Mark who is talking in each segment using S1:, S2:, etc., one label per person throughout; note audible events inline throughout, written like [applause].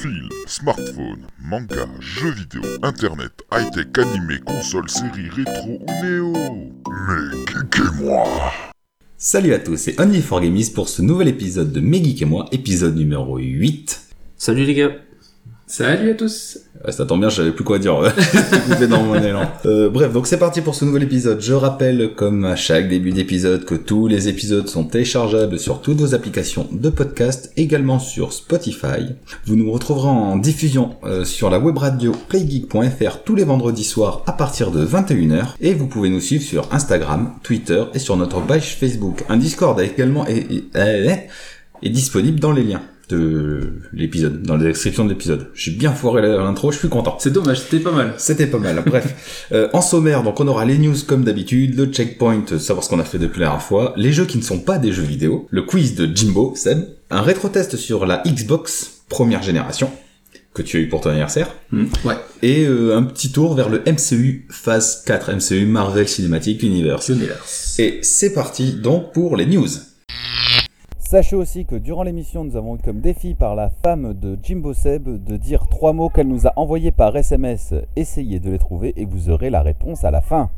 S1: fil, smartphone, manga, jeux vidéo, internet, high-tech, animé, console, série, rétro ou néo. Mais geekez-moi
S2: Salut à tous, c'est only for gamies pour ce nouvel épisode de Mes Geeks et moi, épisode numéro 8.
S3: Salut les gars.
S4: Salut à tous
S2: Ouais, Euh, ça tombe bien, j'avais plus quoi dire. [laughs] J'étais dans mon élan. Euh, bref, donc c'est parti pour ce nouvel épisode. Je rappelle, comme à chaque début d'épisode, que tous les épisodes sont téléchargeables sur toutes vos applications de podcast, également sur Spotify. Vous nous retrouverez en diffusion euh, sur la web radio playgeek.fr tous les vendredis soirs à partir de 21h. Et vous pouvez nous suivre sur Instagram, Twitter et sur notre page Facebook. Un Discord également eh, est, est- est- est disponible dans les liens de l'épisode, dans la description de l'épisode. J'ai bien foiré la- l'intro, je suis content.
S4: C'est dommage, c'était pas mal.
S2: C'était pas mal. Bref, Euh, en sommaire, donc on aura les news comme d'habitude, le checkpoint, euh, savoir ce qu'on a fait depuis la dernière fois, les jeux qui ne sont pas des jeux vidéo, le quiz de Jimbo, Seb, un rétro-test sur la Xbox première génération que tu as eu pour ton anniversaire,
S3: Hmm.
S4: Ouais.
S2: et euh, un petit tour vers le MCU phase 4, MCU Marvel Cinematic Universe. Et c'est parti donc pour les news.
S5: Sachez aussi que durant l'émission, nous avons eu comme défi par la femme de Jimbo Seb de dire trois mots qu'elle nous a envoyés par SMS. Essayez de les trouver et vous aurez la réponse à la fin.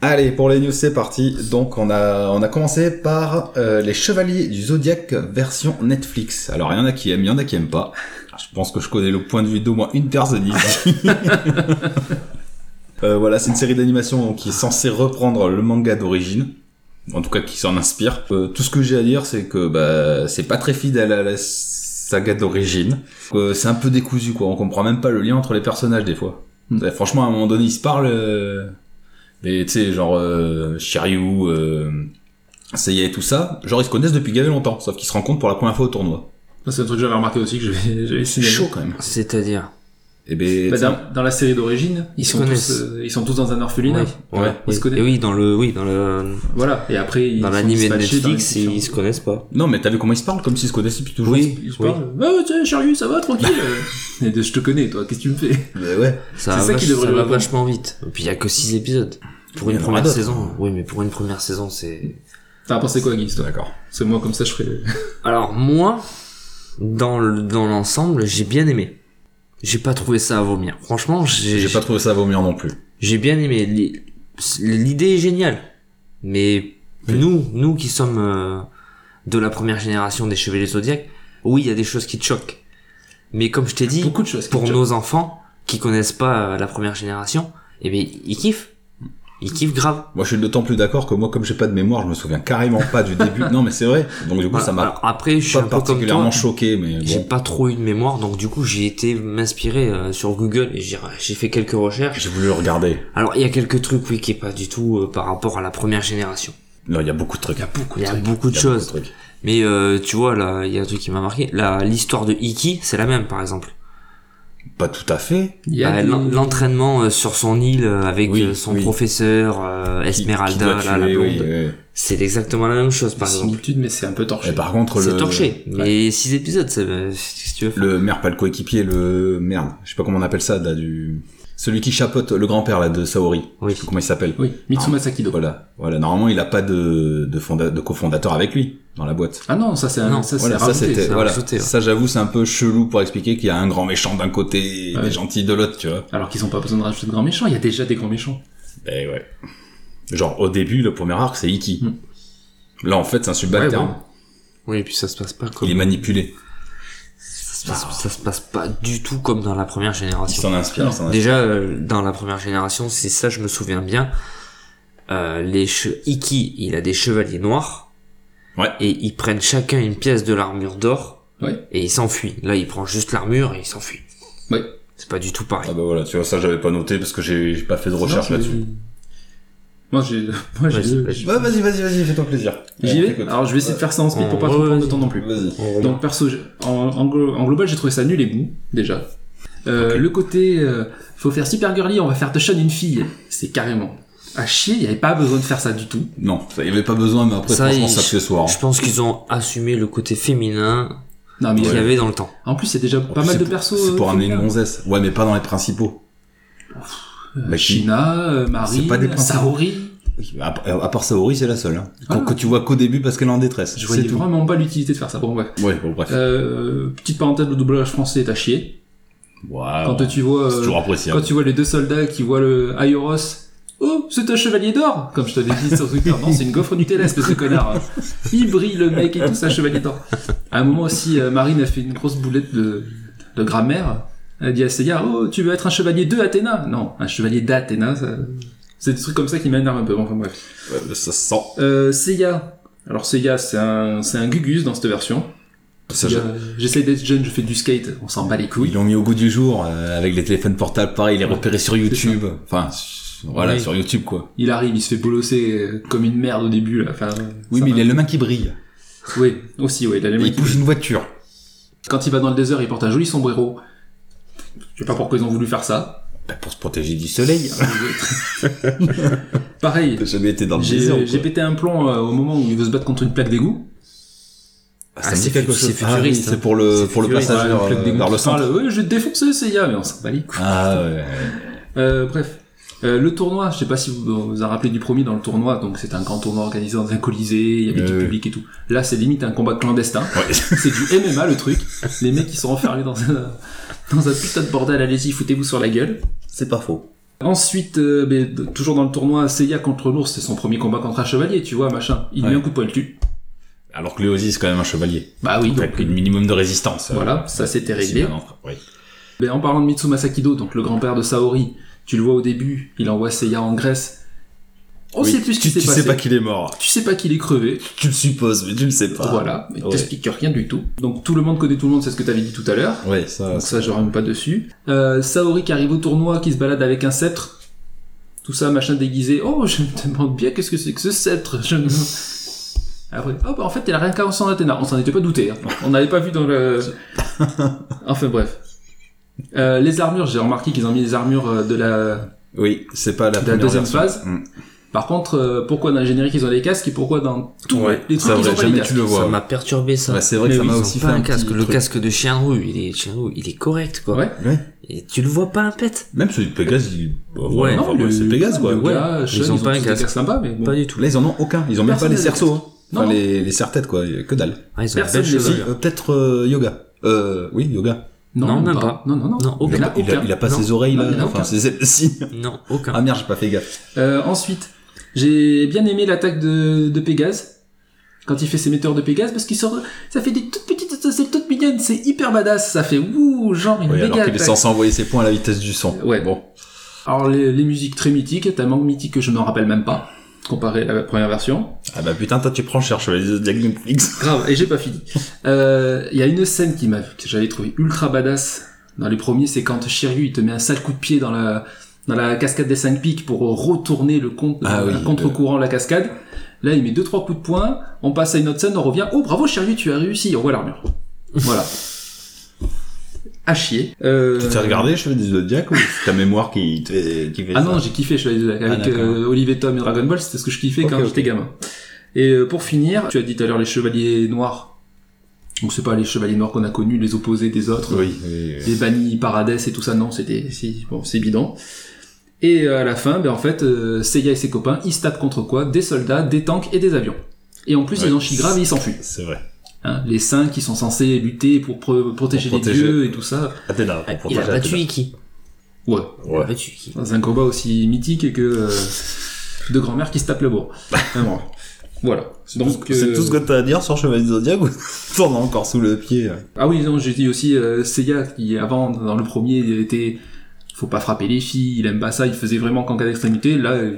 S2: Allez, pour les news, c'est parti. Donc, on a, on a commencé par euh, les Chevaliers du Zodiac version Netflix. Alors, il y en a qui aiment, il y en a qui aiment pas. Je pense que je connais le point de vue d'au moins une personne ici. Euh, voilà, c'est une série d'animation qui est censée reprendre le manga d'origine. En tout cas, qui s'en inspire. Euh, tout ce que j'ai à dire, c'est que bah, c'est pas très fidèle à la saga d'origine. Euh, c'est un peu décousu, quoi. On comprend même pas le lien entre les personnages, des fois.
S4: Mm.
S2: Ouais, franchement, à un moment donné, ils se parlent... euh, mais tu sais, genre euh, Shiryu, euh, Seiya et tout ça, genre ils se connaissent depuis gavé longtemps, sauf qu'ils se rencontrent pour la première fois au tournoi.
S4: C'est un truc que j'avais remarqué aussi que j'avais [laughs] j'avais
S2: C'est
S4: signalé.
S2: chaud quand même.
S3: C'est-à-dire.
S2: Et ben,
S4: Bah,
S2: tu sais,
S4: dans, dans la série d'origine, ils,
S3: Ils se
S4: sont tous,
S3: connaissent.
S4: euh, ils sont tous dans un orphelinat. Ah
S3: ouais.
S4: Ils se
S3: oui.
S4: connaissent.
S3: Et oui, dans le, oui, dans le,
S4: Voilà. Et après, ils
S3: dans
S4: sont
S3: l'anime de
S4: dispatchés dans
S3: Netflix,
S4: les
S3: ils,
S4: différents-
S3: se connaissent pas.
S2: non mais t'as vu comment ils se parlent comme s'ils se connaissaient depuis toujours.
S3: Oui,
S4: Ils se
S3: oui.
S4: parlent. Ah, tiens, Shiryu, ça va, tranquille. [laughs] euh. Et de, je te connais, toi. Qu'est-ce que tu me fais
S2: Bah ouais.
S3: Ça, va
S4: C'est ça qui
S3: vach-
S4: devrait
S3: ça
S4: lui
S3: va
S4: répondre.
S3: vachement vite. Et puis il y a que 6 épisodes. Pour
S2: Il y
S3: une
S2: en aura
S3: première
S2: d'autres.
S3: saison. Oui, mais pour une première saison, c'est.
S4: T'as pensé quoi, Guy, toi
S2: D'accord.
S4: C'est moi comme ça, je ferais.
S3: Alors moi, dans le- dans l'ensemble, j'ai bien aimé. J'ai pas trouvé ça à vomir. Franchement, j'ai
S2: J'ai pas trouvé ça à vomir non plus.
S3: j'ai bien aimé. L'i- L'idée est géniale, mais nous, nous qui sommes euh, de la première génération des Chevaliers Zodiac, oui, il y a des choses qui te choquent. Mais comme je t'ai dit,
S4: Beaucoup de choses.
S3: pour
S4: Jack.
S3: nos enfants qui connaissent pas euh, la première génération, eh bien, ils kiffent. Ils kiffent grave.
S2: Moi je suis d'autant plus d'accord que moi comme j'ai pas de mémoire, je me souviens carrément pas du début. Non mais c'est vrai. Donc du coup
S3: Voilà.
S2: ça m'a
S3: Alors, après, je suis
S2: pas
S3: un peu comme toi.
S2: particulièrement choqué, mais
S3: J'ai
S2: bon.
S3: pas trop eu de mémoire, donc du coup j'ai été m'inspirer euh, sur Google et j'ai j'ai fait quelques recherches.
S2: J'ai voulu le regarder.
S3: Alors il y a quelques trucs oui qui est pas du tout euh, par rapport à la première génération.
S2: Non, il y a beaucoup de trucs. Il y a beaucoup
S3: Il y a beaucoup de choses.
S2: trucs.
S3: Mais euh, tu vois là, il y a un truc qui m'a marqué. La l'histoire de Iki, c'est la même par exemple.
S2: Pas tout à fait.
S4: Il y a
S3: Bah,
S4: des-
S3: l'en- L'entraînement euh, sur son île euh, avec
S2: Oui,
S3: euh, son
S2: oui.
S3: professeur euh,
S2: Qui- qui
S3: Esmeralda,
S2: doit
S3: là, la
S2: tuer,
S3: blonde.
S2: oui, oui.
S3: C'est exactement la même chose
S4: des
S3: par exemple.
S4: similitudes, mais c'est un peu torché.
S3: Eh
S2: Et
S3: bah.
S2: par contre
S3: C'est
S2: le
S3: torché. Mais six épisodes, ça, euh, qu'est-ce que tu veux faire
S2: le maire pas le coéquipier le merde je sais pas comment on appelle ça là du celui qui chapeaute le grand père là de Saori
S3: Oui.
S2: Je sais plus comment il s'appelle
S4: Oui,
S3: Ah.
S4: Mitsuma Sakido.
S2: voilà voilà normalement il a pas de de, fonda- de cofondateur avec lui dans la boîte
S4: Ah non, ça c'est un.
S3: Non,
S4: ça,
S2: voilà
S4: c'est
S2: ça
S4: rajouté,
S2: c'était
S3: c'est
S2: voilà
S3: rajouté, ouais.
S2: ça j'avoue c'est un peu chelou pour expliquer qu'il y a un grand méchant d'un côté et
S4: Ouais.
S2: des gentils de l'autre tu vois
S4: Alors qu'ils ont pas besoin de rajouter de grands méchants. Il y a déjà des grands méchants.
S2: ben ouais genre au début le premier arc c'est Iki là en fait c'est un subalterne
S3: Ouais, Oui, et puis ça se passe pas comme
S2: il est manipulé
S3: ça, se passe- ça se passe pas du tout comme dans la première
S2: il
S3: génération.
S2: s'en inspire il s'en inspire.
S3: Déjà, euh, dans la première génération, c'est ça, je me souviens bien. Euh, les che- Iki, il a des chevaliers noirs.
S2: Ouais.
S3: Et ils prennent chacun une pièce de l'armure d'or.
S4: Ouais.
S3: Et ils s'enfuient. Là, il prend juste l'armure et il s'enfuit.
S4: Ouais.
S3: C'est pas du tout pareil.
S2: ah bah voilà tu vois ça j'avais pas noté parce que j'ai j'ai pas fait de recherche
S4: Non,
S2: là-dessus
S4: c'est- Moi, j'ai. [laughs] Moi, j'ai.
S3: Vas-y, vas-y.
S2: Ouais, vas-y, vas-y, vas-y, fais-toi plaisir.
S4: J'y
S2: On
S4: vais.
S2: t'écoute.
S4: Alors, je vais essayer de faire ça en speed pour pas
S3: Ouais,
S4: trop prendre de
S3: vas-y.
S4: temps non plus.
S2: Vas-y.
S4: Donc, perso, j'ai- en, en glo- en global, j'ai trouvé ça nul et mou, déjà. Euh, Le côté, euh, faut faire super girly, on va faire de Sean une fille. C'est carrément. À chier, il n'y avait pas besoin de faire ça du tout.
S2: Non, ça y avait pas besoin, mais après,
S3: Ça,
S2: franchement,
S3: il-
S2: ça hein. accessoire.
S3: Je pense qu'ils ont assumé le côté féminin
S2: Ah,
S4: Non, mais
S3: qu'il y avait dans le temps.
S4: en plus, il y a déjà
S2: En
S4: pas
S2: plus,
S4: mal
S2: c'est
S4: de
S2: pour-
S4: persos.
S2: C'est pour
S4: euh,
S2: amener une
S4: féminins.
S2: gonzesse. Ouais, mais pas dans les principaux.
S4: Euh,
S2: Bah, qui-
S4: Shina, euh, Marine,
S2: C'est pas des principaux.
S4: Saori.
S2: Oui, À, à part Saori, c'est la seule. Hein.
S6: Ah.
S2: Quand- Que tu vois qu'au début parce qu'elle est en détresse.
S6: Je
S2: C'est
S6: voyais
S2: tout.
S6: vraiment pas l'utilité de faire ça. Bon, bref.
S2: Ouais, bon, bref.
S6: Euh, petite parenthèse, le doublage français est à chier.
S2: Waouh.
S6: Quand tu vois,
S2: Ah C'est
S6: euh,
S2: toujours
S6: quand
S2: appréciable.
S6: tu vois les deux soldats qui voient le Aioros, oh, c'est un chevalier d'or, comme je t'avais dit sur Twitter. Non, c'est une gaufre Nutella, espèce de connard. Il brille le mec et tout, c'est un chevalier d'or. À un moment aussi, euh, Marine a fait une grosse boulette de, de grammaire. Elle dit à Seiya, oh, tu veux être un chevalier de Athéna Non, un chevalier d'Athéna. ça- C'est des trucs comme ça qui m'énervent un peu. Bon, Enfin bref.
S2: Ouais, Ça se sent.
S6: Euh, Seiya. Alors Seiya, c'est un, c'est un Gugus dans cette version.
S2: Ça,
S6: Seiya, J'essaie d'être jeune, je fais du skate, on s'en bat les
S2: Ils
S6: couilles.
S2: l'ont mis au goût du jour euh, avec les téléphones portables. Pareil, il est repéré sur YouTube. Enfin, s- voilà,
S3: Oui.
S2: sur YouTube quoi.
S6: Il arrive, il se fait bolosser euh, comme une merde au début. Là. Enfin,
S2: Oui,
S6: ça
S2: mais
S6: va.
S2: il a le main qui brille.
S6: Oui, aussi, oui. Il a les
S2: Et
S6: mains
S2: il
S6: qui-
S2: pousse une voiture.
S6: Quand il va dans le désert, il porte un joli sombrero. Je sais pas pourquoi ils ont voulu
S2: [laughs]
S6: faire ça.
S2: Bah, pour se protéger du soleil.
S6: Pareil,
S2: T'as jamais été dans le désert.
S6: j'ai
S2: quoi.
S6: j'ai pété un plomb euh, au moment où il veut se battre contre une plaque d'égout.
S2: Ah,
S3: Ah,
S2: ça me dit
S3: c'est
S2: quelque
S3: fu-
S2: chose.
S3: c'est futuriste,
S2: Ah oui,
S3: hein.
S2: c'est pour le
S3: C'est
S2: pour le
S3: futuriste,
S2: passage euh,
S6: Voilà, une plaque
S2: vers,
S6: d'égout
S2: vers le
S6: qui parle,
S2: centre.
S6: Ouais, je vais te défoncer, Seiya, mais on s'en bat les couilles.
S2: Ah
S6: [laughs]
S2: ouais.
S6: Euh, bref. Euh, le tournoi, je sais pas si vous vous en rappelez du premier dans le tournoi, donc c'est un grand tournoi organisé dans un colisée, il y avait
S2: Euh,
S6: du
S2: oui.
S6: public et tout. Là, c'est limite un combat clandestin. c'est du MMA le truc. Les mecs qui sont enfermés dans un, dans un putain de bordel, allez-y, foutez-vous sur la gueule.
S2: C'est pas faux.
S6: Ensuite, euh, ben, d- toujours dans le tournoi, Seiya contre l'ours, c'est son premier combat contre un chevalier, tu vois, machin. Il
S2: Ouais.
S6: met un coup de poing dessus.
S2: Alors que Léosi c'est quand même un chevalier.
S6: Bah oui, donc.
S2: Avec un minimum de résistance.
S6: Voilà, ça, c'était réglé.
S2: Si, maintenant, oui.
S6: Ben, en parlant de Mitsuma Sakido, donc le grand-père de Saori, tu le vois au début, il envoie Seiya en Grèce. On
S2: Oui,
S6: sait plus ce qui
S2: tu,
S6: s'est
S2: tu
S6: passé.
S2: sais pas qu'il est mort.
S6: Tu sais pas qu'il est crevé.
S2: Tu le supposes, mais tu le sais pas.
S6: Voilà, il
S2: Ah, ouais.
S6: t'explique rien du tout. Donc tout le monde connaît tout le monde, c'est ce que t'avais dit tout à l'heure.
S2: Ouais, ça.
S6: Donc Euh, ça, je reviens pas dessus. Euh, Saori qui arrive au tournoi, qui se balade avec un sceptre. Tout ça, machin déguisé. Oh, je me demande bien qu'est-ce que c'est que ce sceptre. Je me- Après, oh, bah, en fait, il a réincarnation d'Athéna. On s'en était pas douté. hein. On n'avait pas vu
S2: [laughs]
S6: dans le. Enfin bref. Euh, les armures, j'ai remarqué qu'ils ont mis les armures euh, de la,
S2: Oui, c'est pas la
S6: de la
S2: première
S6: deuxième
S2: version.
S6: phase.
S2: Mm.
S6: Par contre, euh, pourquoi dans le générique ils ont des casques et pourquoi dans tout
S2: Ouais,
S6: les
S2: ça,
S6: trucs ils
S2: vrai,
S6: ont pas les
S2: jamais
S6: casques
S2: tu le vois.
S3: Ça m'a perturbé ça.
S2: Ouais, Bah, c'est vrai que
S3: Mais
S2: ça
S3: oui,
S2: m'a
S3: ils
S2: aussi
S3: ont pas
S2: fait un
S3: un casque.
S2: petit
S3: Le
S2: truc.
S3: casque de chien roux, il est chien roux, il est correct quoi.
S6: Ouais.
S2: Ouais.
S3: Et tu le vois pas un pet
S2: Même celui de Pégase, il... bah, voilà,
S3: Ouais,
S2: enfin,
S6: le-
S2: ouais, c'est Pégase quoi.
S6: le
S3: Ouais.
S6: gars, Sean, ils ont pas un casque sympa, mais bon.
S3: Pas du tout.
S2: Là, ils en ont aucun. Ils ont même pas
S6: Personne
S2: les
S6: n'a
S2: cerceaux. Hein.
S6: Non,
S2: Enfin,
S6: non.
S2: les, les serre-têtes quoi. Il y a Que dalle.
S3: Ah, ils ont
S6: Personne
S3: belle
S6: les a.
S2: Si,
S3: chevelure.
S2: euh, peut-être euh, yoga. Euh, oui, yoga.
S3: Non,
S6: Non,
S3: même
S6: pas.
S3: pas.
S6: Non, non, non.
S3: Non, aucun.
S6: Il y
S2: Il
S6: en a
S2: a, il a- il a pas
S3: Non.
S2: ses oreilles
S6: Non, il y en
S2: là.
S6: a
S2: Enfin,
S6: aucun.
S2: ses ailes- [laughs] si.
S3: Non, aucun.
S2: Ah merde, j'ai pas fait gaffe.
S6: Euh, ensuite, j'ai bien aimé l'attaque de, de Pégase. Quand il fait ses metteurs de Pégase, parce qu'il sort, ça fait des toutes petites étincelles toutes mignonnes, c'est hyper badass, ça fait ouh, genre une
S2: Oui,
S6: méga
S2: alors qu'il est
S6: attaque.
S2: censé envoyer ses points à la vitesse du son.
S6: Ouais.
S2: Bon.
S6: Alors les, les musiques très mythiques, tellement mythiques que je n'en rappelle même pas, comparé à la première version.
S2: Ah bah putain, toi tu prends cher, chevalier de la Netflix.
S6: Grave, et j'ai pas fini. Euh, Il y a une scène qui m'a, que j'avais trouvé ultra badass dans les premiers, c'est quand Shiryu il te met un sale coup de pied dans la, dans la cascade des 5 pics pour retourner le compte,
S2: Ah oui,
S6: le contre-courant de la cascade. Là, il met deux trois coups de poing, on passe à une autre scène, on revient. Oh bravo Shiryu, tu as réussi, on voit l'armure. Voilà. À chier. Euh,
S2: Tu t'es regardé Chevalier du Zodiac ou c'est ta mémoire qui, te- qui fait
S6: ah
S2: ça Ah,
S6: non, j'ai kiffé Chevalier de la- avec
S2: d'accord.
S6: euh, Olivier Tom et Dragon Ball, c'était ce que je kiffais
S2: Ok,
S6: quand
S2: ok.
S6: j'étais gamin. Et euh, pour finir, tu as dit tout à l'heure les chevaliers noirs. Donc c'est pas les chevaliers noirs qu'on a connus, les opposés des autres,
S2: Oui, oui, oui.
S6: les bannis Paradès et tout ça, non, c'était si, bon, c'est bidon. Et euh, à la fin, ben en fait, euh, Seiya et ses copains, ils se tapent contre quoi Des soldats, des tanks et des avions. Et en plus,
S2: Ouais.
S6: ils en chient grave et ils s'enfuient.
S2: C'est vrai.
S6: hein. les saints qui sont censés lutter pour pro- protéger les
S2: protéger.
S6: dieux et tout ça.
S2: Athéna, Ah,
S6: Ah,
S2: pour
S3: Il a
S2: protéger
S3: battu
S2: Athéna.
S3: Iki.
S6: Ouais,
S3: Il a
S2: Ouais.
S3: battu Iki.
S6: dans un combat aussi mythique que euh, deux grand-mères qui se tapent
S3: [laughs]
S6: le bourre. Vraiment. Voilà. Donc,
S2: C'est
S6: euh,
S2: tout ce que t'as à dire sur Chevalier du Zodiac ou [laughs] t'en as encore sous le pied hein
S6: Ah oui, non, j'ai dit aussi euh, Seiya qui avant dans le premier il était faut pas frapper les filles, il aime pas ça, il faisait vraiment qu'en cas d'extrémité. Là, euh,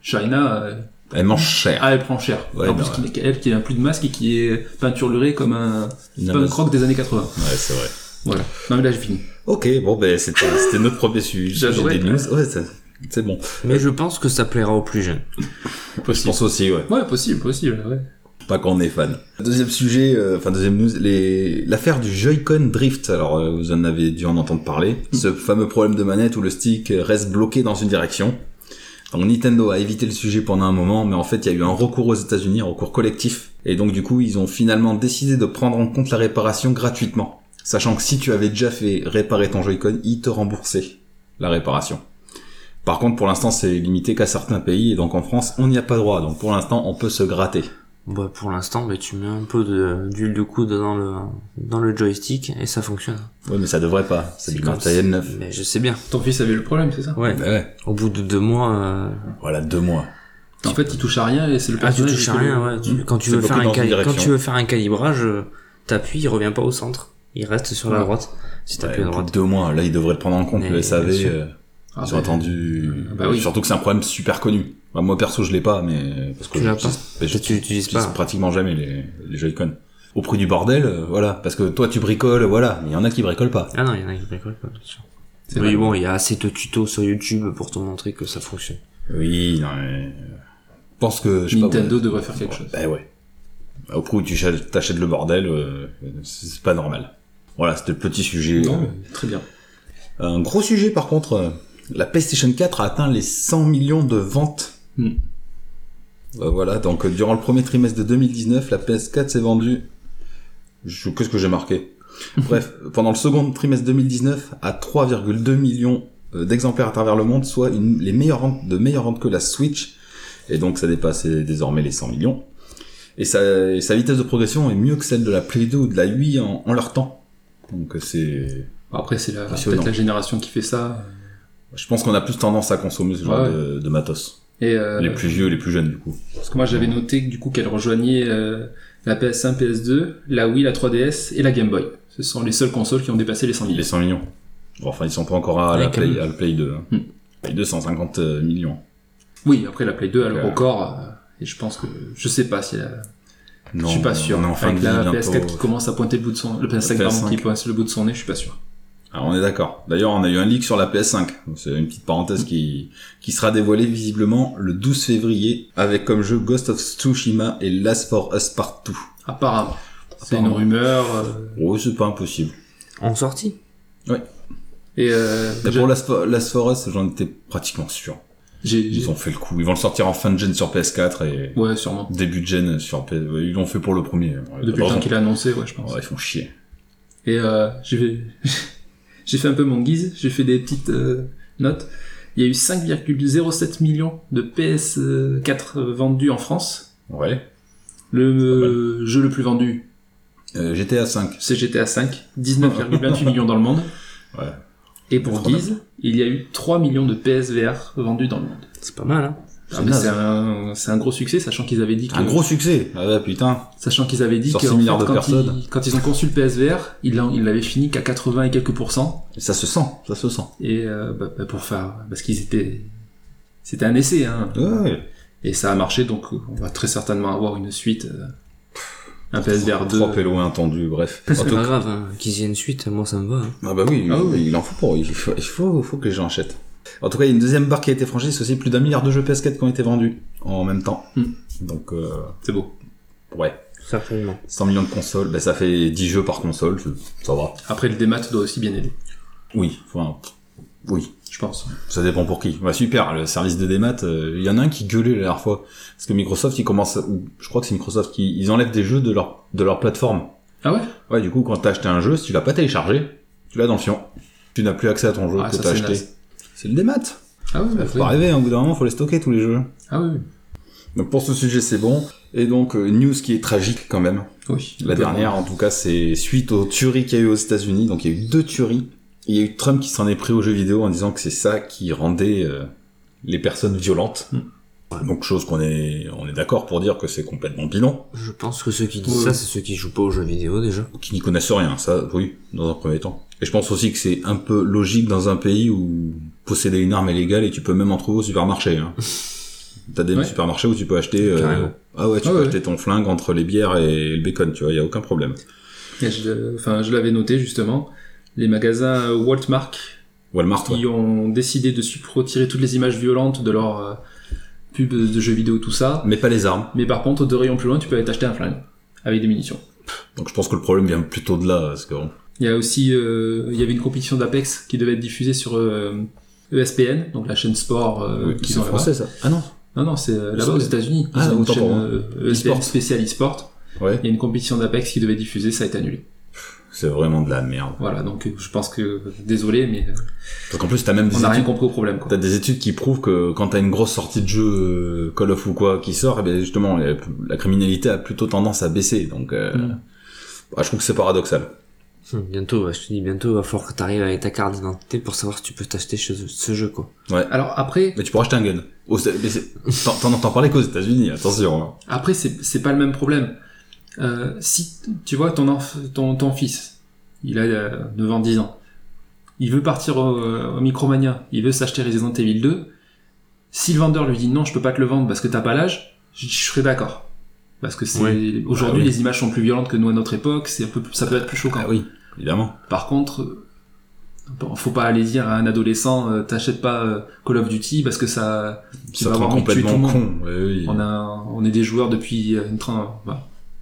S6: Shaina, euh,
S2: Elle mange cher.
S6: ah, elle prend cher.
S2: Ouais,
S6: en
S2: bah
S6: plus, qu'il- elle qui a plus de masque et qui est peinturlurée comme un
S2: Une
S6: punk
S2: amasse.
S6: rock des années 80.
S2: Ouais, c'est vrai.
S6: Voilà. Non mais là j'ai
S3: [laughs]
S6: fini.
S2: Ok, bon ben c'était c'était notre premier sujet
S6: J'adorais.
S2: des news. Ouais, c'est- c'est bon.
S3: Mais je pense que ça plaira aux plus jeunes.
S2: Je pense aussi, ouais.
S6: Ouais, possible, possible. Ouais.
S2: Pas qu'on est fan. Deuxième sujet, euh, enfin deuxième news, les- l'affaire du Joy-Con Drift. Alors euh, vous en avez dû en entendre parler. Ce fameux problème de manette où le stick reste bloqué dans une direction. Donc Nintendo a évité le sujet pendant un moment, mais en fait il y a eu un recours aux États-Unis, un recours collectif. Et donc du coup ils ont finalement décidé de prendre en compte la réparation gratuitement. Sachant que si tu avais déjà fait réparer ton Joy-Con, ils te remboursaient la réparation. Par contre, pour l'instant, c'est limité qu'à certains pays, et donc en France, on n'y a pas droit. Donc pour l'instant, on peut se gratter.
S3: Bah, pour l'instant, bah, tu mets un peu de- d'huile de, coude dans le, dans le joystick et ça fonctionne.
S2: Ouais, mais ça devrait pas. C'est du
S3: comme
S2: matériel
S3: si-
S2: neuf.
S3: Mais je sais bien.
S6: Ton fils avait le problème, c'est ça
S3: Ouais.
S2: Bah ouais.
S3: Au bout de deux mois, euh,
S2: Voilà, deux mois.
S6: En fait, il touche à rien et c'est le
S3: ah, tu
S6: personnage
S3: touches à
S6: qui
S3: rien.
S6: le-
S3: Ouais. Tu- quand, tu
S2: C'est
S3: veux faire
S2: bloqué
S3: un
S2: dans une
S3: cali- quand
S2: direction.
S3: tu veux faire un calibrage, euh, t'appuies, il revient pas au centre. Il reste sur la
S6: Ouais.
S3: droite. Si
S2: Ouais,
S3: t'appuies
S2: au
S3: à
S2: bout de
S3: droite.
S2: deux mois. Là, ils devraient le prendre en compte,
S3: Mais,
S2: le SAV.
S3: bien sûr.
S2: euh,
S6: Ah,
S2: ils ont
S6: bah,
S2: attendu.
S6: bah oui.
S2: Surtout que c'est un problème super connu. Bah, moi, perso, je l'ai pas, mais parce que je-
S3: Tu l'as pas.
S2: mais je-
S3: Peut-être tu l'utilises
S2: j'utilise
S3: pas.
S2: pratiquement jamais les, les Joy-Con. Au prix du bordel, euh, voilà. Parce que toi, tu bricoles, voilà. Mais il y en a qui bricolent pas.
S3: Ah non, il y en a qui bricolent pas, bien sûr.
S6: C'est
S3: Mais
S6: vrai.
S3: bon, il y a assez de tutos sur YouTube pour te montrer que ça fonctionne.
S2: Oui, non, mais... Je pense que... Je sais
S6: Nintendo
S2: pas, ouais.
S6: devrait faire quelque chose.
S2: Bah ouais. Au prix où tu cha- t'achètes le bordel, euh, c'est c'est pas normal. Voilà, c'était le petit sujet.
S6: Non, mais très bien.
S2: Un gros sujet, par contre, euh, la PlayStation 4 a atteint les 100 millions de ventes.
S6: Hmm.
S2: Euh, voilà, donc euh, durant le premier trimestre de 2019, la PS4 s'est vendue... Je- Qu'est-ce que j'ai marqué Bref, pendant le second trimestre 2019, à 3,2 millions euh, d'exemplaires à travers le monde, soit une- les meilleures ventes, de meilleures ventes que la Switch. Et donc ça dépasse euh, désormais les 100 millions. Et sa, et sa vitesse de progression est mieux que celle de la Play 2 ou de la Wii en, en leur temps. Donc euh, c'est...
S6: Bon, Après, c'est la,
S2: Impressionnant.
S6: peut-être la génération qui fait ça.
S2: Je pense qu'on a plus tendance à consommer ce genre
S6: Ouais.
S2: de, de matos.
S6: Et euh,
S2: Les plus vieux, les plus jeunes, du coup.
S6: parce que moi, j'avais noté que, du coup qu'elle rejoignait euh, la PS1, PS2, la Wii, la 3DS et la Game Boy. Ce sont les seules consoles qui ont dépassé les 100 000.
S2: Les 100 millions. Bon, enfin, ils sont pas encore à, la
S3: Ouais, quand
S2: play,
S3: même.
S2: à la Play 2. Hein.
S6: Hmm.
S2: Play 2, 150 euh, millions.
S6: Oui, après la Play 2 a le
S2: Euh.
S6: record. euh, Et je pense que je sais pas si la,
S2: Non,
S6: je suis pas sûr.
S2: On est en fin
S6: Avec
S2: de vie
S6: la
S2: bientôt.
S6: PS4 qui commence à pointer le bout de son, le PS5,
S2: La
S6: pardon, qui
S2: PS5.
S6: pointe le bout de son nez, je suis pas sûr.
S2: Ah, on est d'accord. D'ailleurs, on a eu un leak sur la PS5. Donc, C'est une petite parenthèse qui, qui sera dévoilée visiblement le 12 février avec comme jeu Ghost of Tsushima et Last for Us Part 2.
S6: Apparemment. C'est une
S2: Apparemment.
S6: rumeur. euh,
S2: Oh, c'est pas impossible.
S3: En sortie
S6: et euh,
S2: Mais
S6: j'ai-
S2: pour Last for, Last for Us, j'en étais pratiquement sûr.
S6: j'ai- j'ai-
S2: Ils ont fait le coup. Ils vont le sortir en fin de gen sur PS4 et
S6: Ouais, sûrement.
S2: début de gen sur PS... ouais, Ils l'ont fait pour le premier.
S6: Depuis le temps qu'il a annoncé, ouais, je pense.
S2: Ouais, ils font chier.
S6: Et euh, j'ai fait... [laughs] j'ai fait un peu mon guise, j'ai fait des petites euh, notes. Il y a eu 5,07 millions de PS4 euh, vendus en France.
S2: Ouais.
S6: Le euh, jeu le plus vendu,
S2: Euh, GTA 5.
S6: c'est GTA V,
S2: [laughs]
S6: 19,28 millions dans le monde.
S2: Ouais.
S6: Et pour
S2: Trop bien.
S6: guise, il y a eu 3 millions de PSVR vendus dans le monde.
S3: C'est pas mal, hein
S6: Ah,
S2: C'est
S6: mais
S2: naze.
S6: C'est un, c'est un gros succès, sachant qu'ils avaient dit que...
S2: Un gros succès. Ah ouais, putain.
S6: Sachant qu'ils avaient dit
S2: Sur
S6: que
S2: 6
S6: en
S2: milliards
S6: fait,
S2: de
S6: quand,
S2: personnes.
S6: ils, quand ils ont conçu le PSVR, ils l'ont- ils l'avaient fini qu'à 80 et quelques pourcents.
S2: Et ça se sent. Ça se sent.
S6: et euh, bah, bah, pour faire parce qu'ils étaient c'était un essai hein
S2: Ouais.
S6: et ça a marché donc on va très certainement avoir une suite euh, un PSVR 2
S2: Trop pélo intendu, [laughs] bref. En
S3: C'est
S2: tout
S3: pas
S2: cas-
S3: grave, hein. qu'ils aient une suite, moi ça me va. hein.
S2: Ah bah oui,
S6: Ah oui.
S2: il en faut pour. Il faut, il faut, faut que les gens achètent. En tout cas, il y a une deuxième barre qui a été franchie. C'est aussi plus d'un milliard de jeux PS4 qui ont été vendus en même temps.
S6: Hmm.
S2: Donc, euh,
S6: c'est beau
S2: ouais.
S3: Certainement.
S2: 100 millions de consoles. Bah, ça fait 10 jeux par console. c'est- Ça va.
S6: après le démat doit aussi bien aider
S2: Oui. Enfin, oui.
S6: je pense
S2: Ça dépend pour qui. Ouais, super, le service de démat, euh, il y en a un qui gueulait la dernière fois. Parce que Microsoft, ils commencent, ou je crois que c'est Microsoft, qui, ils enlèvent des jeux de leur, de leur plateforme.
S6: ah ouais
S2: Ouais, du coup, quand t'as acheté un jeu, si tu l'as pas téléchargé, tu l'as dans le fion. Tu n'as plus accès à ton jeu
S6: Ah,
S2: que
S6: ça,
S2: t'as
S6: c'est
S2: acheté.
S6: naze.
S2: C'est le démat.
S6: ah ouais,
S2: Faut
S6: ouais.
S2: pas rêver, hein, au bout d'un moment, faut les stocker tous les jeux.
S6: ah oui
S2: Donc pour ce sujet, c'est bon. Et donc, euh, news qui est tragique quand même.
S6: oui
S2: La dernière, en tout cas, c'est suite aux tueries qu'il y a eu aux États-Unis. Donc il y a eu deux tueries. Et Il y a eu Trump qui s'en est pris aux jeux vidéo en disant que c'est ça qui rendait euh, les personnes violentes. Donc chose qu'on est, on est d'accord pour dire que c'est complètement bilan.
S3: Je pense que ceux qui disent
S6: Oui.
S3: ça, c'est ceux qui jouent pas aux jeux vidéo déjà.
S2: Qui n'y connaissent rien, ça, oui, dans un premier temps. Et je pense aussi que c'est un peu logique dans un pays où posséder une arme est légal et tu peux même en trouver au supermarché. Hein. T'as des
S6: Ouais.
S2: supermarchés où tu peux acheter. euh,
S3: Carrément.
S2: ah ouais, tu
S6: Ah
S2: peux
S6: ouais.
S2: acheter ton flingue entre les bières et le bacon, tu vois, y a aucun problème.
S6: Et je, l'ai- enfin je l'avais noté justement les magasins Waltmark
S2: Walmart, ouais.
S6: qui ont décidé de sup- retirer toutes les images violentes de leurs euh, pubs de jeux vidéo tout ça
S2: mais pas les armes.
S6: mais par contre deux rayons plus loin tu peux aller t'acheter un flingue avec des munitions
S2: Donc je pense que le problème vient plutôt de là, parce que bon,
S6: Il y a aussi, euh, il y avait une compétition d'Apex qui devait être diffusée sur euh, ESPN, donc la chaîne sport euh,
S2: oui,
S6: qu'ils ont là-bas.
S2: ça. Ah non.
S6: Non, non, c'est euh, là-bas
S2: C'est-
S6: aux États-Unis. Ils
S2: Ah,
S6: ont une
S2: autant pour
S6: chaîne
S2: moi. E
S6: euh, ESPN
S2: E-sport.
S6: spéciale e-sport.
S2: Ouais.
S6: Il y a une compétition d'Apex qui devait diffuser, ça a été annulé.
S2: C'est vraiment de la merde.
S6: Voilà, donc euh, je pense que désolé, mais euh,
S2: Parce qu'en plus, t'as même des
S6: on n'a rien
S2: études,
S6: compris au problème. Quoi.
S2: t'as des études qui prouvent que quand t'as une grosse sortie de jeu euh, Call of ou quoi qui sort, eh bien, justement, la, la criminalité a plutôt tendance à baisser. Donc, euh,
S6: Mm.
S2: bah, je trouve que c'est paradoxal.
S3: Hum, Bientôt, ouais, je te dis bientôt, va falloir que t'arrives avec ta carte d'identité pour savoir si tu peux t'acheter chez eux, ce jeu, quoi.
S6: Alors après,
S2: Mais tu pourras acheter un gun. Aux- mais c'est- T'en t'en entends parler qu'aux États-Unis, attention. hein.
S6: Après, c'est c'est pas le même problème. Euh, si tu vois ton, enf- ton, ton fils, il a euh, 9 ans, 10 ans, il veut partir au, euh, au Micromania, il veut s'acheter Resident Evil 2, si le vendeur lui dit non, je peux pas te le vendre parce que t'as pas l'âge, je, je serais d'accord. Parce que c'est
S3: Oui.
S6: aujourd'hui
S2: Ah oui.
S6: les images sont plus violentes que nous à notre époque, c'est un peu ça peut être plus choquant.
S2: Ah oui, évidemment.
S6: Par contre, euh, bon, faut pas aller dire à un adolescent euh, t'achètes pas euh, Call of Duty parce que ça Tu
S2: Ça
S6: vas
S2: te rend
S6: avoir envie de tuer
S2: complètement
S6: tout le
S2: con. ouais, oui.
S6: on, a, on est des joueurs depuis euh, une, trentaine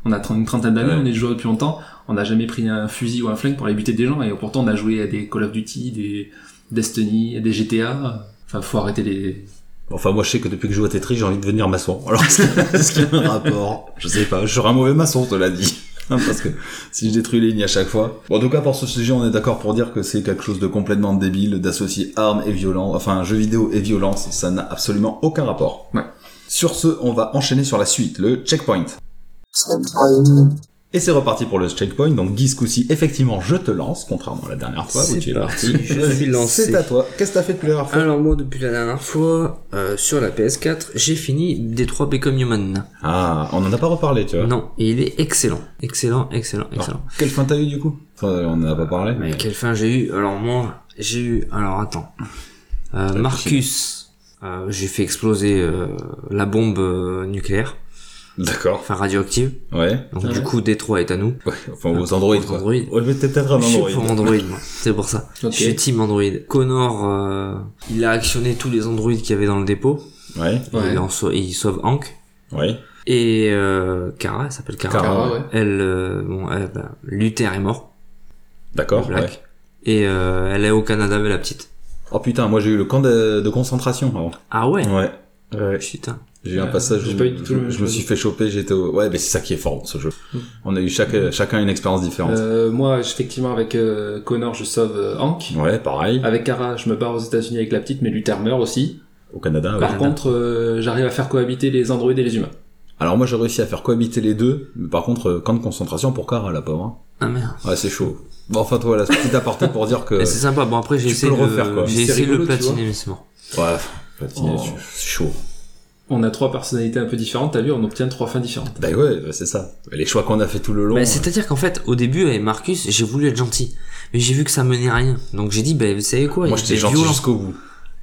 S6: on a une trentaine d'années,
S2: Ouais.
S6: on est des joueurs depuis longtemps. On n'a jamais pris un fusil ou un flingue pour aller buter des gens et pourtant on a joué à des Call of Duty, des Destiny, des GTA. Enfin, faut arrêter les.
S2: Enfin, moi, je sais que depuis que je joue à Tetris, j'ai envie de devenir maçon. Alors, [laughs] est-ce qu'il y a un rapport Je sais pas. Je serai un mauvais maçon, cela dit. [laughs] Hein, Parce que si je détruis les lignes à chaque fois. Bon, en tout cas, pour ce sujet, on est d'accord pour dire que c'est quelque chose de complètement débile d'associer armes et violence, enfin, jeux vidéo et violence. Ça n'a absolument aucun rapport.
S6: Ouais.
S2: Sur ce, on va enchaîner sur la suite, le checkpoint. Et c'est reparti pour le checkpoint. Donc, Guy, ce coup-ci, effectivement, je te lance, contrairement à la dernière fois où
S3: C'est
S2: tu es
S3: parti,
S2: parti. [laughs]
S3: je suis lancé.
S2: C'est à toi. Qu'est-ce que t'as fait depuis la dernière fois
S3: Alors moi, depuis la dernière fois, euh, sur la PS4, j'ai fini Détroit Become Human.
S2: Ah, on en a pas reparlé, tu vois.
S3: Non, et il est excellent. Excellent, excellent, excellent.
S2: Alors, quelle fin t'as eu du coup Enfin, On n'en a pas parlé, mais.
S3: Mais quelle fin j'ai eu Alors moi, j'ai eu... Alors attends. Euh, Marcus, euh, j'ai fait exploser euh, la bombe euh, nucléaire,
S2: D'accord.
S3: enfin radioactive.
S2: Ouais.
S3: Donc
S6: Ouais.
S3: du coup, Détroit est à nous.
S2: Ouais, Enfin, aux Android
S3: Aux
S2: quoi.
S3: Android.
S2: Ouais, mais t'es peut-être un
S3: Je suis
S2: Android.
S3: pour Android, moi. c'est pour ça.
S6: Ok.
S3: Je suis team Android. Connor, euh, il a actionné tous les androids qu'il y avait dans le dépôt.
S2: Ouais.
S6: Ouais.
S3: Et il, en sau- et il sauve Hank.
S2: Ouais.
S3: Et euh, Kara, elle s'appelle Kara.
S2: Kara.
S6: Cara, ouais.
S3: Elle, euh, bon, elle, bah, Luther est mort,
S2: D'accord.
S3: Black.
S2: ouais.
S3: Et euh, elle est au Canada avec la petite.
S2: Oh putain, moi j'ai eu le camp de, de concentration avant.
S3: Ah ouais,
S2: Ouais. Ouais.
S3: Putain.
S2: J'ai eu un
S6: Euh,
S2: passage
S6: j'ai
S2: où
S6: pas eu du tout
S2: je,
S6: le même
S2: je me
S6: chose.
S2: suis fait choper, j'étais au... Ouais, mais c'est ça qui est fort dans ce jeu. On a eu chaque- chacun une expérience différente.
S6: Euh, moi, effectivement, avec euh, Connor, je sauve euh, Hank.
S2: Ouais, pareil.
S6: Avec Kara, je me barre aux États-Unis avec la petite, mais Luther meurt aussi.
S2: Au Canada, Ah ouais.
S6: Par contre, euh, j'arrive à faire cohabiter les androïdes et les humains.
S2: Alors moi j'ai réussi à faire cohabiter les deux, mais par contre, euh, camp de concentration pour Cara, la pauvre. hein.
S3: Ah merde.
S2: Ouais, c'est chaud. Bon, enfin, toi, là, ce petit aparté pour dire que...
S3: [laughs] Et c'est sympa. Bon après j'ai
S2: tu
S3: essayé
S2: peux le
S3: de-
S2: refaire, quoi.
S3: j'ai
S6: C'est
S3: essayé de le
S6: rigolo, tu
S3: platiner mais c'est mort.
S2: Ouais, patiner,
S6: Oh.
S2: tu- c'est chaud.
S6: On a trois personnalités un peu différentes. T'as vu, on obtient trois fins différentes.
S2: Bah ouais, bah c'est ça. Les choix qu'on a fait tout le long.
S3: Bah,
S2: euh,
S3: C'est-à-dire qu'en fait au début avec Marcus j'ai voulu être gentil, mais j'ai vu que ça menait à rien. Donc j'ai dit bah vous savez quoi,
S2: moi
S3: il
S2: j'étais
S3: est
S2: gentil
S3: violent.
S2: jusqu'au bout.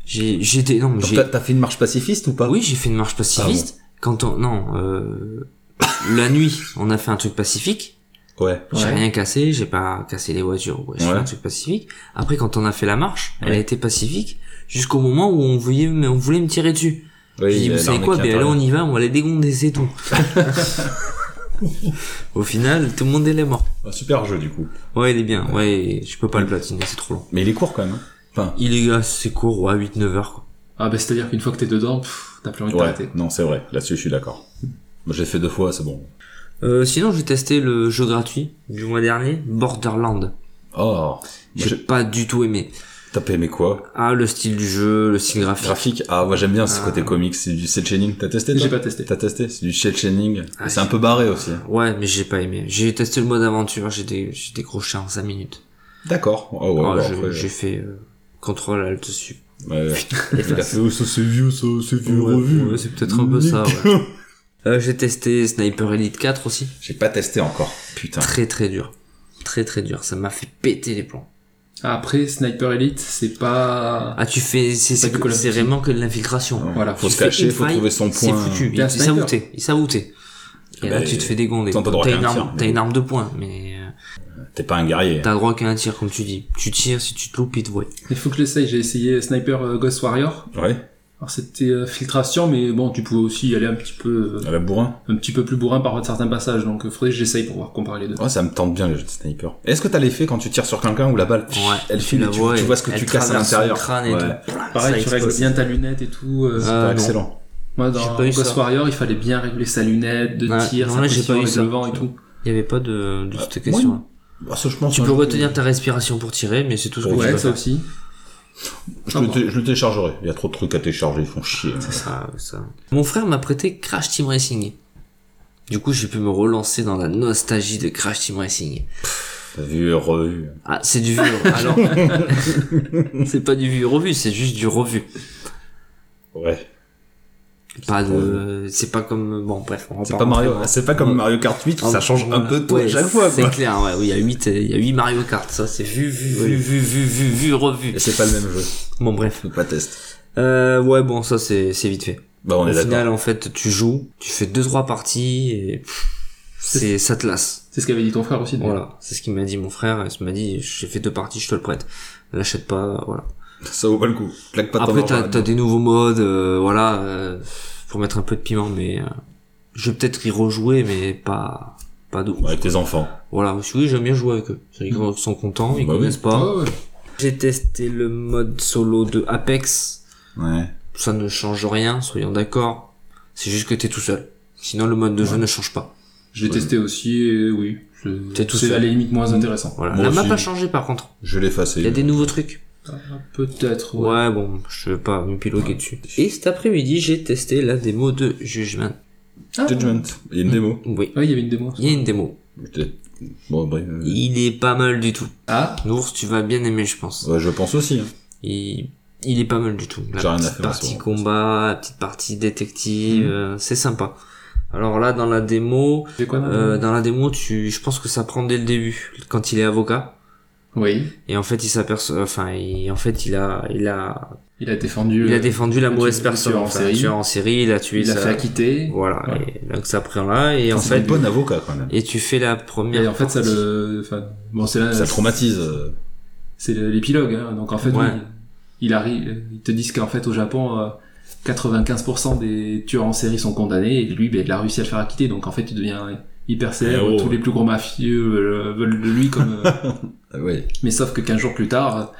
S3: J'ai j'étais non mais
S2: Donc
S3: j'ai
S2: t'as- t'as fait une marche pacifiste ou pas
S3: oui j'ai fait une marche pacifiste. Quand on non euh, [coughs] la nuit on a fait un truc pacifique.
S2: Ouais.
S3: J'ai
S6: Ouais.
S3: rien cassé, j'ai pas cassé les voitures, ouais, j'ai
S2: Ouais.
S3: fait un truc pacifique. Après, quand on a fait la marche, elle
S2: Ouais.
S3: a été pacifique jusqu'au moment où on voulait, me- on voulait me tirer dessus.
S2: Oui,
S3: j'ai dit,
S2: il y a
S3: vous savez
S2: l'armée
S3: quoi,
S2: qui
S3: ben là
S2: intervient.
S3: on y va, on va les dégonder,
S2: [laughs]
S3: c'est tout. Au final, tout le monde elle est mort.
S2: Un super jeu du coup.
S3: Ouais, il est bien, ouais, je peux pas le platiner, c'est trop long.
S2: Mais il est court quand même. hein. Enfin,
S3: Il est assez court, ouais, 8-9 heures, quoi.
S6: Ah, bah, c'est-à-dire qu'une fois que t'es dedans, pff, t'as plus envie de
S2: ouais,
S6: t'arrêter.
S2: non c'est vrai. Là-dessus je suis d'accord. Moi j'ai fait deux fois, c'est bon.
S3: Euh, sinon, j'ai testé le jeu gratuit du mois dernier, Borderland.
S2: Oh. Moi,
S3: J'ai
S2: J'ai
S3: pas du tout aimé.
S2: tapé mais quoi
S3: Ah, le style du jeu, le style graphique.
S2: Graphique. Ah moi j'aime bien ce
S3: Ah.
S2: côté comics, c'est du cel shading. T'as testé toi
S6: J'ai pas testé.
S2: T'as testé C'est du cel shading.
S3: Ah,
S2: c'est un
S3: j'ai-
S2: peu barré aussi.
S3: Ouais, mais j'ai pas aimé. J'ai testé le mode aventure, j'ai dé- j'ai décroché en 5 minutes.
S2: D'accord. Oh, ouais,
S3: Ah,
S2: bah,
S3: je-
S2: après,
S3: j'ai fait euh, contrôle alt dessus.
S2: ouais, ouais. [laughs] Il a fait, oh, ça c'est vieux, ça c'est vieux
S3: Ouais,
S2: revu.
S3: ouais, c'est peut-être un peu ça,
S2: [laughs]
S3: ouais. Euh, j'ai testé Sniper Elite 4 aussi.
S2: J'ai pas testé encore. Putain.
S3: Très très dur. Très très dur, ça m'a fait péter les plombs.
S6: Après, Sniper Elite, c'est pas.
S3: Ah, tu fais. C'est
S6: Pas
S3: c'est
S6: du Call of
S3: c'est
S6: Duty.
S3: vraiment que de l'infiltration.
S6: Voilà,
S2: faut
S3: Tu
S2: se
S3: fais
S2: cacher,
S3: une
S2: faut
S3: faille,
S2: trouver son point.
S3: C'est foutu, il
S6: T'es un
S3: il
S6: sniper.
S3: s'aboutait, il s'aboutait. Et
S2: Bah,
S3: là, tu te fais dégonder.
S2: t'as le droit
S3: T'as
S2: qu'à
S3: une,
S2: un
S3: arme-
S2: tir,
S3: t'as
S2: mais
S3: une arme de poing, mais euh,
S2: T'es pas un guerrier.
S3: t'as droit qu'à un tir, comme tu dis. Tu tires, si tu te loupes, il te voit.
S6: Il faut que j'essaye. J'ai essayé Sniper euh, Ghost Warrior.
S2: Ouais.
S6: Alors c'était euh, filtration, mais bon, tu pouvais aussi y aller un petit peu, euh,
S2: À la bourrin.
S6: un petit peu plus bourrin par certains passages. Donc, euh, faudrait que j'essaye pour voir comparer les deux.
S2: Ouais, ça me tente bien les jeux de sniper. Est-ce que t'as l'effet quand tu tires sur quelqu'un ou la balle
S3: Ouais,
S2: elle file
S3: la
S2: et tu,
S3: vois
S2: tu
S3: et
S2: vois ce que
S3: elle
S2: tu casses à
S3: traverse son
S2: l'intérieur
S3: crâne et
S2: Ouais.
S3: tout. Ça
S6: Pareil, tu
S3: explose.
S6: règles bien ta lunette et tout. euh,
S3: Ah,
S2: Pas
S3: non.
S2: excellent.
S6: moi,
S3: j'ai
S6: dans
S3: pas eu
S6: Ghost
S3: ça.
S6: Warrior, il fallait bien régler sa lunette de
S3: Ouais,
S6: tir,
S3: non,
S6: sa
S3: là, j'ai
S6: position
S3: pas eu
S6: avec
S3: ça.
S6: le vent et tout.
S3: Il n'y avait pas de, de
S2: Ah,
S3: cette
S2: moi,
S3: question.
S2: Bah, ça, je pense,
S3: Tu
S2: un
S3: peux
S2: jeu que-
S3: retenir ta respiration pour tirer, mais c'est tout ce que tu
S6: Ouais,
S3: peux
S6: ça
S3: faire.
S6: aussi.
S2: Je le, té- je le téléchargerai. Il y a trop de trucs à télécharger, ils font
S3: [laughs]
S2: chier.
S3: Ça, ça. Mon frère m'a prêté Crash Team Racing. Du coup, j'ai pu me relancer dans la nostalgie de Crash Team Racing.
S2: T'as vu, revu.
S3: Ah, c'est du vieux.
S2: [laughs]
S3: Alors, c'est pas du vieux revu, c'est juste du revu.
S2: Ouais.
S3: Pas de, c'est pas comme, bon, bref, on va
S2: C'est pas Mario, c'est pas comme Mario Kart 8 où ça change un peu de tout
S3: toi
S2: à chaque fois,
S3: Ah, C'est
S2: quoi.
S3: clair, ouais, oui, il y a 8, il y a 8 Mario Kart, ça, c'est vu, vu, vu,
S2: Oui.
S3: vu, vu, vu, vu, revu.
S2: Et C'est pas le même jeu.
S3: Bon, bref.
S2: Faut pas test.
S3: Euh, ouais, bon, ça, c'est, c'est vite fait.
S2: Bah, on
S3: Au
S2: est d'accord.
S3: final, en fait, tu joues, tu fais deux, trois parties, et pff, c'est, ça te lasse.
S6: C'est ce qu'avait dit ton frère aussi. d'ailleurs.
S3: Voilà, c'est ce qu'il m'a dit mon frère. Il m'a dit, j'ai fait deux parties, je te le prête. L'achète pas, voilà.
S2: Ça vaut pas le coup. Claque pas ton
S3: Après,
S2: argent
S3: t'as
S2: là-dedans.
S3: as des nouveaux modes, euh, voilà, euh, pour mettre un peu de piment, mais euh, je vais peut-être y rejouer, mais pas pas de ouf.
S2: Avec tes enfants.
S3: Voilà, parce que oui, j'aime bien jouer avec eux. Ils
S6: Mhm.
S3: sont contents, ils
S2: Bah oui.
S3: connaissent pas.
S6: Ouais, ouais.
S3: J'ai testé le mode solo de Apex.
S2: Ouais.
S3: Ça ne change rien, soyons d'accord. C'est juste que t'es tout seul. Sinon, le mode de jeu ne change pas.
S6: Je l'ai testé aussi, et oui. je-
S3: T'es tout
S6: C'est
S3: seul.
S6: à la limite moins intéressant.
S3: Voilà.
S2: Moi
S3: La
S2: aussi. euh,
S3: map a changé par contre.
S2: Je l'ai effacé.
S3: Il y a des nouveaux trucs.
S6: Ah, Peut-être.
S3: Ouais,
S6: ouais.
S3: bon, je vais pas
S2: Ah,
S3: m'épiloguer dessus. Et cet après-midi, j'ai testé la démo de Judgment.
S6: Ah,
S2: Judgment. Il y
S3: Hmm.
S2: a une démo.
S3: Oui,
S6: Ouais, il y avait une démo.
S3: il y a une démo.
S2: J'étais- Bon, bref. euh,
S3: Il est pas mal du tout.
S6: Ah,
S3: Nours, tu vas bien aimer, je pense.
S2: ouais, je pense aussi. hein.
S3: Il, il est pas mal du tout.
S2: J'ai
S3: La
S2: rien à
S3: petite
S2: faire en
S3: partie
S2: soi.
S3: combat, la petite partie détective,
S6: Mhm.
S3: euh, c'est sympa. Alors là, dans la démo,
S6: j'ai quoi dans la
S3: euh,
S6: démo
S3: dans la démo, tu, je pense que ça prend dès le début, quand il est avocat.
S6: Oui.
S3: Et en fait, il s'aperçoit, enfin, il- en fait, il a, il a,
S6: Il a défendu.
S3: il a
S6: euh,
S3: défendu la
S6: le
S3: mauvaise
S6: tueur- le
S3: personne.
S6: tueur en
S3: enfin,
S6: série.
S3: le tueur en série, il a tué
S6: Il l'a
S3: sa-
S6: fait acquitter.
S3: Voilà,
S6: Ouais.
S3: et donc ça prend là, et en
S6: C'est
S3: fait,
S2: C'est bon avocat, quand même.
S3: et tu fais la première.
S6: Et en fait, ça
S3: partie.
S6: le. Enfin, bon, c'est là.
S2: Ça traumatise. euh.
S6: C'est le- l'épilogue. hein. Donc en fait,
S3: Ouais.
S6: oui, il arrive. Ils te disent qu'en fait, au Japon, euh, 95% des tueurs en série sont condamnés. Et lui, ben, il a réussi à le faire acquitter. Donc en fait, il devient
S3: Eh
S6: hyper célèbre.
S3: oh.
S2: Héros,
S6: Tous
S2: ouais.
S6: les plus gros mafieux veulent, veulent de lui comme. euh, [laughs]
S2: Ah, ouais.
S6: Mais sauf que 15 jours plus tard,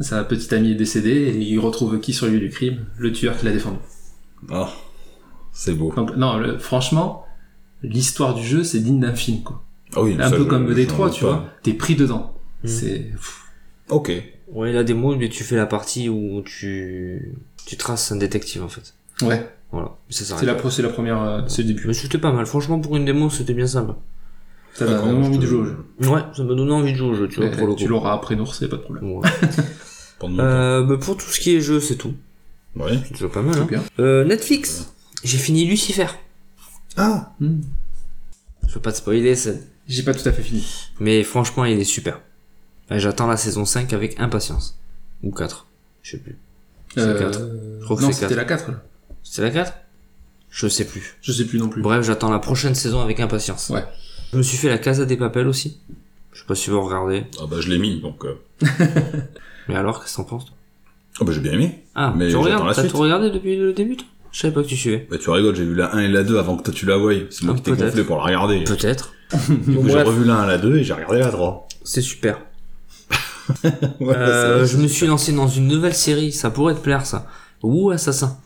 S6: sa petite amie est décédée et il retrouve qui sur le lieu du crime Le tueur qui l'a défendu.
S2: Ah. C'est beau.
S6: Donc, non, le- franchement, l'histoire du jeu, c'est digne d'un film. Quoi.
S2: Ah oui,
S6: Un
S2: ça,
S6: peu
S2: je-
S6: comme
S2: je
S6: Détroit,
S2: n'en doute
S6: tu
S2: pas.
S6: vois. T'es pris dedans.
S3: Mhm.
S6: C'est pff,
S2: Ok.
S3: Ouais, la démo, mais tu fais la partie où tu, tu traces un détective, en fait.
S6: ouais.
S3: Voilà. Ça s'arrête.
S6: C'est la, pro- c'est la première, euh, c'est le début.
S3: Mais bah, c'était pas mal. Franchement, pour une démo, c'était bien sympa.
S6: Ça donne
S2: D'accord,
S6: vraiment
S2: je
S6: envie
S2: te-
S6: de jouer au jeu.
S3: Ouais, ça me donne envie de jouer au jeu, tu vois,
S6: Mais
S3: pour le
S6: Eh, tu
S3: coup.
S6: l'auras après Nours, c'est pas de problème.
S3: Ouais.
S2: Pendant
S3: Euh, mais pour tout ce qui est jeu, c'est tout.
S2: longtemps. Ouais.
S3: C'est déjà pas mal,
S6: C'est
S3: hein.
S6: bien.
S3: Euh, Netflix. J'ai fini Lucifer.
S2: Ah
S6: Hmm.
S3: Je veux pas te spoiler, ça-
S6: J'ai pas tout à fait fini.
S3: mais franchement, il est super. Ouais, J'attends la saison 5 avec impatience. Ou 4. Je sais plus. C'est
S6: Euh,
S3: quatre. Je crois que
S6: non,
S3: c'est quatre.
S6: c'était la 4. là.
S3: C'est la 4 Je sais plus.
S6: Je sais plus non plus.
S3: Bref, j'attends la prochaine saison avec impatience.
S6: Ouais.
S3: Je me suis fait la Casa des Papels aussi. Je sais pas si vous regardez.
S2: Ah bah je l'ai mis, donc... euh.
S3: Mais alors, qu'est-ce que t'en penses toi
S2: Ah bah j'ai bien aimé.
S3: Ah,
S2: Mais
S3: tu
S2: j'attends
S3: regardes
S2: la
S3: T'as
S2: suite.
S3: tout regardé depuis le début toi Je savais pas que tu suivais.
S2: Bah tu rigoles, j'ai vu la 1 et la 2 avant que toi tu la voyes. C'est moi
S3: Ah,
S2: qui t'ai
S3: peut-être.
S2: gonflé pour la regarder.
S3: Peut-être.
S2: Du
S3: Bon,
S2: coup, j'ai
S3: bref,
S2: revu la 1 à la 2 et j'ai regardé la 3.
S3: c'est super.
S2: [laughs] Ouais, bah,
S3: Euh, je me suis lancé dans une nouvelle série, ça pourrait te plaire ça. Ou Assassin.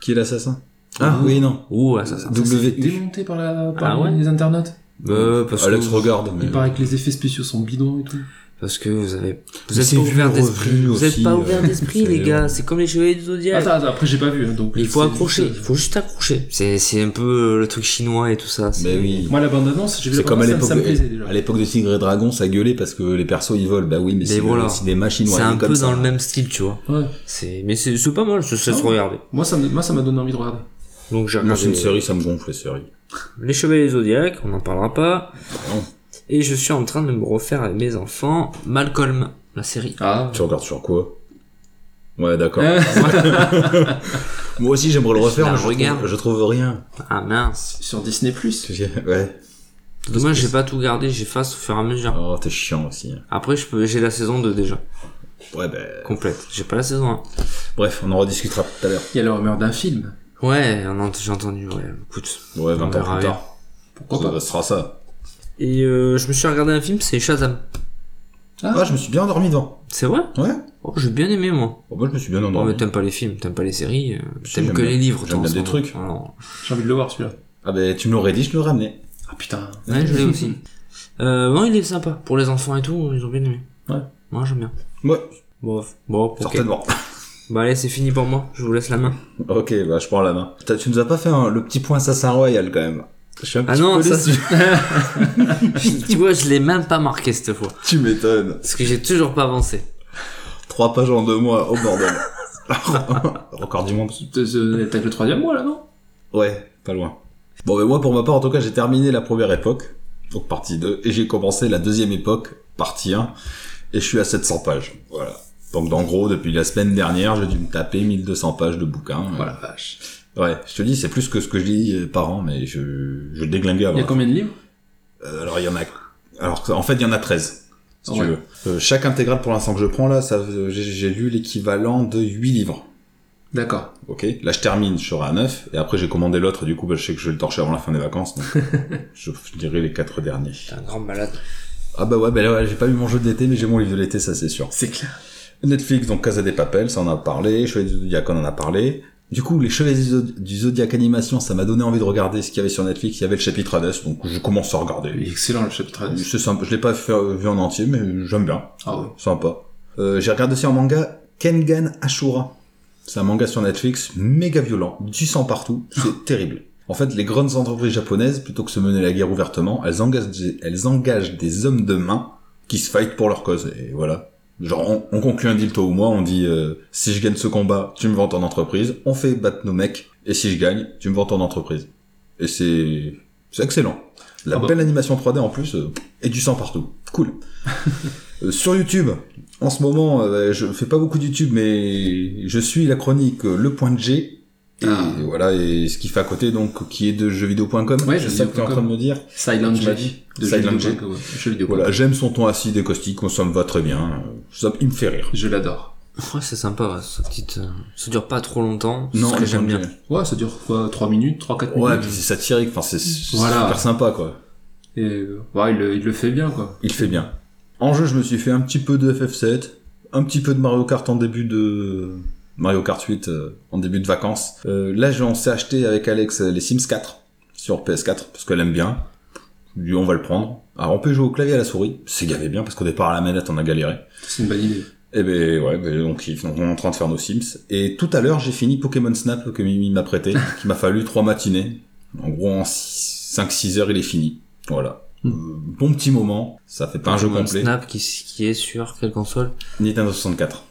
S2: Qui est l'assassin Ah oui, non.
S3: Ou Assassin.
S6: Ça s'est
S2: W.
S6: fait démonté par, la, par
S3: Ah ouais
S6: les internautes.
S3: Euh, parce,
S2: Alex
S3: que,
S2: regarde, mais...
S6: Il paraît que les effets spéciaux sont bidons et tout.
S3: parce que vous avez... Vous
S2: Mais
S3: êtes
S2: c'est
S3: pas
S2: vu,
S3: ouvert
S2: revu
S3: d'esprit. Vous êtes
S2: aussi,
S3: pas
S2: euh,
S3: ouvert d'esprit les
S2: c'est-
S3: gars. C'est comme les chevaliers du Zodiac.
S6: Attends, attends, après j'ai pas vu. hein, Donc,
S3: Il faut
S6: c'est-
S3: accrocher, il faut juste accrocher. C'est, c'est un peu euh, le truc chinois et tout ça. c'est-
S2: Mais oui.
S6: Moi, la bande-annonce, j'ai vu
S2: C'est
S6: la
S2: comme à
S6: bande-annonce,
S2: l'époque
S6: ça me plaisait
S2: de-
S6: déjà.
S2: à l'époque de Tigre et Dragon, ça gueulait parce que les persos ils volent. Bah oui, mais
S3: Mais
S2: c'est
S3: voilà.
S2: le cinéma chinois.
S3: C'est
S2: il est
S3: un peu
S2: comme ça.
S3: dans le même style, tu vois.
S6: Ouais.
S3: C'est, mais c'est, c'est pas mal, je sais se
S6: Ah ouais.
S3: regarder.
S6: Moi, ça me, moi, ça m'a donné envie de regarder.
S3: Donc j'ai
S2: Moi, c'est
S3: regardé
S2: une série, ça me gonfle les séries.
S3: Les Chevaliers Zodiac, on n'en parlera pas.
S2: Non.
S3: Et je suis en train de me refaire avec mes enfants Malcolm, la série.
S6: [laughs] Ah.
S2: Tu regardes sur quoi Ouais, d'accord.
S6: Euh.
S2: Moi aussi, j'aimerais le refaire,
S3: la
S2: mais je
S3: regarde.
S2: trouve, je trouve
S3: [laughs]
S2: rien.
S3: Ah mince.
S6: Sur Disney Plus.
S2: Ouais.
S3: Dommage, j'ai pas tout gardé, j'efface au fur et à mesure.
S2: Oh, t'es chiant aussi.
S3: Après, je peux, j'ai la saison 2 déjà,
S2: Ouais, ben.
S3: complète. J'ai pas la saison 1.
S2: Bref, on en rediscutera tout à l'heure.
S6: Il y a la rumeur d'un film.
S3: Ouais, on en- j'ai entendu, ouais, écoute.
S2: Ouais, 20
S3: on verra
S2: ans plus
S3: bien.
S2: tard.
S6: Pourquoi
S2: ça
S6: pas
S2: restera ça.
S3: Et euh, je me suis regardé un film, c'est Shazam.
S2: Ah, je me suis bien endormi devant.
S3: C'est vrai
S2: Ouais.
S3: Oh, j'ai bien aimé, moi.
S2: Bon, moi, je me suis bien
S3: Non,
S2: endormi.
S3: mais t'aimes pas les films, t'aimes pas les séries, euh,
S2: Bah Si,
S3: t'aimes
S2: j'aime
S3: que
S2: bien.
S3: les livres.
S2: J'aime
S3: toi,
S2: bien
S3: en
S2: des
S3: ce moment.
S2: trucs.
S3: Alors,
S6: J'ai envie de le voir celui-là.
S2: Ah, ben, tu me l'aurais dit, je te le ramenais.
S6: Ah putain.
S3: Ouais, je l'ai aussi. Euh, non, il est sympa. Pour les enfants et tout, ils ont bien aimé.
S4: Ouais.
S3: Moi, j'aime bien.
S2: Ouais,
S3: Bon, bon ok.
S2: certainement.
S3: Bah allez, c'est fini pour moi. Je vous laisse la main.
S2: Ok, bah je prends la main. Putain, tu nous as pas fait un- le petit point Assassin Royal quand même. Je suis un
S3: Ah
S2: petit
S3: non,
S2: peu
S3: ça,
S2: déçu.
S3: [laughs] tu vois, je l'ai même pas marqué cette fois.
S2: tu m'étonnes.
S3: Parce que j'ai toujours pas avancé.
S2: Trois pages en deux mois, oh [laughs] bordel. Record du monde.
S4: Tu- tu- T'as que euh, le troisième mois là, non
S2: Ouais, pas loin. Bon, mais moi pour ma part, en tout cas, j'ai terminé la première époque, donc partie 2, et j'ai commencé la deuxième époque, partie 1, et je suis à 700 pages. Voilà. Donc, en gros, depuis la semaine dernière, j'ai dû me taper 1200 pages de bouquins.
S4: Voilà, vache.
S2: Ouais, je te dis, c'est plus que ce que je lis euh, par an, mais je, je déglinguais
S4: Il y
S2: avant.
S4: a combien de livres
S2: Euh, alors, il y en a. Alors, que- en fait, il y en a 13. Si tu
S4: Ouais.
S2: veux. Euh, chaque intégrale pour l'instant que je prends là, ça, euh, j'ai- j'ai lu l'équivalent de 8 livres.
S4: D'accord.
S2: Ok. Là, je termine, je serai à 9. Et après, j'ai commandé l'autre. Du coup, bah, je sais que je vais le torcher avant la fin des vacances. [laughs] Donc, je dirai les quatre derniers.
S3: T'es un grand malade.
S2: Ah bah ouais, bah là, ouais, j'ai pas eu mon jeu d'été, mais j'ai mon livre de l'été, ça c'est sûr.
S4: C'est clair.
S2: Netflix, donc Casa des Papel, ça on en a parlé. Chevalier du Zodiac, on en a parlé. Du coup, les Chevaliers du Zod- du Zodiac animation, ça m'a donné envie de regarder ce qu'il y avait sur Netflix. Il y avait le chapitre Hades, donc je commence à regarder.
S4: Excellent le chapitre 13.
S2: C'est sympa. Je l'ai pas fait- euh, vu en entier, mais j'aime bien.
S4: Ah ouais.
S2: Sympa. Euh, j'ai regardé aussi un manga, Kengan Ashura. C'est un manga sur Netflix, méga violent, du sang partout, c'est terrible. En fait, les grandes entreprises japonaises, plutôt que se mener la guerre ouvertement, elles engagent des, elles engagent des hommes de main qui se fightent pour leur cause. Et voilà. Genre, on, on conclut un deal, toi ou moi, on dit, euh, si je gagne ce combat, tu me vends ton entreprise, on fait battre nos mecs, et si je gagne, tu me vends ton entreprise. Et c'est, c'est excellent. La
S4: Ah bah.
S2: belle animation 3D en plus, euh, et du sang partout.
S4: [laughs]
S2: Cool. Euh, sur YouTube, en ce moment, euh, je fais pas beaucoup de YouTube, mais je suis la chronique euh, Le Point de G. Et
S4: Ah.
S2: voilà, et ce qu'il fait à côté, donc, qui est de jeuxvideo.com.
S4: Ouais,
S2: c'est ça que tu es en
S4: jeuxvideo.com.
S2: train de me dire.
S4: Silent
S2: Tu m'as
S4: J.
S2: dit.
S4: De
S2: Silent
S4: jeux
S2: J.
S4: vidéo, ouais. Jeux vidéo.
S2: Voilà, j'aime son ton acide et caustique, ça me va très bien. Euh, Ça, il me fait rire.
S4: Je l'adore.
S3: Ouais, c'est sympa, ouais, ce petit. euh, Ça dure pas trop longtemps. c'est
S2: Non,
S3: ce que
S2: Le
S3: j'aime
S2: Point
S3: bien.
S2: de G.
S4: Ouais, ça dure quoi 3 minutes,
S2: Ouais,
S4: 3-4
S2: puis
S4: minutes.
S2: c'est satirique, enfin, c'est c'est
S4: Voilà.
S2: super sympa, quoi.
S4: Et euh, ouais, il, le- il le fait bien quoi.
S2: Il fait bien. En jeu, je me suis fait un petit peu de FF7, un petit peu de Mario Kart en début de Mario Kart 8 euh, en début de vacances. Euh, là, je- on s'est acheté avec Alex euh, les Sims 4 sur PS4 parce qu'elle aime bien. Lui, on va le prendre. Alors, on peut jouer au clavier et à la souris. C'est gavé bien parce qu'au départ à la manette, on a galéré.
S4: C'est une bonne idée.
S2: Et ben ouais, ben, on kiffe. Donc, on est en train de faire nos Sims. Et tout à l'heure, j'ai fini Pokémon Snap que Mimi m'a prêté, qui m'a fallu trois matinées. En gros, en 5-6 heures, il est fini. Voilà.
S4: Hmm.
S2: Euh, bon petit moment. Ça fait pas un jeu
S3: Pokémon
S2: complet.
S3: Snap qui, qui est sur quelle console
S2: Nintendo 64.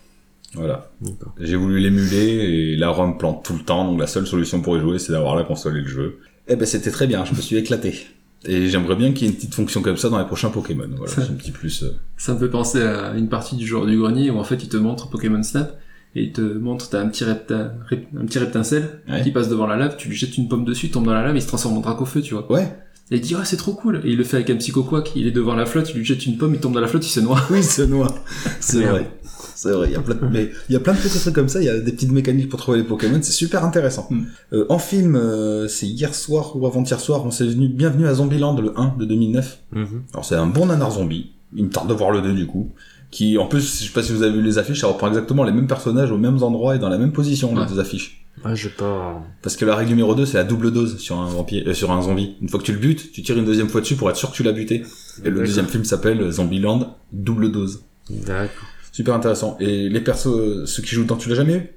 S2: Voilà.
S3: D'accord.
S2: J'ai voulu l'émuler et la ROM plante tout le temps, donc la seule solution pour y jouer, c'est d'avoir la console et le jeu. Eh ben c'était très bien, je me suis éclaté. Et j'aimerais bien qu'il y ait une petite fonction comme ça dans les prochains Pokémon. Voilà, c'est un petit plus. euh.
S4: Ça me fait penser à une partie du joueur du grenier où en fait il te montre Pokémon Snap et il te montre t'as un petit repta- rep- un petit reptincelle
S2: Ouais.
S4: qui passe devant la lave, tu lui jettes une pomme dessus, il tombe dans la lave, il se transforme en drac au feu, tu vois.
S2: Ouais.
S4: Et il dit ah c'est trop cool. Et il le fait avec un psychoquac, il est devant la flotte, il lui jette une pomme, il tombe dans la flotte, il se noie.
S2: [laughs] Oui, se noie. C'est
S3: Merde.
S2: vrai. C'est vrai. Il y a plein de, mais il y a plein de petits trucs comme ça. Il y a des petites mécaniques pour trouver les Pokémon. C'est super intéressant.
S3: Hmm.
S4: Mm.
S2: Euh, en film, euh, c'est hier soir ou avant-hier soir, on s'est venu bienvenue à Zombieland, le 1 de 2009.
S3: Mhm.
S2: Alors c'est un bon nanar zombie, il me tarde de voir le 2 du coup, qui en plus, je sais pas si vous avez vu les affiches, ça reprend exactement les mêmes personnages aux mêmes endroits et dans la même position
S4: Ouais.
S2: les deux affiches.
S3: Ouais, j'ai pas.
S2: Parce que la règle numéro 2 c'est la double dose sur un vampire, euh, sur un zombie. Une fois que tu le butes, tu tires une deuxième fois dessus pour être sûr que tu l'as buté. Et le
S3: D'accord.
S2: deuxième film s'appelle Zombieland double dose.
S3: D'accord.
S2: Super intéressant. Et les persos, euh, ceux qui jouent dedans, tu l'as jamais eu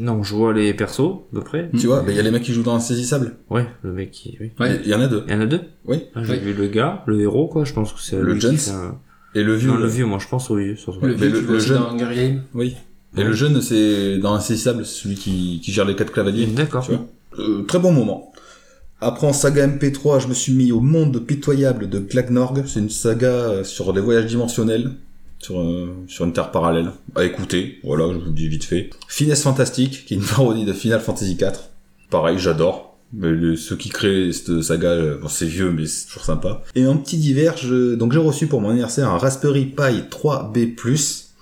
S3: Non, je vois les persos, à peu près.
S2: Tu vois, bah, il y a les mecs qui jouent dans Insaisissable.
S3: Ouais, le mec qui. Oui.
S2: Il
S4: Ouais.
S2: y en a deux.
S3: Il y en a deux
S2: Oui.
S3: Ah, J'ai
S4: Oui.
S3: vu le gars, le héros, quoi. Je pense que c'est.
S2: Le
S3: lui qui
S2: Jones
S3: fait un-
S2: Et le vieux.
S3: Non, Ah, le vieux, moi, je pense au vieux, surtout.
S4: Le
S2: mais
S4: vieux
S2: le-
S4: tu vois
S2: le
S4: aussi
S2: jeune-
S4: dans Hunger Games.
S2: Oui. Et le jeune, c'est dans Insaisissable, celui qui, qui gère les quatre clavaliers.
S3: D'accord.
S2: Tu vois. Euh, très bon moment. Après en saga MP3, je me suis mis au monde pitoyable de Glagnorg. C'est une saga euh, sur des voyages dimensionnels, sur, euh, sur une terre parallèle. À écouter, voilà, je vous le dis vite fait. Finesse Fantastique, qui est une parodie de Final Fantasy IV. Pareil, j'adore. Mais le- ceux qui créent cette saga, euh, bon, c'est vieux, mais c'est toujours sympa. Et un petit divers, je- donc j'ai reçu pour mon anniversaire un Raspberry Pi 3B+.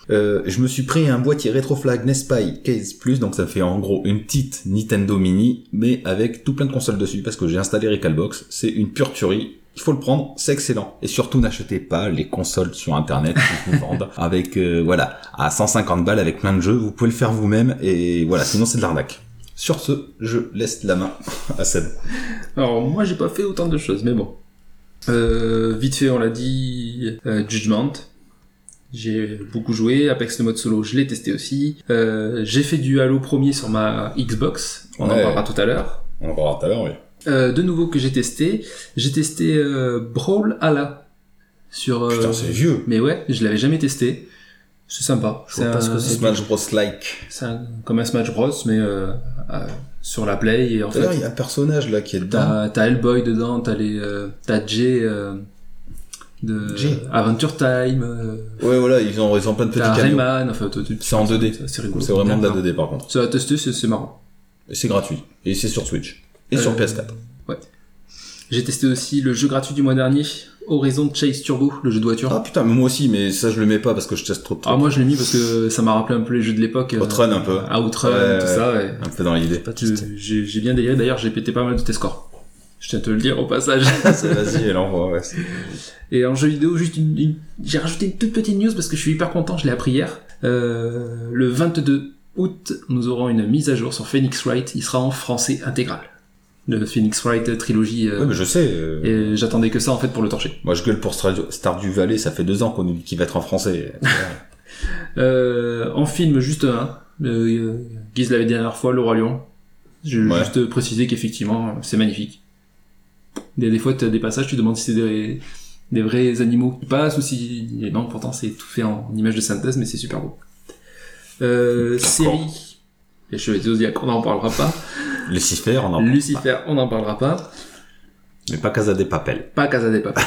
S2: Euh, je me suis pris un boîtier Retroflag Nespy Case Plus, donc ça fait en gros une petite Nintendo Mini, mais avec tout plein de consoles dessus, parce que j'ai installé Recalbox, c'est une pure tuerie. Il faut le prendre, c'est excellent. Et surtout, n'achetez pas les consoles sur Internet qui vous vendent avec, euh, voilà, à 150 balles avec plein de jeux, vous pouvez le faire vous-même, et voilà, sinon c'est de l'arnaque. Sur ce, je laisse la main [laughs] à Seb.
S4: Alors moi j'ai pas fait autant de choses, mais bon.
S6: Euh, vite fait, on l'a dit, euh, Judgment. J'ai beaucoup joué. Apex le mode solo, je l'ai testé aussi. Euh, j'ai fait du Halo premier sur ma Xbox. On en
S2: Ouais.
S6: parlera tout à l'heure.
S2: On en parlera tout à l'heure, oui.
S6: Euh, de nouveau que j'ai testé, j'ai testé euh, Brawl Ala sur. euh,
S2: Putain, c'est vieux.
S6: mais ouais, je l'avais jamais testé. C'est sympa.
S3: Je vois pas ce que c'est.
S2: Smash Bros. Like.
S6: C'est un- comme un Smash Bros, mais euh, euh, sur la Play. Et en
S2: D'ailleurs, il
S6: fait,
S2: y a un personnage là qui est dedans.
S6: t'as t'as Hellboy dedans, t'as les, euh, t'as Jay euh, de
S2: Jay.
S6: Adventure Time, euh,
S2: Ouais, voilà, ils ont, ils ont plein de petits
S6: t'as
S2: caméos.
S6: Rayman. Enfin, t'as- t'as-
S2: C'est en 2D.
S6: C'est rigolo.
S2: C'est vraiment de la
S6: D'accord.
S2: 2D par contre.
S6: Ça à tester, c'est c'est marrant.
S2: Et c'est gratuit. Et c'est sur Switch. Et sur
S6: Euh,
S2: PS4.
S6: J'ai testé aussi le jeu gratuit du mois dernier, Horizon Chase Turbo, le jeu de voiture.
S2: Ah putain, mais moi aussi, mais ça je le mets pas parce que je teste trop de trucs.
S6: Ah moi je l'ai mis parce que ça m'a rappelé un peu les jeux de l'époque. euh,
S2: Outrun un peu.
S6: Outrun,
S2: Ouais,
S6: tout
S2: ouais.
S6: ça. ouais.
S2: Un peu dans l'idée.
S3: Pas testé.
S6: Je- J'ai j'ai bien déliré. D'ailleurs j'ai pété pas mal de tes scores. Je tiens à te le dire au passage.
S2: [laughs] Vas-y, elle envoie,
S6: [laughs]
S2: ouais.
S6: Et en jeu vidéo, juste une, une- j'ai rajouté une toute petite news parce que je suis hyper content. Je l'ai appris hier. Euh, le 22 août, nous aurons une mise à jour sur Phoenix Wright. Il sera en français intégral. Le Phoenix Wright trilogie. euh,
S2: Ouais, mais je sais. euh,
S6: Et j'attendais que ça en fait pour le torcher.
S2: Moi je gueule pour Stra- Stardew Valley, ça fait deux ans qu'on nous dit qu'il va être en français.
S6: [laughs] Euh, en film, juste un. Euh, Guise l'avait dit la dernière fois, Le Roi Lion. Je vais
S2: Ouais.
S6: juste préciser qu'effectivement, c'est magnifique. Des, des fois, tu as des passages, tu te demandes si c'est des, des vrais animaux qui passent ou si... et non, pourtant, c'est tout fait en, image de synthèse, mais c'est super beau. Euh, série... Les Chevaliers du Zodiac, on n'en parlera pas.
S2: Lucifer, on en parle.
S6: Lucifer, on n'en parlera pas.
S2: Mais pas Casa des Papel.
S6: Pas Casa des
S2: [laughs]
S6: Papel.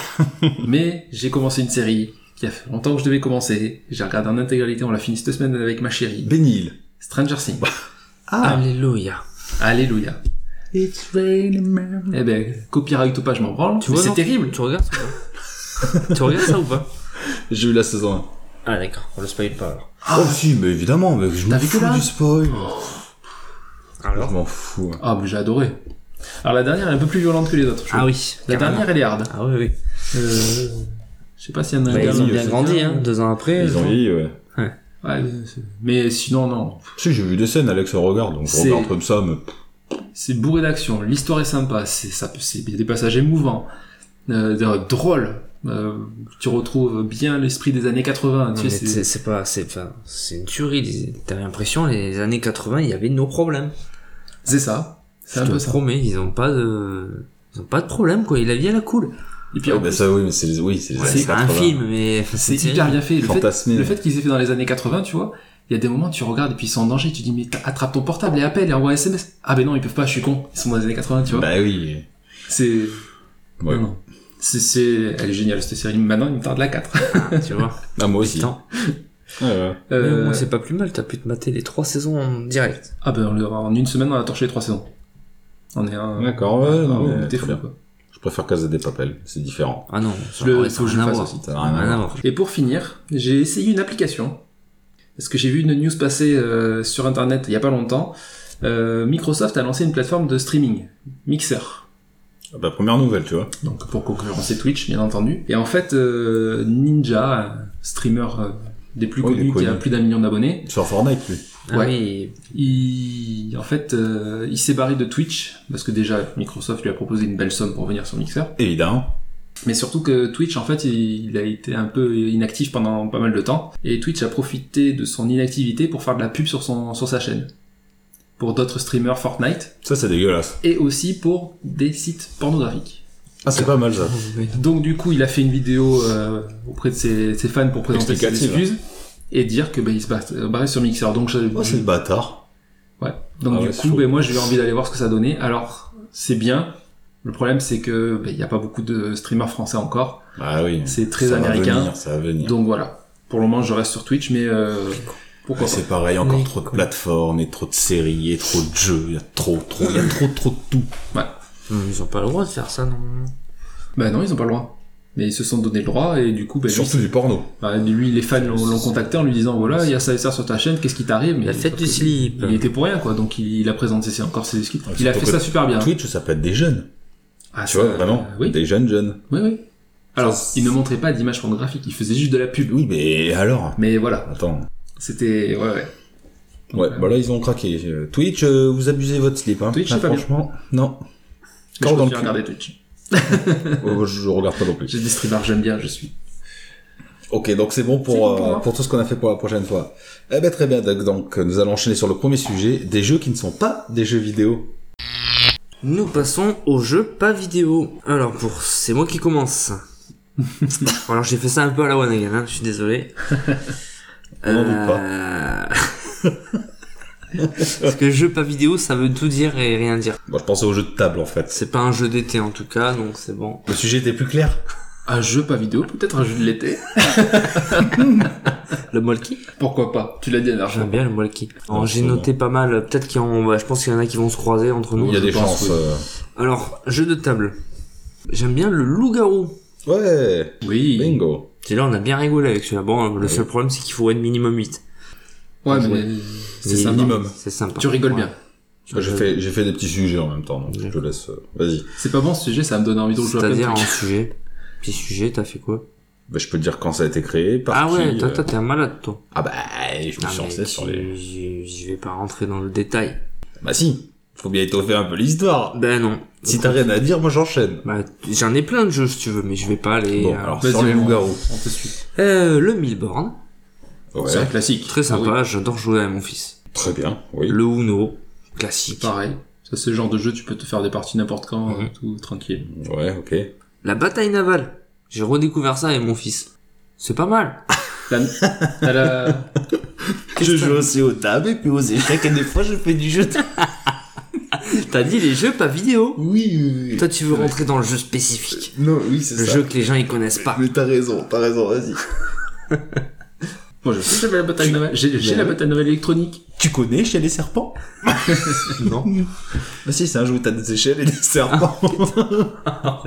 S6: mais j'ai commencé une série qui a fait longtemps que je devais commencer. J'ai regardé en intégralité, on l'a fini cette semaine avec ma chérie.
S2: Bénil.
S6: Stranger Things.
S2: Ah,
S3: Alléluia.
S6: Alléluia.
S2: It's raining man.
S6: Eh ben, copyright ou pas, je m'en branle.
S3: Tu
S6: mais
S3: vois,
S6: c'est
S3: non,
S6: terrible.
S3: Tu regardes ça ou pas [laughs] Tu regardes ça ou pas
S2: J'ai eu la saison 1.
S3: Ah d'accord, on le spoil pas alors.
S2: Ah si, mais évidemment, mais je
S6: Oh, T'as
S2: m'en
S6: vu que
S2: fous
S6: là
S2: du spoil.
S3: Alors
S2: Je m'en fous. hein.
S6: Ah, mais j'ai adoré. Alors la dernière est un peu plus violente que les autres. je
S3: Ah
S6: trouve.
S3: oui.
S6: La
S3: carrément.
S6: dernière, elle est hard.
S3: Ah oui, oui.
S6: Euh, je sais pas s'il y en a
S3: Bah,
S6: un
S3: ils ont
S6: dernier.
S3: bien grandi, hein, deux ans après.
S2: Ils ont vieilli, ouais.
S6: Ouais, mais c'est- mais sinon, non.
S2: Si, j'ai vu des scènes, Alex regarde, donc je
S6: C'est-
S2: regarde comme ça, mais...
S6: C'est bourré d'action. L'histoire est sympa. C'est ça. peut- c'est- Il y a des passages émouvants, euh, des- drôles. Euh, tu retrouves bien l'esprit des années 80.
S3: Non,
S6: Tu
S3: mais
S6: sais,
S3: c'est
S6: c'est-
S3: c'est pas, c'est enfin, c'est une tuerie. les- T'avais l'impression les années 80, il y avait nos problèmes.
S6: c'est ça. C'est
S3: Je
S6: un peu
S3: te
S6: ça.
S3: promets, ils ont pas de, ils ont pas de problème quoi. Il a vie à la cool.
S6: Et puis, en
S3: Ah,
S2: Ouais, bah
S6: plus,
S2: ça, oui, mais c'est les... Oui, c'est les
S3: Ouais,
S2: années
S3: c'est un
S2: 80.
S3: film, mais
S6: c'est
S3: terrible.
S6: hyper bien fait. Le fait,
S2: Fantasmé.
S6: Le fait qu'ils aient fait dans les années 80, tu vois, il y a des moments, tu regardes et puis ils sont en danger, tu dis, mais t'as- attrape ton portable et appelle et envoie un SMS. Ah ben non, ils peuvent pas, je suis con, ils sont dans les années 80, tu vois.
S2: Bah oui.
S6: C'est.
S2: Ouais.
S6: non, non. C'est, c'est- Elle est géniale cette série. Maintenant, il me tarde la 4.
S3: tu vois.
S2: Ah, moi aussi.
S3: Putain.
S2: Ouais, ouais.
S3: [laughs] Mais au
S6: Euh,
S3: moins, c'est pas plus mal. T'as pu te mater les trois saisons en direct.
S6: Ah ben, on le- en une semaine, on a torché les 3 saisons. On est un.
S2: D'accord, ouais, non,
S6: Oh,
S2: mais
S6: t'es
S2: très
S6: fou,
S2: bien.
S6: quoi.
S2: Je préfère Casa des Papel, c'est différent.
S3: Ah non. ça
S6: Le-
S3: aurait-
S6: faut
S3: ça
S6: que je
S3: n'a
S6: le
S3: rien à
S6: fasse
S3: voir.
S6: aussi.
S2: Ça n'a rien à
S3: Rien à
S2: voir.
S3: voir.
S6: Et pour finir, j'ai essayé une application. Parce que j'ai vu une news passer euh, sur internet il y a pas longtemps. Euh, Microsoft a lancé une plateforme de streaming, Mixer.
S2: Ah Bah, première nouvelle, tu vois.
S6: donc pour concurrencer Twitch bien entendu. Et en fait, euh, Ninja, un streamer euh, des plus
S2: Oh, il est
S6: connus qui a
S2: connu.
S6: plus d'un million d'abonnés,
S2: Sur Fortnite, lui.
S3: Ah
S6: Ouais.
S3: oui.
S6: il, en fait, euh, il s'est barré de Twitch parce que déjà Microsoft lui a proposé une belle somme pour venir sur Mixer,
S2: Évidemment.
S6: mais surtout que Twitch, en fait, il, il a été un peu inactif pendant pas mal de temps et Twitch a profité de son inactivité pour faire de la pub sur son sur sa chaîne pour d'autres streamers Fortnite
S2: Ça, c'est dégueulasse.
S6: et aussi pour des sites pornographiques.
S2: Ah, c'est pas mal, ça.
S6: Donc du coup, il a fait une vidéo euh, auprès de ses, ses fans pour présenter ses
S2: Explicative.
S6: excuses et dire que ben il se bat- euh, barrait sur Mixer. Donc, je-
S2: Oh, c'est le bâtard.
S6: ouais. Donc
S2: Ah
S6: du
S2: ouais, c'est
S6: coup,
S2: chaud.
S6: ben, moi, j'ai eu envie d'aller voir ce que ça donnait. Alors, c'est bien. Le problème, c'est que ben, il n'y a pas beaucoup de streamers français encore.
S2: Bah oui.
S6: C'est très
S2: Ça va
S6: américain.
S2: venir, ça va venir.
S6: Donc voilà. Pour le moment, je reste sur Twitch, mais euh, pourquoi
S2: Ouais,
S6: pas.
S2: c'est pareil, encore
S3: Mais
S2: trop de
S3: quoi.
S2: plateformes et trop de séries et trop de jeux. Il y a trop, trop, il y a trop, trop de tout.
S3: Hum, Ils ont pas le droit de faire ça non.
S6: Ben non, ils ont pas le droit. Mais ils se sont donné le droit et du coup, ben, lui,
S2: du porno.
S6: ben, lui, les fans l'ont l'ont contacté en lui disant voilà, il y a ça et ça sur ta chaîne, qu'est-ce qui t'arrive Mais
S3: La fête
S6: sauf
S3: du
S6: que
S3: slip.
S6: Il était pour rien quoi, donc il, il a présenté ses, encore ses excuses.
S2: Ouais,
S6: il a fait
S2: surtout
S6: ça
S2: que
S6: super bien.
S2: Twitch, ça peut être des jeunes.
S6: Ah,
S2: Tu vois,
S6: ça,
S2: vraiment.
S6: euh, oui.
S2: Des jeunes, jeunes.
S6: oui, oui. Alors,
S2: Ça, c'est-
S6: il ne montrait pas d'image pornographique, il faisait juste de la pub.
S2: Oui, mais alors
S6: Mais voilà,
S2: Attends.
S6: c'était. Ouais, ouais.
S2: Ouais, bah là, ils ont craqué. Euh, Twitch, euh, vous abusez votre slip, hein.
S6: Twitch,
S2: Là,
S6: c'est pas bien.
S2: Franchement, non.
S6: Mais
S2: Corde
S6: je
S2: dans le
S6: préfère
S2: cul.
S6: regarder Twitch.
S2: [laughs] Oh, je, je regarde pas non [laughs]
S4: J'ai
S2: plus.
S4: des streamers, j'aime bien, je suis.
S2: Ok, donc c'est bon pour
S4: C'est bon pour
S2: euh,
S4: moi.
S2: pour tout ce qu'on a fait pour la prochaine fois. Eh ben très bien, Doc. Donc nous allons enchaîner sur le premier sujet des jeux qui ne sont pas des jeux vidéo.
S3: Nous passons au jeu pas vidéo. Alors pour c'est moi
S2: [laughs]
S3: qui commence. Alors j'ai fait ça un peu à la one again, hein, je suis
S2: [laughs]
S3: désolé.
S2: On n'en doute
S3: Euh, [laughs] Parce que jeu pas vidéo, ça veut tout dire et rien dire.
S2: Bon, je pensais aux jeux de table en fait.
S3: C'est pas un jeu d'été en tout cas, donc c'est bon.
S2: Le sujet était plus clair.
S4: Un jeu pas vidéo, peut-être un jeu de l'été.
S3: Le molki
S4: Pourquoi pas Tu l'as dit la dernière fois.
S3: J'aime bien le molki. Alors,
S2: Non,
S3: J'ai
S2: c'est
S3: noté pas mal, euh, peut-être qu'il y en bah, je pense qu'il y en a qui vont se croiser entre nous.
S2: Il y a
S4: je
S2: des
S4: pense,
S2: chances.
S4: oui.
S2: euh.
S3: Alors, jeu de table. J'aime bien le loup-garou.
S2: euh, Ouais.
S4: Oui.
S2: Bingo.
S3: C'est là on a bien rigolé avec celui-là. Bon, le
S2: Ouais.
S3: seul problème c'est qu'il faut être minimum 8.
S4: Ouais, mais c'est
S3: Et-
S4: sympa.
S2: minimum.
S3: C'est sympa.
S4: Tu rigoles
S3: Ouais. Euh,
S4: bien.
S2: J'ai fait j'ai fait des petits sujets en même temps. Donc je te laisse. euh, Vas-y.
S4: C'est pas bon ce sujet, ça va me donner envie de jouer à plein de
S3: C'est-à-dire en
S4: trucs.
S3: sujet. Petit sujet, t'as fait quoi
S2: Bah, je peux te dire quand ça a été créé. Par
S3: Ah
S2: qui,
S3: ouais, toi,
S2: euh,
S3: toi, t'es un malade, toi.
S2: Ah bah je me suis
S3: Ah,
S2: lancé
S3: mais
S2: sur
S3: tu-
S2: les.
S3: Je je vais pas rentrer dans le détail.
S2: Bah si. Faut bien étoffer un peu l'histoire.
S3: Ben non.
S2: Si t'as rien à dire, moi j'enchaîne.
S3: Bah, t- j'en ai plein de jeux si tu veux, mais je vais pas aller.
S2: Bon,
S3: euh,
S2: alors
S4: Vas-y,
S2: sur les
S4: on-
S2: loups-garous.
S4: On te suit.
S3: Euh, le Milborn,
S2: Ouais.
S4: C'est un classique.
S3: très
S4: Ah oui.
S3: sympa, j'adore jouer avec mon fils.
S2: Très bien. Oui.
S3: Le Uno, classique.
S4: Pareil. Ça, c'est le genre de jeu, tu peux te faire des parties n'importe quand,
S3: Mhm.
S4: euh, tout tranquille.
S2: Ouais. Ok.
S3: La bataille navale, j'ai redécouvert ça avec mon fils. C'est pas mal.
S4: La-
S2: [laughs]
S4: T'as la...
S2: Je joue aussi aux tables et puis aux échecs et des fois je fais du jeu.
S3: T'as dit les jeux pas vidéo.
S2: Oui, oui,
S3: Toi, tu veux rentrer dans le jeu spécifique.
S2: Non, oui, c'est
S3: Le jeu que les gens ils
S2: [laughs]
S3: connaissent pas.
S2: Mais t'as raison, t'as raison, vas-y.
S4: Moi, je sais que j'avais la bataille nouvelle. J'ai j'ai la bataille nouvelle électronique.
S2: Tu connais chez les [laughs] serpents
S3: Non.
S2: Bah si, c'est un jeu où t'as des échelles et des [laughs] serpents.
S3: D'accord.
S2: Donc Ah.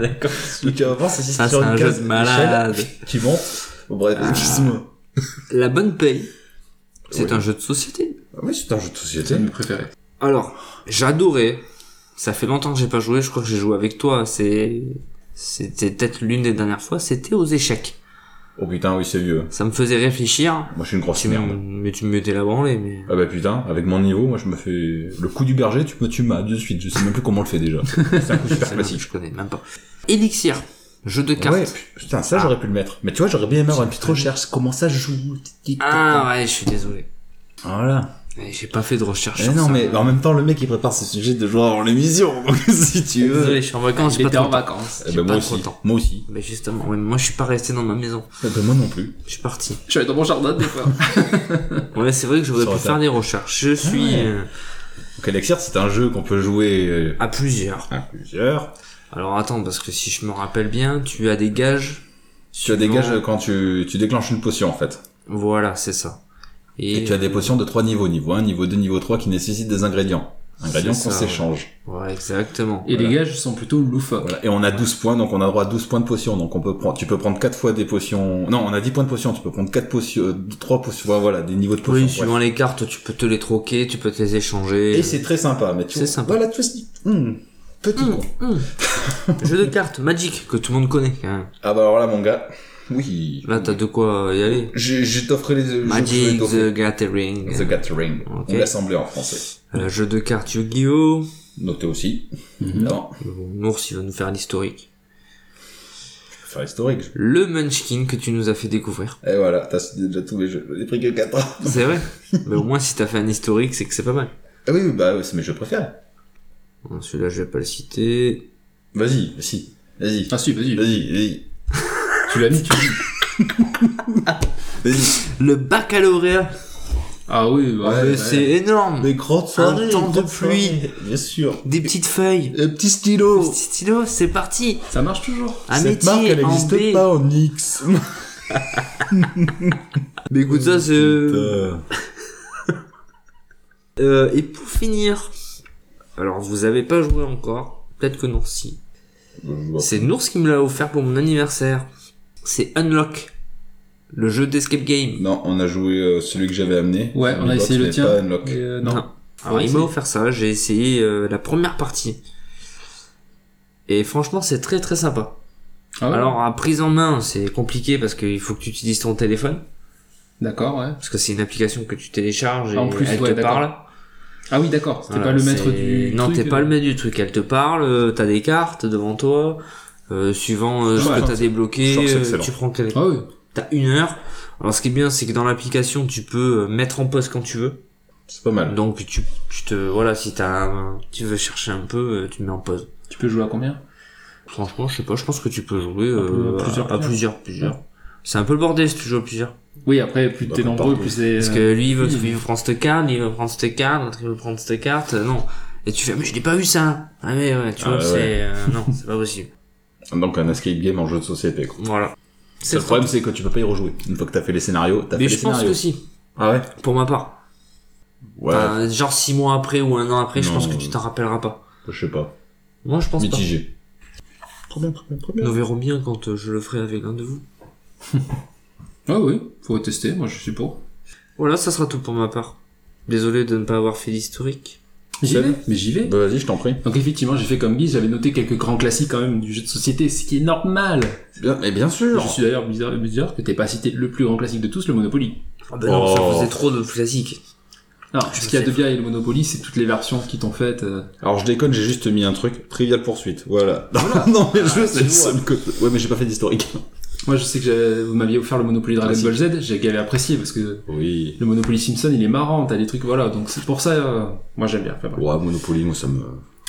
S2: tu vas voir, c'est si
S3: Ça,
S2: sur
S3: c'est
S2: une
S3: un jeu
S2: case d'échelle
S3: de malade.
S2: qui monte. Bon, bref, excuse-moi.
S3: La bonne paye, c'est
S2: Oui.
S3: un jeu de société.
S2: Ah Oui, c'est un jeu de
S4: C'est
S2: société.
S4: un de mes préférés.
S3: Alors, j'adorais. Ça fait longtemps que j'ai pas joué. Je crois que j'ai joué avec toi. C'est, c'était peut-être l'une des dernières fois. C'était aux échecs.
S2: Oh putain, oui, c'est vieux.
S3: Ça me faisait réfléchir.
S2: Moi, je suis une grosse
S3: Tu m-
S2: Oh, merde.
S3: mais tu me mettais la branlée. Mais
S2: Ah bah putain, avec mon niveau, moi je me fais... Le coup du berger, tu me tues ma de suite, je sais même plus comment on le fait déjà. C'est un coup super
S3: Ça,
S2: classique.
S3: je connais même pas. Elixir, jeu de cartes.
S2: bah Ah Ouais, putain, ça j'aurais pu le mettre. Mais tu vois, j'aurais bien aimé avoir une petite recherche, comment ça joue. tic, tac,
S3: Ah ouais, je suis désolé.
S2: tac. Voilà.
S3: Ouais, J'ai pas fait de recherche.
S2: Eh
S3: sur
S2: non,
S3: ça.
S2: mais en même temps, le mec il prépare ses sujets de joueurs en l'émission, [laughs] donc si tu veux.
S3: désolé, je suis en vacances. J'ai
S4: Il
S3: pas
S4: était
S3: trop
S4: en
S3: le temps.
S4: [laughs] vacances.
S2: Eh
S3: j'ai
S2: ben,
S3: pas
S2: moi
S3: trop
S2: aussi.
S3: le temps.
S2: Moi aussi.
S3: Mais Bah, justement, ouais, moi je suis pas resté dans ma maison.
S2: Eh ben, moi non plus.
S3: Je suis parti.
S4: Je suis allé dans mon jardin,
S6: [laughs]
S4: des fois.
S3: Ouais, c'est vrai que
S2: Ça
S3: j'aurais pu
S2: aurait
S3: faire
S2: été- Ah
S3: des recherches. Je suis
S2: ouais.
S3: euh,
S2: Donc Elixir, c'est un jeu qu'on peut jouer euh,
S3: à plusieurs.
S2: à plusieurs.
S3: Alors attends, parce que si je me rappelle bien, tu as des gages.
S2: Tu as des
S3: Suivant-
S2: gages quand tu, tu déclenches une potion en fait.
S3: Voilà, c'est ça. euh,
S2: Et, tu as des potions de trois niveaux, niveau 1, niveau 2, niveau 3 qui nécessitent des ingrédients. Ingrédients qu'on
S3: C'est ça,
S2: s'échange.
S3: Ouais, exactement.
S4: Et
S3: Voilà.
S4: les gages sont plutôt loufoques.
S2: Voilà. Et on a 12 points, donc on a droit à 12 points de potions. Donc on peut prendre, tu peux prendre quatre fois des potions. Non, on a 10 points de potions, tu peux prendre quatre potions, euh, trois potions, voilà, voilà, des niveaux de potions.
S3: Oui,
S2: bref.
S3: suivant les cartes, tu peux te les troquer, tu peux te les échanger.
S2: Et c'est très sympa, mais tu
S3: C'est
S2: vois,
S3: sympa.
S2: Voilà, tu vois, c'est- hmm, petit con.
S3: Hum. [laughs] Jeu de cartes, Magic, que tout le monde connaît. hein.
S2: Ah bah alors là, mon gars, oui.
S3: Là, t'as de quoi y aller.
S2: Je, je t'offre les je- je vais
S3: Magic,
S2: t'offrir.
S3: The Gathering,
S2: The Gathering,
S3: Ok.
S2: ou l'Assemblée en français.
S3: euh, jeu de cartes Yu-Gi-Oh!
S2: Notez aussi.
S3: Mhm.
S2: Non,
S3: Bon, Ours, il va nous faire l'historique.
S2: je vais faire historique. je-
S3: Le Munchkin que tu nous as fait découvrir.
S2: Et voilà, t'as cité déjà tous mes jeux. J'ai pris que 4 ans.
S3: C'est vrai. Mais au moins, si t'as fait un historique, c'est que c'est pas mal.
S2: Ah oui, oui, bah oui, c'est mes jeux préférés.
S3: Bon, Celui-là, je vais pas le citer.
S2: Vas-y, si. Vas-y.
S4: Ah si, vas-y.
S2: Vas-y, vas-y.
S4: Tu l'as mis, tu l'as mis.
S2: Vas-y.
S3: Le baccalauréat
S4: Ah oui, bah,
S2: Ouais,
S4: ouais,
S3: Euh, c'est énorme.
S2: Des grandes soirées.
S3: temps de
S2: grandes
S3: pluie.
S2: soirées, Bien sûr.
S3: Des petites feuilles.
S2: Un petit stylo.
S3: Petit stylo, c'est parti.
S4: Ça marche toujours.
S3: Un
S2: Oh. Cette
S3: métier
S2: marque, elle
S3: en
S2: n'existe
S3: B.
S2: pas en X.
S3: Mais écoute, ça c'est...
S2: Euh,
S3: Euh, et pour finir... Alors, vous avez pas joué encore. Peut-être que non, si. C'est Nours qui me l'a offert pour mon anniversaire. C'est Unlock. Le jeu d'escape game.
S2: Non, on a joué euh, celui que j'avais amené.
S4: Ouais, on a essayé le
S2: mais
S4: tien.
S2: Pas Unlock.
S4: Et, euh, non.
S3: Non.
S6: Ah
S3: Alors,
S4: Ouais,
S3: il
S4: c'est-
S3: m'a offert ça. J'ai essayé euh, la première partie. Et franchement, c'est très très sympa.
S4: Ah ouais.
S3: Alors, à prise en main, c'est compliqué parce qu'il faut que tu utilises ton téléphone.
S4: D'accord, ouais.
S3: Parce que c'est une application que tu télécharges et
S4: Ah, en plus,
S3: elle
S4: ouais,
S3: te
S4: d'accord.
S3: parle.
S4: Ah oui, d'accord. C'était
S3: Voilà,
S4: pas le maître
S3: c'est-
S4: du.
S3: Non,
S4: truc,
S3: t'es pas
S4: euh.
S3: le maître du truc. Elle te parle, euh, t'as des cartes devant toi, euh, suivant euh,
S6: Ouais,
S3: ce
S6: je
S3: que
S6: pense
S3: t'as débloqué,
S2: je pense que c'est
S3: euh,
S2: excellent.
S3: tu prends quel...
S6: Ah oui.
S3: T'as une heure. Alors ce qui est bien, c'est que dans l'application, tu peux euh, mettre en pause quand tu veux.
S2: C'est pas mal.
S3: Donc tu, tu te voilà, si t'as un- tu veux chercher un peu, euh, tu mets en pause.
S6: Tu peux jouer à combien
S3: Franchement, je sais pas, je pense que tu peux jouer
S6: peu-
S3: euh,
S6: à plusieurs,
S3: à, à plusieurs, plusieurs. C'est un peu le bordel si tu joues à plusieurs.
S6: Oui, après, plus
S2: Bah,
S6: t'es nombreux,
S2: partout.
S6: plus c'est. euh,
S3: Parce que lui, il veut,
S6: oui.
S3: il veut prendre cette carte, il veut prendre cette carte, l'autre il veut prendre cette carte, euh, non. Et tu fais, mais je l'ai pas vu ça. Ah mais ouais, tu
S2: Ah,
S3: vois,
S2: ouais.
S3: c'est... euh, [laughs] non, c'est pas possible.
S2: Donc un escape game en jeu de société. Quoi.
S3: Voilà. C'est
S2: Le problème c'est que tu peux pas y rejouer. Une fois que t'as fait les scénarios, t'as fait
S3: Mais
S2: les
S3: je pense
S2: scénarios.
S3: que Ah. si,
S2: Ah ouais.
S3: pour ma part.
S2: Ouais.
S3: Enfin, genre six mois après ou un an après, je
S2: Non,
S3: pense que tu
S2: euh,
S3: t'en rappelleras pas.
S2: Je sais pas.
S3: Moi, je pense
S2: Mitigé. Très bien, très bien, très
S3: pas. Nous verrons bien quand euh, je le ferai avec l'un de vous.
S6: Ah oui, faut tester, moi je suis pour.
S3: Voilà, ça sera tout pour ma part. Désolé de ne pas avoir fait l'historique.
S6: J'y
S2: Seb
S6: vais, mais j'y vais.
S2: Bah vas-y, je t'en prie.
S6: Donc effectivement, j'ai fait comme Guy, j'avais noté quelques grands classiques quand même du jeu de société, ce qui est normal.
S2: Bien, mais bien sûr.
S6: Je suis d'ailleurs bizarre, bizarre que t'aies pas cité le plus grand classique de tous, le Monopoly.
S3: Ah ben non,
S2: Oh.
S3: ça faisait trop de classiques.
S6: Non,
S3: Je
S6: ce qu'il y a
S3: sais.
S6: de bien et le Monopoly, c'est toutes les versions qui t'ont faites. euh,
S2: Alors je déconne, j'ai juste mis un truc. Trivial poursuite. Voilà. [laughs] non mais je c'est hein. le seul côté. Ouais, mais j'ai pas fait d'historique.
S6: Moi, je sais que j'avais- vous m'aviez offert le Monopoly Dragon
S2: Classique.
S6: Ball Z, j'avais apprécié parce que
S2: Oui.
S6: le Monopoly Simpson, il est marrant, t'as des trucs, voilà. Donc c'est pour ça, euh, moi j'aime bien. Enfin, bref.
S2: Ouais, Monopoly, moi ça me.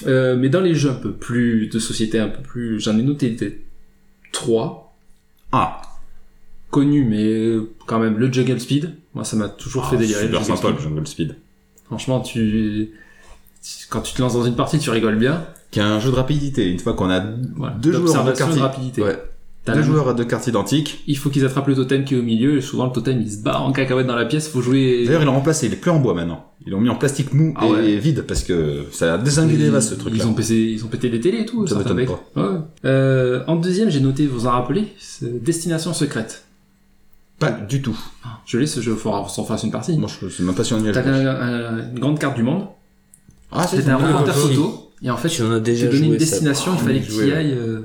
S6: Euh, mais dans les jeux un peu plus de société, un peu plus, j'en ai noté des- trois
S2: Ah.
S6: connus, mais euh, quand même le Jungle Speed. Moi, ça m'a toujours fait délirer.
S2: Ah, Super
S6: le Jungle
S2: sympa le
S6: Speed.
S2: Jungle Speed.
S6: Franchement, tu tu- quand tu te lances dans une partie, tu rigoles bien.
S2: Qui est un jeu de rapidité. Une fois qu'on a
S6: Voilà.
S2: deux joueurs à deux
S6: D'observation
S2: cartes.
S6: de rapidité.
S2: Ouais.
S6: T'as
S2: Deux
S6: la-
S2: joueurs à deux cartes identiques.
S6: Il faut qu'ils attrapent le totem qui est au milieu. Et souvent, le totem il se bat en cacahuète dans la pièce. Faut jouer.
S2: D'ailleurs, ils l'ont remplacé. Il est plus en bois maintenant. Ils l'ont mis en plastique mou
S6: Ah
S2: et
S6: ouais.
S2: vide parce que ça a désingué les vases ce truc-là.
S6: Ils ont pété, ils ont pété des télés et tout.
S2: Ça
S6: certains
S2: m'étonne
S6: mecs. Ouais. Euh, en deuxième, j'ai noté, vous en rappelez, c'est Destination secrète.
S2: Pas du tout.
S6: Je l'ai ce jeu, faut qu'on s'en fasse une partie.
S2: Moi, je suis même pas sûr de
S6: T'as un- un- une grande carte du monde.
S2: Ah,
S6: C'était un
S3: Ah,
S6: reporter
S3: oui.
S6: photo. Et en fait,
S3: Ah, Tu en as
S6: tu
S3: déjà
S6: donnais une
S3: joué. ça.
S6: destination, il
S2: Ah,
S6: fallait
S2: on y
S6: qu'il
S2: jouait,
S6: y
S2: ouais.
S6: aille. euh,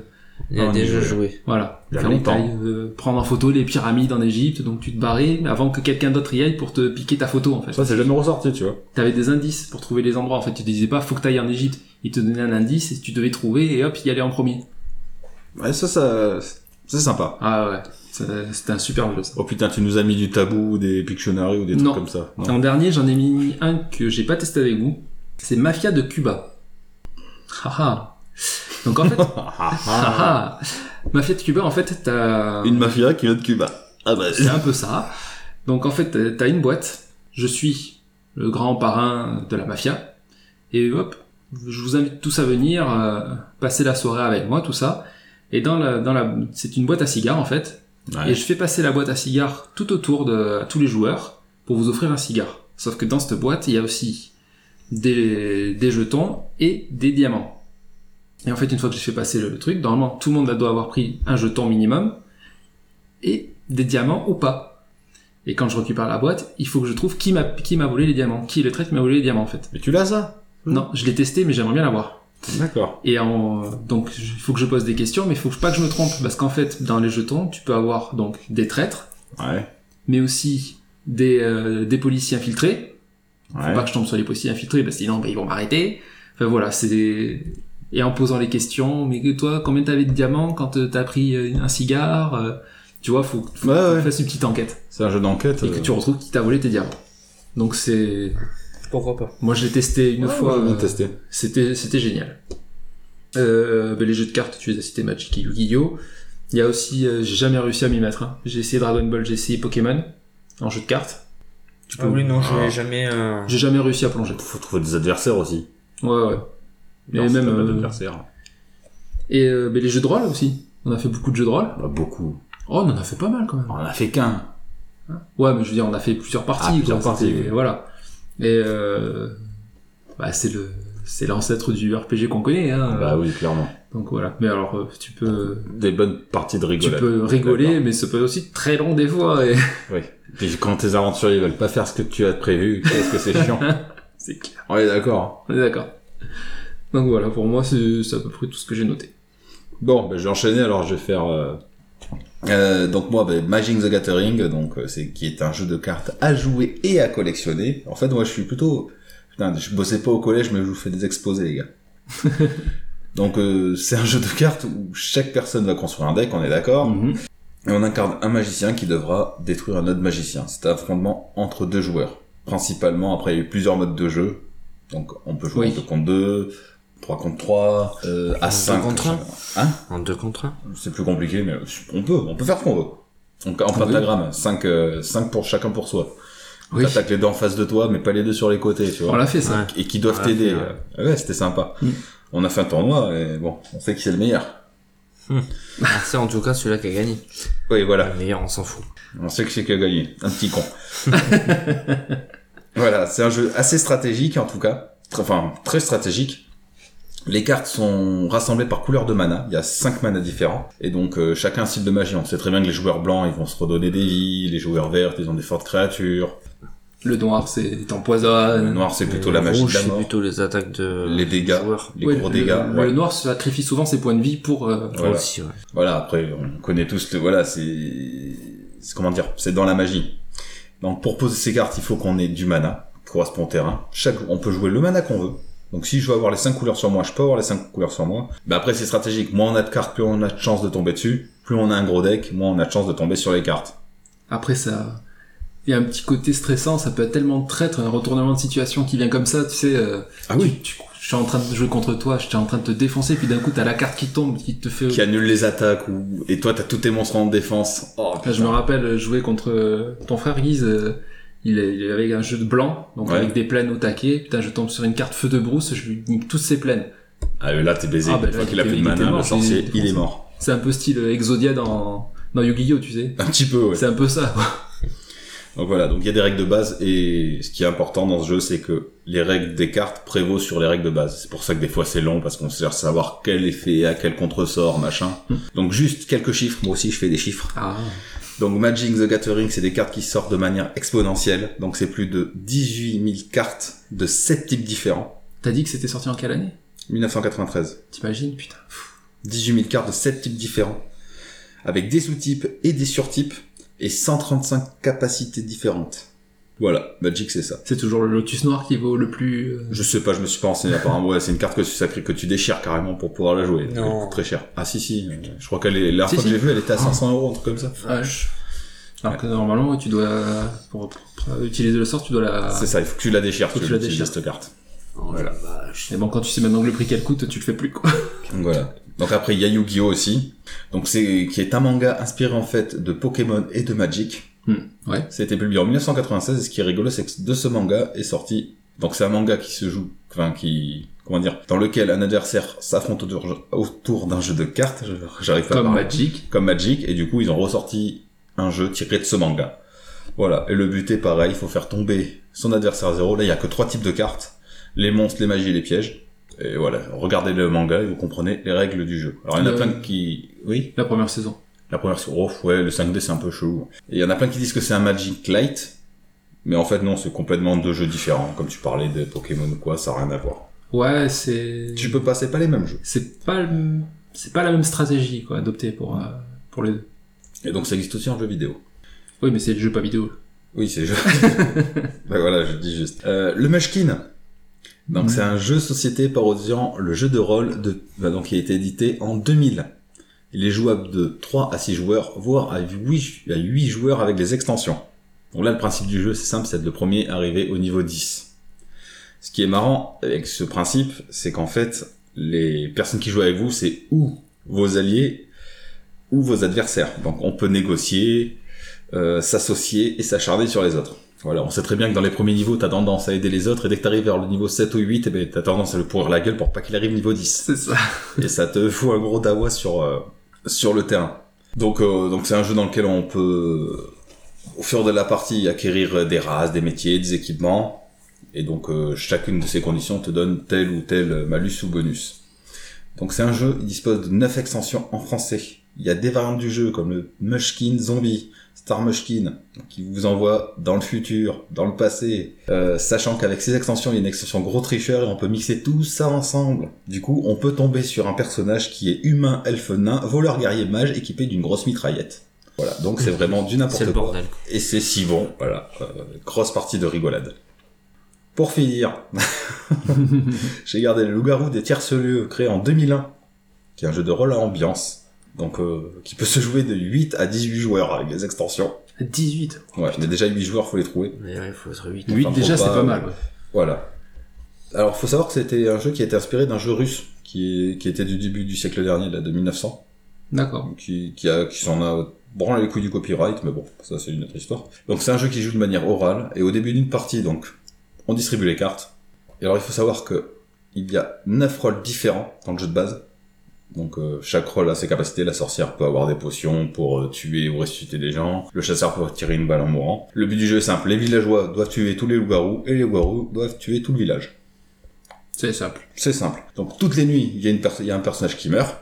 S3: Il y a
S2: Ah, on y
S3: déjà
S2: jouait.
S3: joué.
S6: Voilà.
S2: Il y a
S6: Fallait
S2: longtemps.
S6: que t'ailles, euh, prendre en photo les pyramides en Égypte, donc tu te barrais avant que quelqu'un d'autre y aille pour te piquer ta photo en fait.
S2: Ça, c'est jamais ressorti, tu vois.
S6: T'avais des indices pour trouver les endroits en fait. Tu te disais pas faut que t'ailles en Égypte. Ils te donnaient un indice et tu devais trouver et hop y aller en premier.
S2: Ouais, ça, ça, c'est sympa.
S6: Ah ouais, Ça- c'était un super jeu ça.
S2: Oh putain, tu nous as mis du tabou, des Pictionary ou des trucs
S6: Non.
S2: comme ça. Non.
S6: En dernier, j'en ai mis un que j'ai pas testé avec vous. C'est Mafia de Cuba. Haha. Donc en fait, [laughs] ah. haha. Mafia de Cuba en fait t'as
S2: Une mafia qui vient de Cuba. Ah bah,
S6: Euh, C'est un peu ça. Donc en fait, euh, t'as une boîte. Je suis le grand parrain de la mafia. Et hop, je vous invite tous à venir euh, passer la soirée avec moi, tout ça. Et dans la, dans la, c'est une boîte à cigares en fait.
S2: Ouais.
S6: Et je fais passer la boîte à cigares tout autour de à tous les joueurs pour vous offrir un cigare. Sauf que dans cette boîte, il y a aussi des, des jetons et des diamants. Et en fait, une fois que j'ai fait passer le truc, normalement, tout le monde doit avoir pris un jeton minimum et des diamants ou pas. Et quand je récupère la boîte, il faut que je trouve qui m'a qui m'a volé les diamants, qui est le trait qui m'a volé les diamants en fait.
S2: Mais tu l'as ça Mmh.
S6: Non, je l'ai testé, mais j'aimerais bien l'avoir.
S2: D'accord.
S6: Et en, donc, il faut que je pose des questions, mais il faut pas que je me trompe, parce qu'en fait, dans les jetons, tu peux avoir donc des traîtres,
S2: Ouais.
S6: mais aussi des, euh, des policiers infiltrés. Faut
S2: Ouais.
S6: pas que je tombe sur les policiers infiltrés, parce que sinon, bah, ils vont m'arrêter. Enfin voilà, c'est des... et en posant les questions, mais que toi, combien t'avais de diamants quand euh, t'as pris euh, un cigare euh, Tu vois, faut, faut
S2: Ouais,
S6: que tu
S2: ouais.
S6: fasses une petite enquête
S2: C'est un jeu d'enquête. euh.
S6: et que tu retrouves qui t'a volé tes diamants. Donc c'est,
S3: Pourquoi pas
S6: moi je l'ai testé une fois.
S2: on
S6: euh,
S2: testé.
S6: c'était, c'était génial. Euh, ben, les jeux de cartes, tu les as cités, Magic et Yu-Gi-Oh! Il y a aussi, euh, j'ai jamais réussi à m'y mettre. hein. J'ai essayé Dragon Ball, j'ai essayé Pokémon en jeu de cartes. Tu
S3: Ah oui, non, je
S2: Ah.
S3: l'ai jamais. euh,
S6: J'ai jamais réussi à plonger.
S2: Faut trouver des adversaires aussi.
S6: Ouais, ouais. Et
S2: Alors, si
S6: même,
S2: t'as pas
S6: euh,
S2: d'adversaires.
S6: Et euh, ben, les jeux de rôle aussi. On a fait beaucoup de jeux de rôle.
S2: Bah, beaucoup.
S6: Oh, on en a fait pas mal quand même.
S2: On en a fait qu'un.
S6: Ouais, mais je veux dire, on a fait plusieurs parties.
S2: Ah, plusieurs
S6: quoi. C'était-
S2: parties, oui.
S6: Voilà. Et euh, bah, c'est le, c'est l'ancêtre du RPG qu'on connaît. Hein.
S2: Bah oui, clairement.
S6: Donc voilà. Mais alors, euh, tu peux,
S2: Des bonnes parties de
S6: tu
S2: rigolade.
S6: peux rigoler, mais ça peut être aussi très long des fois. Et... [laughs]
S2: Oui. Puis quand tes aventuriers veulent pas faire ce que tu as prévu, qu'est-ce que c'est
S6: [laughs]
S2: chiant.
S6: C'est clair.
S2: On est d'accord.
S6: On est d'accord. Donc voilà, pour moi, c'est c'est à peu près tout ce que j'ai noté.
S2: Bon, ben, je vais enchaîner, alors je vais faire... euh, euh, donc moi, ben, Magic the Gathering, donc euh, c'est qui est un jeu de cartes à jouer et à collectionner.
S3: [laughs]
S2: En fait, moi, je suis plutôt, putain, je bossais pas au collège, mais je vous fais des exposés, les gars. Donc euh, c'est un jeu de cartes où chaque personne va construire un deck, on est d'accord.
S7: Mhm.
S2: Et on incarne un magicien qui devra détruire un autre magicien. C'est un affrontement entre deux joueurs. Principalement, après, il y a eu plusieurs modes de jeu. Donc, on peut jouer
S6: Oui.
S2: en 2 contre 2, 3 contre 3, euh, à
S3: En
S2: 5
S3: deux contre un.
S2: Hein
S3: En deux contre un.
S2: C'est plus compliqué, mais on peut, on peut faire ce qu'on veut. Donc, en pentagramme, 5, pour chacun pour soi.
S6: Oui.
S2: Oui. T'attaques les deux en face de toi, mais pas les deux sur les côtés, tu vois
S6: On l'a fait ça.
S3: Ouais.
S2: et qui doivent
S3: Ah,
S2: t'aider.
S3: ouais.
S2: Ouais, c'était sympa.
S6: Mm.
S2: On a fait un tournoi et bon, on sait qui c'est le meilleur.
S3: Merci Ah, en tout cas celui-là qui a gagné.
S2: Oui, voilà.
S3: Le meilleur, on s'en fout.
S2: On sait que c'est qui a gagné. Un petit con. [laughs] voilà, c'est un jeu assez stratégique en tout cas. Tr- Enfin, très stratégique. Les cartes sont rassemblées par couleur de mana. Il y a cinq manas différents. Et donc, euh, chacun un style de magie. On sait très bien que les joueurs blancs, ils vont se redonner des vies. Les joueurs verts, ils ont des fortes créatures.
S6: Le noir, c'est
S2: Le
S6: t'empoisonne.
S2: noir, c'est plutôt
S3: Et
S2: la
S3: le
S2: magie
S3: rouge,
S2: de la
S3: c'est
S2: mort.
S3: plutôt les attaques de
S2: Les dégâts.
S3: joueurs.
S2: Les
S6: Ouais,
S2: gros
S6: le-
S2: dégâts.
S6: Le,
S2: ouais.
S6: noir sacrifie souvent ses points de vie pour. euh,
S2: Voilà.
S3: Aussi, ouais.
S2: Voilà, après, on connaît tous le, voilà, c'est, c'est comment dire, c'est dans la magie. Donc, pour poser ces cartes, il faut qu'on ait du mana, qui correspond au terrain. Chaque, on peut jouer le mana qu'on veut. Donc, si je veux avoir les cinq couleurs sur moi, je peux avoir les cinq couleurs sur moi. Bah, après, c'est stratégique. Moins on a de cartes, plus on a de chances de tomber dessus. Plus on a un gros deck, moins on a de chances de tomber sur les cartes.
S6: Après, ça. Il y a un petit côté stressant, ça peut être tellement traître, un retournement de situation qui vient comme ça, tu sais. euh,
S2: Ah
S6: tu- tu- je suis en train de jouer contre toi, je suis en train de te défoncer, puis d'un coup, t'as la carte qui tombe, qui te fait.
S2: Qui annule les attaques ou, et toi, t'as tous tes monstres en défense. Oh,
S6: Là, je me rappelle jouer contre euh, ton frère Guise. euh, Il est- il avait un jeu de blanc, donc
S2: Ouais.
S6: avec des plaines au taquet. Putain, je tombe sur une carte feu de brousse, je lui nique toutes ses plaines.
S2: Ah, là, t'es baisé.
S6: Ah,
S2: Une
S6: bah, là,
S2: fois
S6: il
S2: qu'il a
S6: était-
S2: plus de
S6: il était
S2: mana, le
S6: mort,
S2: sorcier,
S6: il-
S2: il est mort.
S6: C'est un peu style euh, Exodia dans, dans Yu-Gi-Oh, tu sais.
S2: Un petit peu, ouais.
S6: C'est un peu ça.
S2: Donc voilà, donc il y a des règles de base et ce qui est important dans ce jeu, c'est que les règles des cartes prévaut sur les règles de base. C'est pour ça que des fois c'est long parce qu'on sait savoir quel effet à quel contresort, machin. Donc juste quelques chiffres. Moi aussi, je fais des chiffres.
S6: Ah,
S2: Donc Magic the Gathering, c'est des cartes qui sortent de manière exponentielle. Donc c'est plus de 18 000 cartes de 7 types différents.
S6: t'as dit que c'était sorti en quelle année
S2: 1993.
S6: T'imagines, putain.
S2: 18 000 cartes de 7 types différents. Avec des sous-types et des surtypes. Et 135 capacités différentes. Voilà, Magic c'est ça.
S6: C'est toujours le Lotus Noir qui vaut le plus. euh,
S2: Je sais pas, je me suis pas renseigné apparemment. Ouais, c'est une carte que tu sacrées, que tu déchires carrément pour pouvoir la jouer. Elle
S3: Non.
S2: coûte très cher. Ah si si. euh, Je crois qu'elle est. La dernière
S6: Si,
S2: fois que
S6: si.
S2: j'ai vue, elle était à 500 euros, un truc comme ça.
S6: ah, je- Alors que normalement, tu dois. euh, Pour, pour- pour utiliser le sort, tu dois la.
S2: C'est ça. Il faut que tu la déchires.
S6: Ah. Faut
S2: tu
S6: que tu la
S2: l'utilises,
S6: déchires.
S2: cette carte.
S3: Oh la vache.
S6: Mais bon, quand tu sais maintenant que le prix qu'elle coûte, tu le fais plus, quoi.
S2: Donc voilà. Donc après, il y a Yu-Gi-Oh aussi. Donc c'est qui est un manga inspiré en fait de Pokémon et de Magic.
S6: Hmm, ouais.
S2: C'était publié en 1996 et ce qui est rigolo, c'est que de ce manga est sorti. Donc c'est un manga qui se joue, enfin qui, comment dire, dans lequel un adversaire s'affronte autour, autour d'un jeu de cartes. Je- J'arrive pas à
S6: Comme
S2: parler.
S6: Magic.
S2: comme Magic, et du coup ils ont ressorti un jeu tiré de ce manga. Voilà, et le but est pareil, il faut faire tomber son adversaire à zéro. Là, il y a que trois types de cartes, les monstres, les magies et les pièges. Et voilà, regardez le manga et vous comprenez les règles du jeu. Alors il y en a
S6: Le-
S2: plein qui... Oui
S6: La première saison.
S2: La première sur... Oh, ouais, le 5D c'est un peu chelou. Et il y en a plein qui disent que c'est un Magic Light, mais en fait non, c'est complètement deux jeux différents. Comme tu parlais de Pokémon ou quoi, ça n'a rien à voir.
S6: Ouais, c'est.
S2: Tu peux pas, c'est pas les mêmes jeux.
S6: c'est pas le- c'est pas la même stratégie quoi adoptée pour euh, pour les deux.
S2: Et donc ça existe aussi en jeu vidéo.
S6: Oui, mais c'est le jeu pas vidéo.
S2: Oui, c'est juste. [laughs] ben voilà, je dis juste. Euh, le Mashkin. Donc c'est un jeu société parodiant le jeu de rôle de bah, donc qui a été édité en 2000. Il est jouable de 3 à 6 joueurs, voire à 8, à 8 joueurs avec les extensions. Donc là, le principe du jeu, c'est simple, c'est de le premier arrivé au niveau 10. Ce qui est marrant avec ce principe, c'est qu'en fait, les personnes qui jouent avec vous, c'est ou vos alliés ou vos adversaires. Donc on peut négocier, euh, s'associer et s'acharner sur les autres. Voilà, on sait très bien que dans les premiers niveaux, t'as tendance à aider les autres, et dès que t'arrives vers le niveau 7 ou 8, eh ben, t'as tendance à le pourrir la gueule pour pas qu'il arrive niveau 10
S6: C'est ça.
S2: et ça te fout un gros dawa sur euh, sur le terrain. Donc euh, donc c'est un jeu dans lequel on peut au fur de la partie acquérir euh, des races, des métiers, des équipements et donc euh, chacune de ces conditions te donne tel ou tel euh, malus ou bonus. Donc c'est un jeu, il dispose de 9 extensions en français. Il y a des variantes du jeu comme le Mushkin Zombie, Star Mushkin qui vous envoie dans le futur, dans le passé, euh, sachant qu'avec ces extensions, il y a une extension gros tricheur et on peut mixer tout ça ensemble. Du coup, on peut tomber sur un personnage qui est humain, elfe, nain, voleur, guerrier, mage, équipé d'une grosse mitraillette. Voilà, donc c'est vraiment du
S3: C'est
S2: n'importe
S3: le
S2: quoi.
S3: bordel.
S2: Et c'est si bon, voilà. Euh, grosse partie de rigolade. Pour finir, [laughs] j'ai gardé le loup-garou des tierces lieux créé en 2001, qui est un jeu de rôle à ambiance. Donc, euh, qui peut se jouer de 8 à 18 joueurs avec les extensions.
S4: 18.
S2: Ouais, mais déjà 8 joueurs, faut les trouver.
S3: Mais ouais, faut être 8.
S4: 8
S2: Enfin,
S4: déjà,
S2: faut
S4: c'est
S2: pas-
S4: pas mal. ouais.
S2: Voilà. Alors, faut savoir que c'était un jeu qui était inspiré d'un jeu russe, qui, qui était du début du siècle dernier, là, de 1900.
S4: D'accord.
S2: qui, qui, a- qui s'en a branlé les couilles du copyright, mais bon, ça c'est une autre histoire. Donc c'est un jeu qui joue de manière orale, et au début d'une partie, donc, on distribue les cartes. Et alors il faut savoir que il y a neuf rôles différents dans le jeu de base. Donc euh, chaque rôle a ses capacités, la sorcière peut avoir des potions pour euh, tuer ou ressusciter des gens, le chasseur peut tirer une balle en mourant. Le but du jeu est simple, les villageois doivent tuer tous les loups-garous, et les loups-garous doivent tuer tout le village.
S4: C'est simple.
S2: C'est simple. Donc toutes les nuits, il y, a une perso- il y a un personnage qui meurt.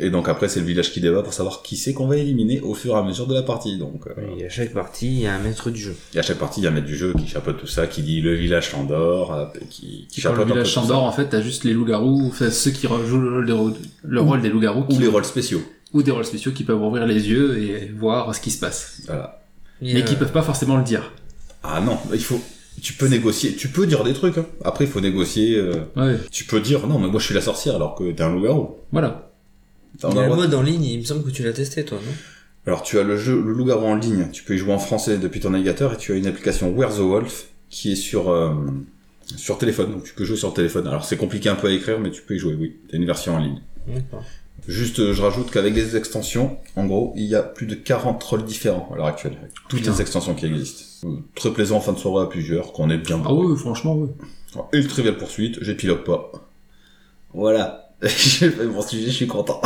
S2: Et donc après, c'est le village qui débat pour savoir qui c'est qu'on va éliminer au fur et à mesure de la partie. Donc, euh,
S3: Et à chaque partie, il y a un maître du jeu.
S2: et à chaque partie, il y a un maître du jeu qui chapeaute tout ça, qui dit le village s'endort, euh, qui, qui
S4: Dans
S2: chapeaute
S4: le
S2: un peu
S4: village
S2: tout ça.
S4: Chandor, en fait, t'as juste les loups-garous, enfin, ceux qui jouent le rôle des, ro- le rôle des loups-garous,
S2: Ou
S4: qui-
S2: les rôles spéciaux.
S4: ou des rôles spéciaux qui peuvent ouvrir les yeux et voir ce qui se passe.
S2: Voilà.
S4: Mais qui peuvent pas forcément le dire.
S2: Ah non, il faut. Tu peux négocier, tu peux dire des trucs. hein. Après, il faut négocier. euh,
S4: Ouais,
S2: Tu peux dire non, mais moi je suis la sorcière alors que t'es un loup-garou.
S4: voilà.
S2: T'as- on
S3: Il y
S2: a
S3: a
S2: le
S3: le
S2: droit de-
S3: mode en ligne, il me semble que tu l'as testé, toi, non
S2: Alors tu as le jeu Le Loup-Garou en ligne, tu peux y jouer en français depuis ton navigateur et tu as une application Where the Wolf qui est sur, euh, sur téléphone, donc tu peux jouer sur téléphone. Alors c'est compliqué un peu à écrire mais tu peux y jouer, oui. T'as une version en ligne.
S3: D'accord.
S2: Juste euh, je rajoute qu'avec les extensions, en gros, il y a plus de 40 rôles différents à l'heure actuelle, avec toutes
S4: Putain.
S2: les extensions qui existent. Euh, Très plaisant en fin de soirée à plusieurs, qu'on est bien
S4: Ah oui, franchement, oui.
S2: Et le trivial poursuite, j'épilogue pas. Voilà. [laughs] J'ai fait mon sujet, je suis content.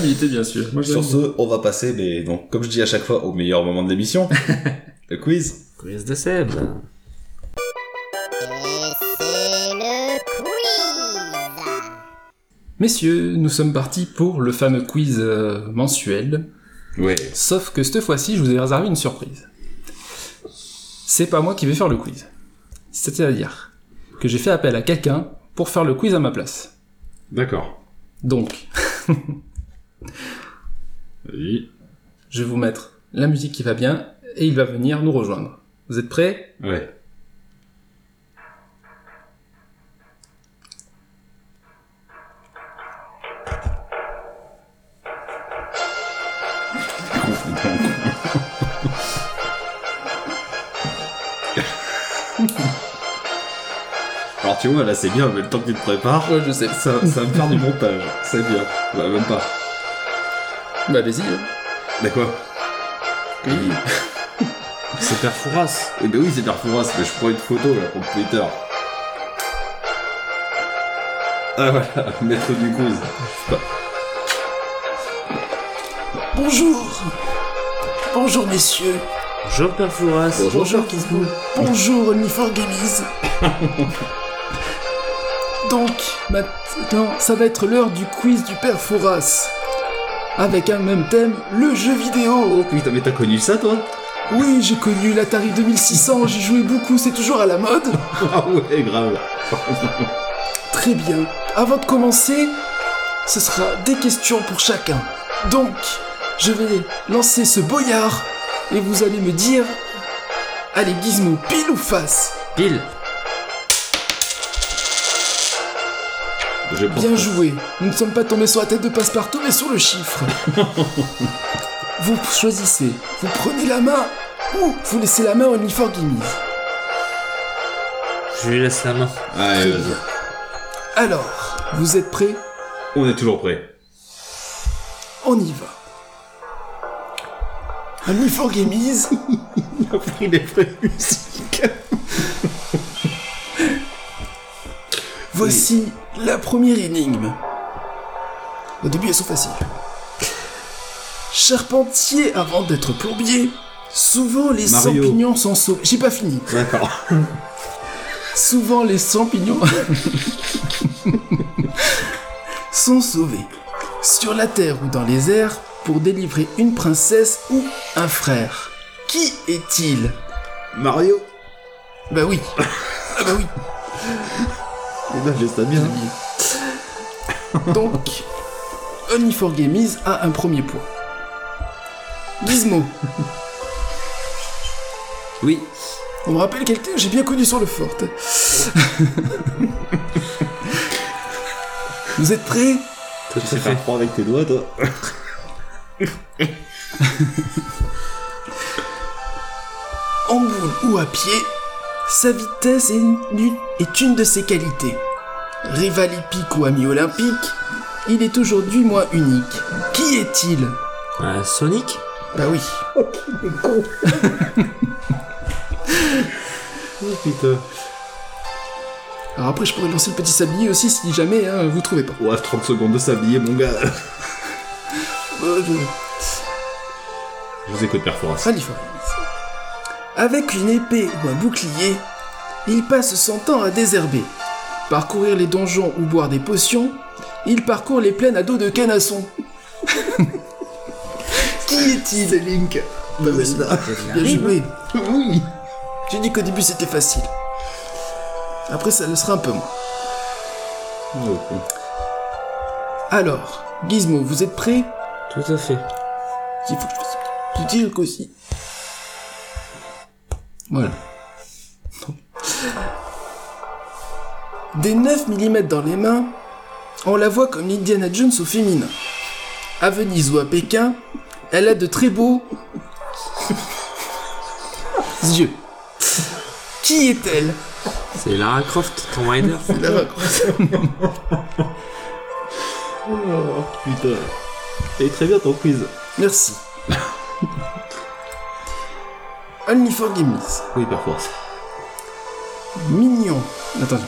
S4: Il était bien sûr. Moi, je
S2: Sur
S4: l'aime.
S2: ce, on va passer, mais donc, comme je dis à chaque fois, au meilleur moment de
S8: [laughs]
S2: l'émission, le quiz.
S3: Quiz de Seb.
S9: Et c'est le quiz
S4: Messieurs, nous sommes partis pour le fameux quiz euh, mensuel.
S2: Ouais.
S4: Sauf que cette fois-ci, je vous ai réservé une surprise. C'est pas moi qui vais faire le quiz. C'est-à-dire que j'ai fait appel à quelqu'un pour faire le quiz à ma place.
S8: D'accord.
S4: Donc,
S8: Vas-y.
S4: je vais vous mettre la musique qui va bien et il va venir nous rejoindre. Vous êtes prêts
S8: Ouais.
S2: Alors, tu vois, là, c'est bien, mais le temps que tu te prépares,
S4: Ouais, je sais.
S2: ça, ça va me faire du montage. C'est bien. Bah, même pas.
S4: Bah, allez-y.
S2: Mais quoi
S4: Oui.
S3: C'est Perfouras.
S2: Eh ben oui, c'est performance, mais je prends une photo, là, pour Twitter. Ah, voilà, [laughs] maître du quiz.
S6: Bonjour Bonjour messieurs
S3: Bonjour Perfouras.
S6: Bonjour Kizmo Bonjour Omnifor Gamies Donc, maintenant, ça va être l'heure du quiz du père Fouras. Avec un même thème, le jeu vidéo
S2: Putain, mais t'as connu ça, toi
S6: Oui, j'ai connu l'Atari 2600, j'y jouais beaucoup, c'est toujours à la mode
S2: [laughs] Ah ouais, grave.
S6: Très bien. Avant de commencer, ce sera des questions pour chacun. Donc, je vais lancer ce boyard et vous allez me dire Allez, Gizmo, pile ou face
S3: Pile.
S2: Je pense
S6: Bien joué. Nous ne sommes pas tombés sur la tête de Passepartout, mais sur le chiffre. vous choisissez. Vous prenez la main ou vous laissez la main au uniforme Gimmies.
S3: Je lui laisse la main.
S2: Allez, Ah, vas-y.
S6: Alors, vous êtes prêts
S2: On est toujours prêts.
S6: On y va. Uniforme Gimmies
S2: Il est prêt.
S6: [laughs] Voici la première énigme. Au début, elles sont faciles. Charpentier avant d'être plombier, souvent les
S2: Mario.
S6: champignons sont sauvés. J'ai pas fini.
S2: D'accord.
S6: Souvent les champignons [laughs] sont sauvés. Sur la terre ou dans les airs, pour délivrer une princesse ou un frère. Qui est-il
S2: Mario
S6: Bah oui. Ah bah oui.
S2: Eh ben, je sais bien.
S6: Bah Donc, Only for Gamies a un premier point. Gizmo,
S3: Oui.
S6: On me rappelle quelqu'un que j'ai bien connu sur le fort. Vous êtes prêts
S3: Tout
S10: Tu sais faire froid avec tes doigts, toi.
S6: En boule ou à pied, sa vitesse est une, est une de ses qualités. Rival hippique ou ami olympique, il est aujourd'hui moins unique. Qui est-il
S3: Euh, Sonic
S6: Bah oui,
S10: Oh putain.
S6: Alors après, je pourrais lancer le petit sablier aussi si jamais hein, vous trouvez pas.
S2: Oh,
S10: Ouah, 30 secondes de s'habiller, mon gars.
S6: Euh, je-
S10: Je vous écoute, Perforas.
S6: Enfin, il faut. Avec une épée ou un bouclier, il passe son temps à désherber. Parcourir les donjons ou boire des potions, il parcourt les plaines à dos de [laughs] canasson. Qui est-il C'est Link. Bah oui, bien joué. Oui. J'ai dit qu'au début c'était facile. Après, ça le sera un peu moins. Alors, Gizmo, vous êtes prêts
S3: Tout à fait.
S6: Il faut que je fasse un petit truc aussi. Voilà. Des 9 mm dans les mains, on la voit comme l'Indiana Jones au féminin. À Venise ou à Pékin, elle a de très beaux [laughs] yeux. Qui est-elle
S3: C'est Lara Croft, Tomb
S2: [laughs]
S3: Raider.
S10: Oh putain. Et très bien ton quiz.
S6: Merci. Only for Gimmies.
S10: Oui, Perforas.
S6: Mignon. Attention.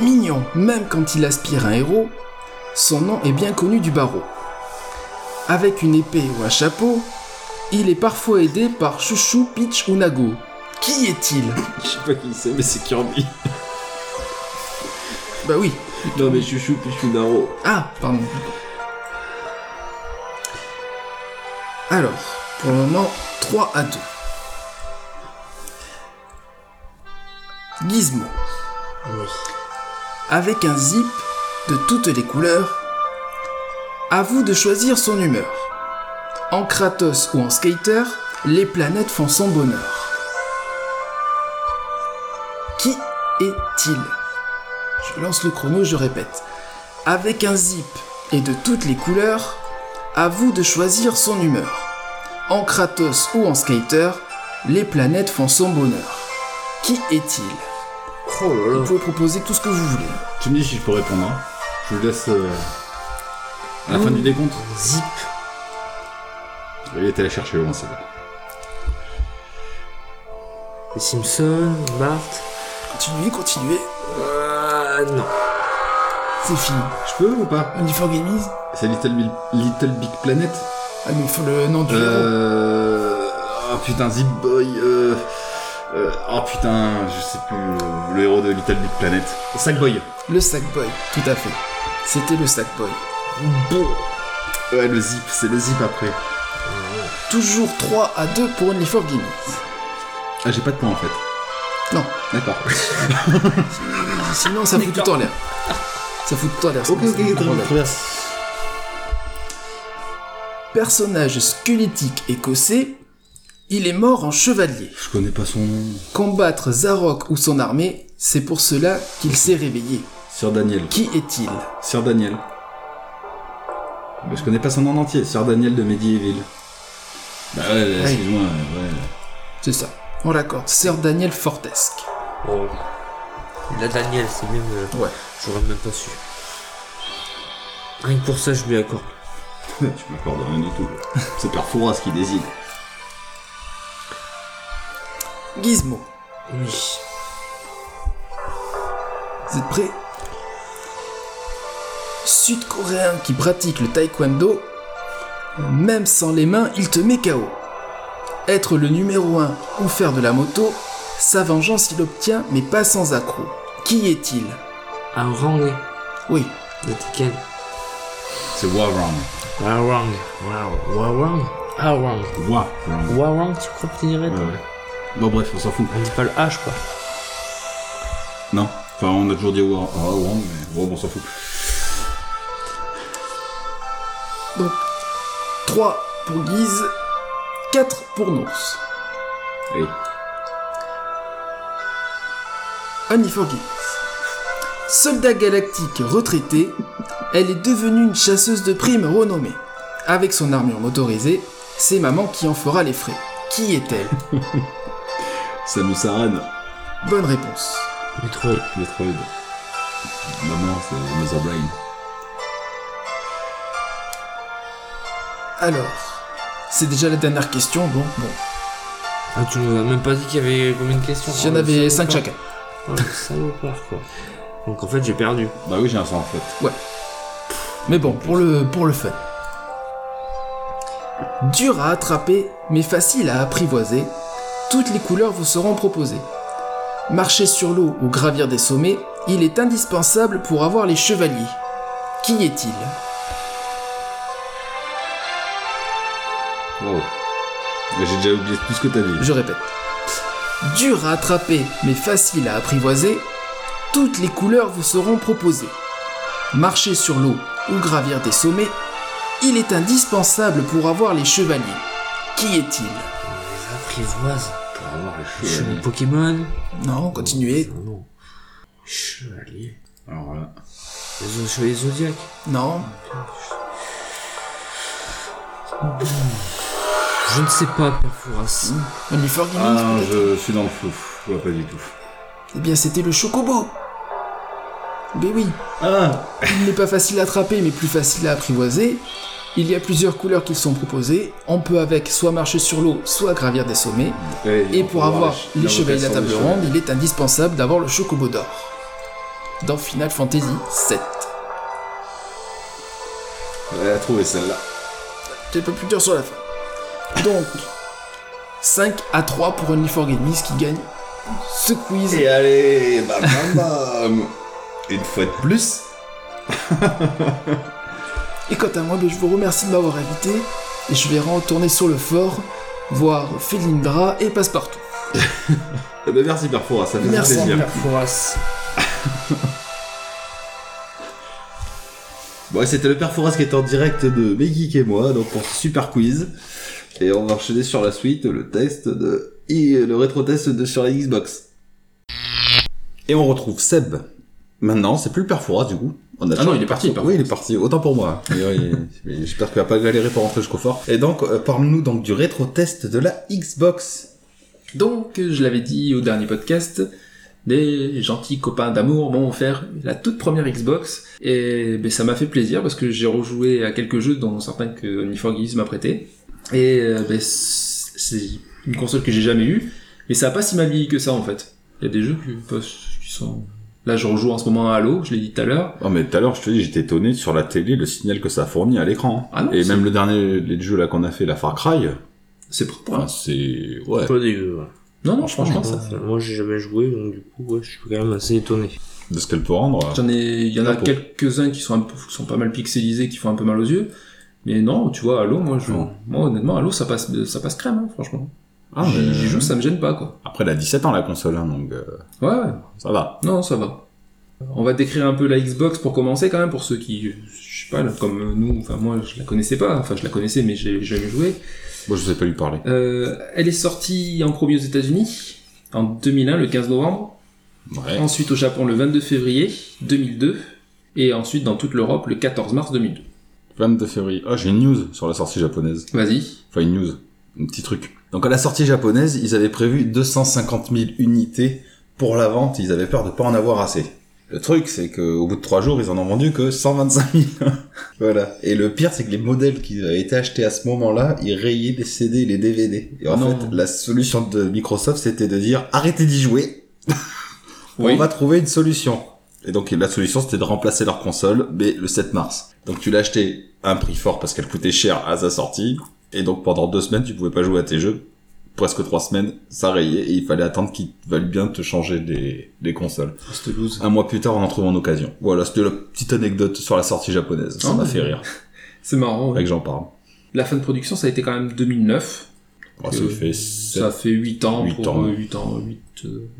S6: Mignon, même quand il aspire un héros, son nom est bien connu du barreau. Avec une épée ou un chapeau, il est parfois aidé par Chouchou, Peach ou Nago. Qui est-il
S10: Je sais pas qui c'est, mais c'est Kirby.
S6: Bah oui.
S10: Non, mais Chouchou Pichunaro.
S6: Ah, pardon. Alors, pour le moment, 3 à 2. Gizmo. Avec un zip de toutes les couleurs, à vous de choisir son humeur. En Kratos ou en skater, les planètes font son bonheur. Qui est-il Je lance le chrono, je répète avec un zip et de toutes les couleurs, à vous de choisir son humeur. En Kratos ou en skater, les planètes font son bonheur. Qui est-il
S10: Oh là
S6: Vous pouvez proposer tout ce que vous voulez.
S2: Tu me dis si je peux répondre. hein. Je vous laisse euh, à la fin du décompte.
S3: Zip.
S2: Il était la chercher loin, celle-là.
S3: Les Simpsons, Bart.
S6: Continuez, continuez.
S3: Euh, non.
S6: C'est fini.
S2: Je peux ou pas
S6: Only for Gamers
S2: C'est Little, Bil- Little Big Planet
S6: Ah mais il faut le nom du héros.
S2: Euh. Oh putain, Zip Boy. Euh... euh, Oh putain, je sais plus. euh, Le héros de Little Big Planet. Sackboy.
S6: Le Sackboy, tout à fait. C'était le Sackboy.
S2: Bon. Ouais, le Zip, c'est le Zip après.
S6: Toujours 3 à 2 pour Only for Gamers.
S2: Ah, j'ai pas de points en fait.
S6: Non,
S2: D'accord.
S6: sinon ça fout tout en l'air. Ça fout tout en l'air.
S10: Ah, Ok,
S6: sinon, ça
S10: ok,
S6: fout tout en l'air.
S10: très bien.
S6: Personnage squelettique écossais, il est mort en chevalier.
S2: je connais pas son nom.
S6: Combattre Zarok ou son armée, c'est pour cela qu'il s'est réveillé.
S2: Sir Daniel.
S6: Qui est-il
S2: Sir Daniel. Bah, je connais pas son nom en entier. Sir Daniel de Medieval. Bah ouais, excuse-moi, ouais.
S6: C'est ça. On l'accorde. Sir Daniel Fortesque.
S3: Oh. La Daniel, c'est bien. euh,
S6: Ouais.
S3: J'aurais même pas su. Rien que pour ça, je lui accorde.
S2: Tu m'accordes rien du tout. [laughs] C'est Perforas qui désigne.
S6: Gizmo,
S3: Eh Oui.
S6: vous êtes prêts Sud-coréen qui pratique le taekwondo, même sans les mains, il te met KO. Être le numéro 1 ou faire de la moto, sa vengeance il obtient, mais pas sans accroc. Qui est-il
S3: Un wrong
S6: Oui,
S3: de Tekken.
S2: C'est Warren.
S3: Warang. Ah, Wow. Warang. Ah, Warang.
S2: Warren.
S3: Warang, tu crois que t'y irais toi
S2: Bon bref, on s'en fout.
S3: On dit pas le H, quoi.
S2: Non. Enfin, on a toujours dit Warren, mais bon, on s'en fout.
S6: 3 pour Guise, 4 pour Nours.
S2: Allez.
S6: Annie Forgis. Soldat galactique retraitée, elle est devenue une chasseuse de primes renommée. Avec son armure motorisée, c'est maman qui en fera les frais. Qui est-elle
S8: Samus Aran.
S6: Bonne réponse.
S3: Metroid.
S8: Metroid. Maman, c'est Mother Brain.
S6: Alors, c'est déjà la dernière question, bon, bon.
S3: Ah, tu nous as même pas dit qu'il y avait combien de questions Ah,
S6: S'il y en avait 5 chacun.
S3: Oh, le salopard, quoi. Donc en fait, j'ai perdu.
S8: Bah oui, j'ai un sang en fait.
S6: Mais bon, pour le, pour le fun. Dur à attraper, mais facile à apprivoiser, toutes les couleurs vous seront proposées. Marcher sur l'eau ou gravir des sommets, il est indispensable pour avoir les chevaliers. Qui est-il
S8: Wow. Mais J'ai déjà oublié tout ce que t'as dit.
S6: Je répète. Dur à attraper, mais facile à apprivoiser, toutes les couleurs vous seront proposées. Marcher sur l'eau ou gravir des sommets, il est indispensable pour avoir les chevaliers. Qui est-il
S3: Les apprivoises.
S8: Pour avoir le
S3: Je
S8: chevalier.
S3: suis mon Pokémon. Ah
S6: Non, continuez.
S3: Non, non. Chevalier.
S8: Alors là.
S3: Les os- chevaliers zodiaques.
S6: Non.
S3: Je ne sais pas, Perforas.
S6: Uniforme
S8: Ah
S6: immense,
S8: non,
S6: peut-être.
S8: je suis dans le flou. Je vois pas du tout.
S6: Eh bien, c'était le chocobo. Mais oui,
S8: Ah
S6: il n'est pas facile à attraper, mais plus facile à apprivoiser. Il y a plusieurs couleurs qui sont proposées. On peut avec soit marcher sur l'eau, soit gravir des sommets. Et pour avoir les chevaliers de la table ronde, il est indispensable d'avoir le chocobo d'or. Dans Final Fantasy VII.
S8: Elle a trouvé celle-là.
S6: C'est un peu plus dur sur la fin. Donc, 5 à 3 pour Only for Gamers qui gagne ce quiz.
S8: Et allez, bam bam
S6: [laughs]
S8: bam Une fois de plus,
S6: Et quant à moi, ben, je vous remercie de m'avoir invité et je vais retourner sur le fort, voir Felindra et Passepartout.
S8: eh ben merci Perfora, ça
S3: Ah,
S8: fait
S6: Merci,
S8: plaisir.
S3: Perforas.
S8: Bon, et c'était le Perforas qui est en direct de Megeek et moi, donc pour ce super quiz. Et on va enchaîner sur la suite, le test de. et le rétro-test de sur la Xbox.
S2: Et on retrouve Seb. Maintenant, c'est plus le Perfora du coup. On a
S4: Ah non, il est parti, il est parti.
S2: Oui, il est parti. Autant pour moi. Et oui, mais J'espère qu'il va pas galérer pour rentrer jusqu'au fort. Et donc, euh, parle-nous donc du rétro test de la Xbox.
S4: Donc, je l'avais dit au dernier podcast, des gentils copains d'amour m'ont offert la toute première Xbox, et ben, ça m'a fait plaisir parce que j'ai rejoué à quelques jeux, dont certains que Uniforguise m'a prêté, et euh, ben, c- c'est une console que j'ai jamais eue, mais ça a pas si mal vieilli que ça en fait. Il y a des jeux qui, qui sont... Là, je rejoue en ce moment à Halo, je l'ai dit tout à l'heure,
S2: Oh, mais tout à l'heure, je te dis, j'étais étonné sur la télé, le signal que ça fournit à l'écran.
S4: Ah non,
S2: Et
S4: c'est-
S2: même le dernier les jeux là qu'on a fait, la Far Cry.
S4: c'est propre.
S2: Enfin, c'est ouais.
S3: Pas dégueu, ouais.
S4: Non, non, Ah, franchement, ça...
S3: Enfin, moi, j'ai jamais joué, donc du coup, ouais, je suis quand même assez étonné.
S2: De ce qu'elle peut rendre.
S4: J'en ai, il y en a
S2: Chapeau.
S4: quelques-uns qui sont un peu- qui sont pas mal pixelisés, qui font un peu mal aux yeux. Mais non, tu vois, Halo, moi, je,
S2: Non.
S4: moi honnêtement, Halo, ça passe, ça passe crème, hein, franchement.
S2: Ah,
S4: J'y
S2: mais-
S4: j'y joue, ça me gêne pas, quoi.
S2: Après, elle a 17 ans la console, hein, donc euh,
S4: Ouais, ouais.
S2: ça va.
S4: Non, ça va. On va décrire un peu la Xbox pour commencer, quand même, pour ceux qui, je sais pas, là, comme nous, enfin, moi, je la connaissais pas. Enfin, je la connaissais, mais j'ai j'ai jamais joué.
S2: Moi, je vous ai pas lui parler.
S4: Euh, elle est sortie en premier aux États-Unis, en 2001, le 15 novembre.
S2: Ouais.
S4: Ensuite au Japon le 22 février 2002. Et ensuite dans toute l'Europe le 14 mars 2002.
S2: 22 février. Ah, j'ai une news sur la sortie japonaise.
S4: Vas-y.
S2: Enfin, une news. Un petit truc. Donc, à la sortie japonaise, ils avaient prévu 250 000 unités pour la vente. Ils avaient peur de pas en avoir assez. Le truc, c'est que au bout de trois jours, ils en ont vendu que 125 000. [laughs] voilà. Et le pire, c'est que les modèles qui avaient été achetés à ce moment-là, ils rayaient les CD et les DVD. Et en
S4: Non.
S2: fait, la solution de Microsoft, c'était de dire arrêtez d'y jouer. [laughs]
S4: Oui.
S2: On va trouver une solution. Et donc la solution c'était de remplacer leur console, mais le 7 mars. Donc tu l'as acheté à un prix fort parce qu'elle coûtait cher à sa sortie, et donc pendant deux semaines tu pouvais pas jouer à tes jeux. Presque trois semaines, ça rayait et il fallait attendre qu'ils veulent bien te changer des, des consoles. Un mois plus tard, on en trouve en occasion. Voilà, c'était la petite anecdote sur la sortie japonaise. Ça
S4: Ah,
S2: m'a
S4: mais-
S2: fait rire.
S4: C'est marrant.
S2: Faudrait
S4: ouais.
S2: que j'en parle.
S4: La fin de production, ça a été quand même 2009.
S2: Bon, Bah, ça
S4: Euh,
S2: fait
S4: Ça
S2: sept-
S4: fait 8 ans.
S2: Huit
S4: 8 pour,
S2: ans.
S4: 8 ans. 8,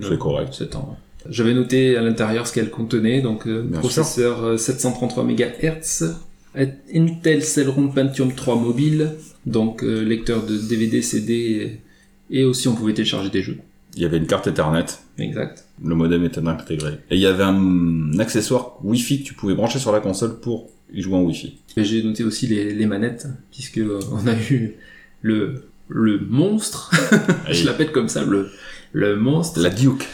S2: C'est correct.
S4: 7 ans. ouais. J'avais noté à l'intérieur ce qu'elle contenait. Donc, euh,
S2: Bien
S4: processeur euh, 733 MHz. Intel Celeron Pentium 3 mobile. Donc, euh, lecteur de DVD, CD. Et aussi, on pouvait télécharger des jeux.
S2: Il y avait une carte Ethernet.
S4: Exact.
S2: Le modem était intégré. Et il y avait un, mm, accessoire Wi-Fi que tu pouvais brancher sur la console pour y jouer en Wi-Fi.
S4: Et j'ai noté aussi les, les manettes, puisque euh, on a eu le, le monstre, [laughs] je l'appelle comme ça, le, le monstre,
S2: Ah La Duke.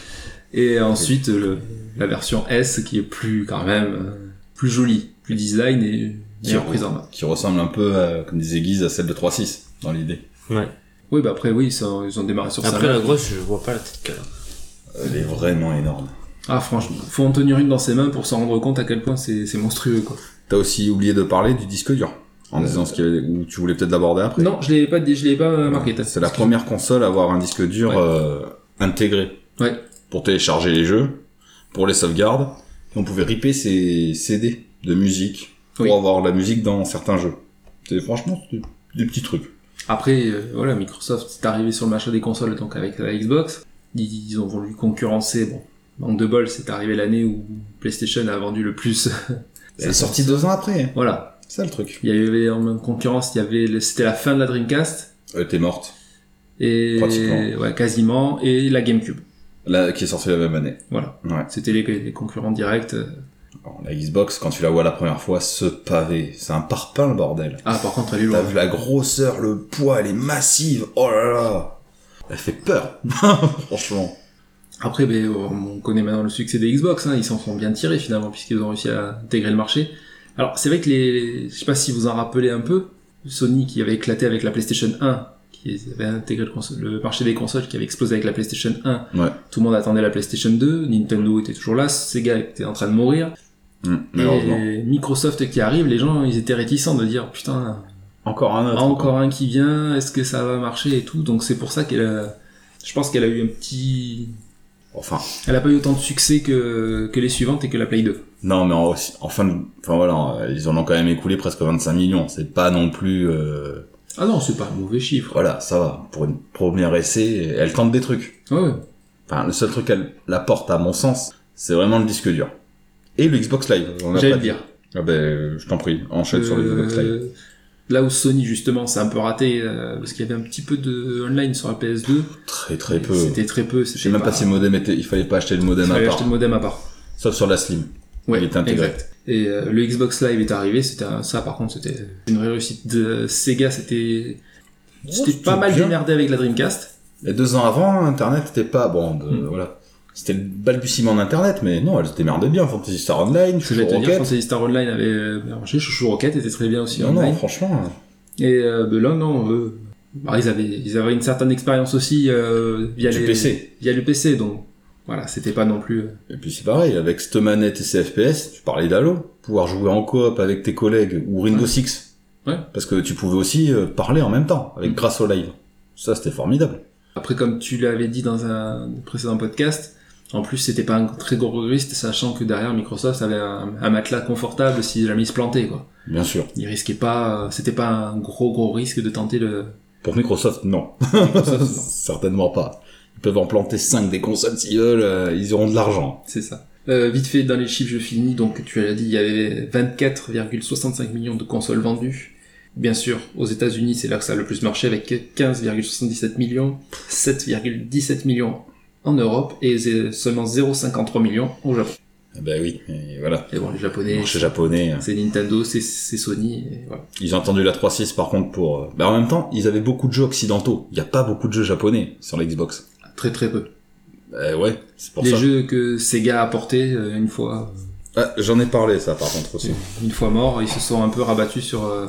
S4: et ensuite le, la version S qui est plus quand même euh, plus jolie, plus design et
S2: Qui
S4: bien reprise en main.
S2: Qui ressemble un peu, à, comme disait Guise, à celle de 3.6 dans l'idée.
S3: Ouais.
S4: Oui, bah après, oui, ça, ils ont démarré sur ça.
S3: Après la grosse, je vois pas la tête qu'elle a.
S2: Elle est vraiment énorme.
S4: Ah, franchement, faut en tenir une dans ses mains pour s'en rendre compte à quel point c'est c'est monstrueux, quoi.
S2: T'as aussi oublié de parler du disque dur. En
S4: Euh,
S2: disant ce qu'il y avait, ou tu voulais peut-être l'aborder après.
S4: Non, je l'ai pas, dit- je l'ai pas euh, marqué. t'as-
S2: C'est la première console à avoir un disque dur
S4: Ouais.
S2: euh, intégré
S4: Ouais.
S2: pour télécharger les jeux, pour les sauvegardes. Et on pouvait ripper ses CD de musique pour
S4: Oui.
S2: avoir la musique dans certains jeux. C'est franchement c'est des petits trucs.
S4: Après, euh, voilà, Microsoft est arrivé sur le marché des consoles donc avec la Xbox. Ils, ils ont voulu concurrencer. Bon, manque de bol, c'est arrivé l'année où PlayStation a vendu le plus.
S2: [laughs] C'est sorti deux ans après. hein.
S4: [laughs] voilà.
S2: C'est ça le truc.
S4: Il y avait en même concurrence, il y avait, le- c'était la fin de la Dreamcast
S2: Euh, T'es morte.
S4: et
S2: Pratiquement.
S4: ouais, quasiment et la GameCube.
S2: Là, qui est sorti la même année.
S4: Voilà.
S2: Ouais.
S4: C'était les, les concurrents directs. euh.
S2: Alors, la Xbox, quand tu la vois la première fois, ce pavé, c'est un parpaing le bordel.
S4: Ah, par contre, elle est
S2: T'as
S4: lourde.
S2: vu la grosseur, le poids, elle est massive. Oh là là. Elle fait peur. [laughs] Franchement.
S4: Après, ben, on on connaît maintenant le succès des Xbox, hein, ils s'en sont bien tirés finalement, puisqu'ils ont réussi à intégrer le marché. Alors, c'est vrai que les. Je sais pas si vous en rappelez un peu, Sony qui avait éclaté avec la PlayStation 1, qui avait intégré le, conso- le marché des consoles, qui avait explosé avec la PlayStation 1.
S2: Ouais.
S4: Tout le monde attendait la PlayStation 2, Nintendo était toujours là, Sega était en train de mourir.
S2: Mm, malheureusement.
S4: Et Microsoft qui arrive, les gens, ils étaient réticents de dire putain,
S2: Encore un autre.
S4: encore un qui vient, est-ce que ça va marcher et tout. Donc, c'est pour ça qu'elle a. Je pense qu'elle a eu un petit.
S2: Enfin,
S4: Elle a pas eu autant de succès que, que les suivantes et que la Play 2.
S2: non, mais en, en fin de- enfin voilà, euh, ils en ont quand même écoulé presque 25 millions. C'est pas non plus, euh,
S4: Ah non, c'est pas un mauvais chiffre.
S2: voilà, ça va. Pour une première essai, elle tente des trucs.
S4: Ouais, ouais.
S2: Enfin, le seul truc qu'elle apporte, à mon sens, c'est vraiment le disque dur. Et le Xbox Live. on a
S4: J'allais
S2: pas
S4: le
S2: dit.
S4: dire.
S2: Ah ben, euh, je t'en prie, enchaîne sur le Xbox Live.
S4: Euh, là où Sony, justement, c'est un peu raté, euh, parce qu'il y avait un petit peu de online sur la PS2.
S2: Très très peu.
S4: C'était très peu.
S2: Je sais même pas si le modem était, il fallait pas acheter le modem à
S4: fallait
S2: part.
S4: acheter le modem à part.
S2: Sauf sur la Slim.
S4: Ouais,
S2: il était intégré.
S4: exact. Et euh, le Xbox Live est arrivé, c'était un- ça par contre, c'était une vraie réussite de Sega, c'était c'était pas mal
S2: bien.
S4: démerdé avec la Dreamcast.
S2: Et deux ans avant, Internet était pas bon. de-
S4: Hmm.
S2: Voilà, c'était le balbutiement d'Internet, mais non, elle se démerdait bien. Fantasy Star Online,
S4: Je
S2: Chouchou
S4: vais te dire,
S2: Rocket.
S4: Fantasy Star Online avait euh, bien marché, Chouchou Rocket était très bien aussi
S2: Non,
S4: online.
S2: non, franchement.
S4: Et euh, ben là, non, eux, bah, ils, avaient, ils avaient une certaine expérience aussi euh, via,
S2: Du
S4: les-
S2: PC.
S4: via le PC, donc voilà, c'était pas non plus... euh.
S2: Et puis c'est pareil, avec cette manette et ces FPS, tu parlais d'Halo, pouvoir jouer en coop avec tes collègues ou Rainbow
S4: Ouais.
S2: Six.
S4: Ouais.
S2: Parce que tu pouvais aussi euh, parler en même temps, avec grâce au live. Ça, c'était formidable.
S4: Après, comme tu l'avais dit dans un précédent podcast, en plus, c'était pas un très gros risque, sachant que derrière, Microsoft avait un, un matelas confortable si jamais il se plantait, quoi.
S2: Bien sûr.
S4: Il risquait pas... euh, C'était pas un gros, gros risque de tenter le...
S2: Pour Microsoft, non. [laughs] Certainement pas. Ils peuvent en planter 5 des consoles s'ils veulent, euh, ils auront de l'argent.
S4: C'est ça. Euh, vite fait, dans les chiffres, je finis. Donc, tu as dit, il y avait 24,65 millions de consoles vendues. Bien sûr, aux États-Unis, c'est là que ça a le plus marché avec 15,77 millions, 7,17 millions en Europe et zé- seulement 0,53 millions au Japon.
S2: Eh Ben oui, et voilà.
S4: Et bon, les Japonais,
S2: Chez japonais. euh,
S4: c'est Nintendo, c'est c'est Sony. et voilà.
S2: Ils ont entendu la 3.6 par contre pour... euh, Bah en même temps, ils avaient beaucoup de jeux occidentaux. Il n'y a pas beaucoup de jeux japonais sur la Xbox.
S4: Très très peu.
S2: Bah ouais, c'est pour
S4: les
S2: ça.
S4: jeux que Sega a apportés euh, une fois,
S2: Ah, J'en ai parlé ça par contre aussi.
S4: une fois morts, ils se sont un peu rabattus sur euh,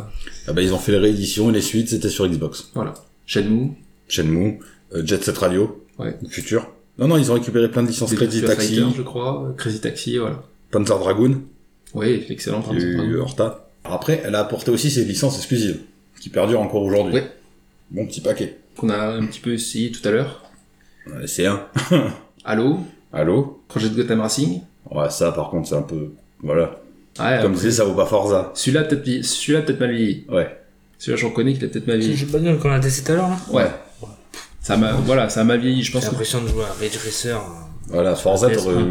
S2: Ah bah ils ont fait les rééditions et les suites, c'était sur Xbox.
S4: voilà Shenmue,
S2: Shenmue, euh, Jet Set Radio,
S4: Ouais.
S2: Future. Non, non, ils ont récupéré plein de licences Crazy
S4: Virtua
S2: Taxi,
S4: Fighter, je crois, Crazy Taxi, voilà.
S2: Panzer Dragoon,
S4: Oui, excellent.
S2: il y a eu euh, Horta. Après, elle a apporté aussi ses licences exclusives, qui perdurent encore aujourd'hui.
S4: Ouais.
S2: Bon petit paquet.
S4: Qu'on a un petit peu essayé tout à l'heure.
S2: Euh, C'est un.
S4: Halo,
S2: Allô
S4: Projet de Gotham Racing.
S2: Ouais, ça par contre c'est un peu... Voilà.
S4: Ouais,
S2: Comme
S4: Ah, après,
S2: je disais, ça vaut pas Forza.
S4: celui-là peut-être vi- celui-là peut-être mal vieilli.
S2: Ouais.
S4: Celui-là, je reconnais qu'il a peut-être mal
S3: C'est le
S4: vieilli.
S3: jeu de bagnole qu'on a testé tout à l'heure là
S4: Ouais. Ça m'a, voilà, ça m'a vieilli. Je
S3: J'ai
S4: pense que
S3: l'impression de jouer à Ridge Racer. hein.
S2: Voilà, Forza,
S3: PS1,
S2: t'aurais eu...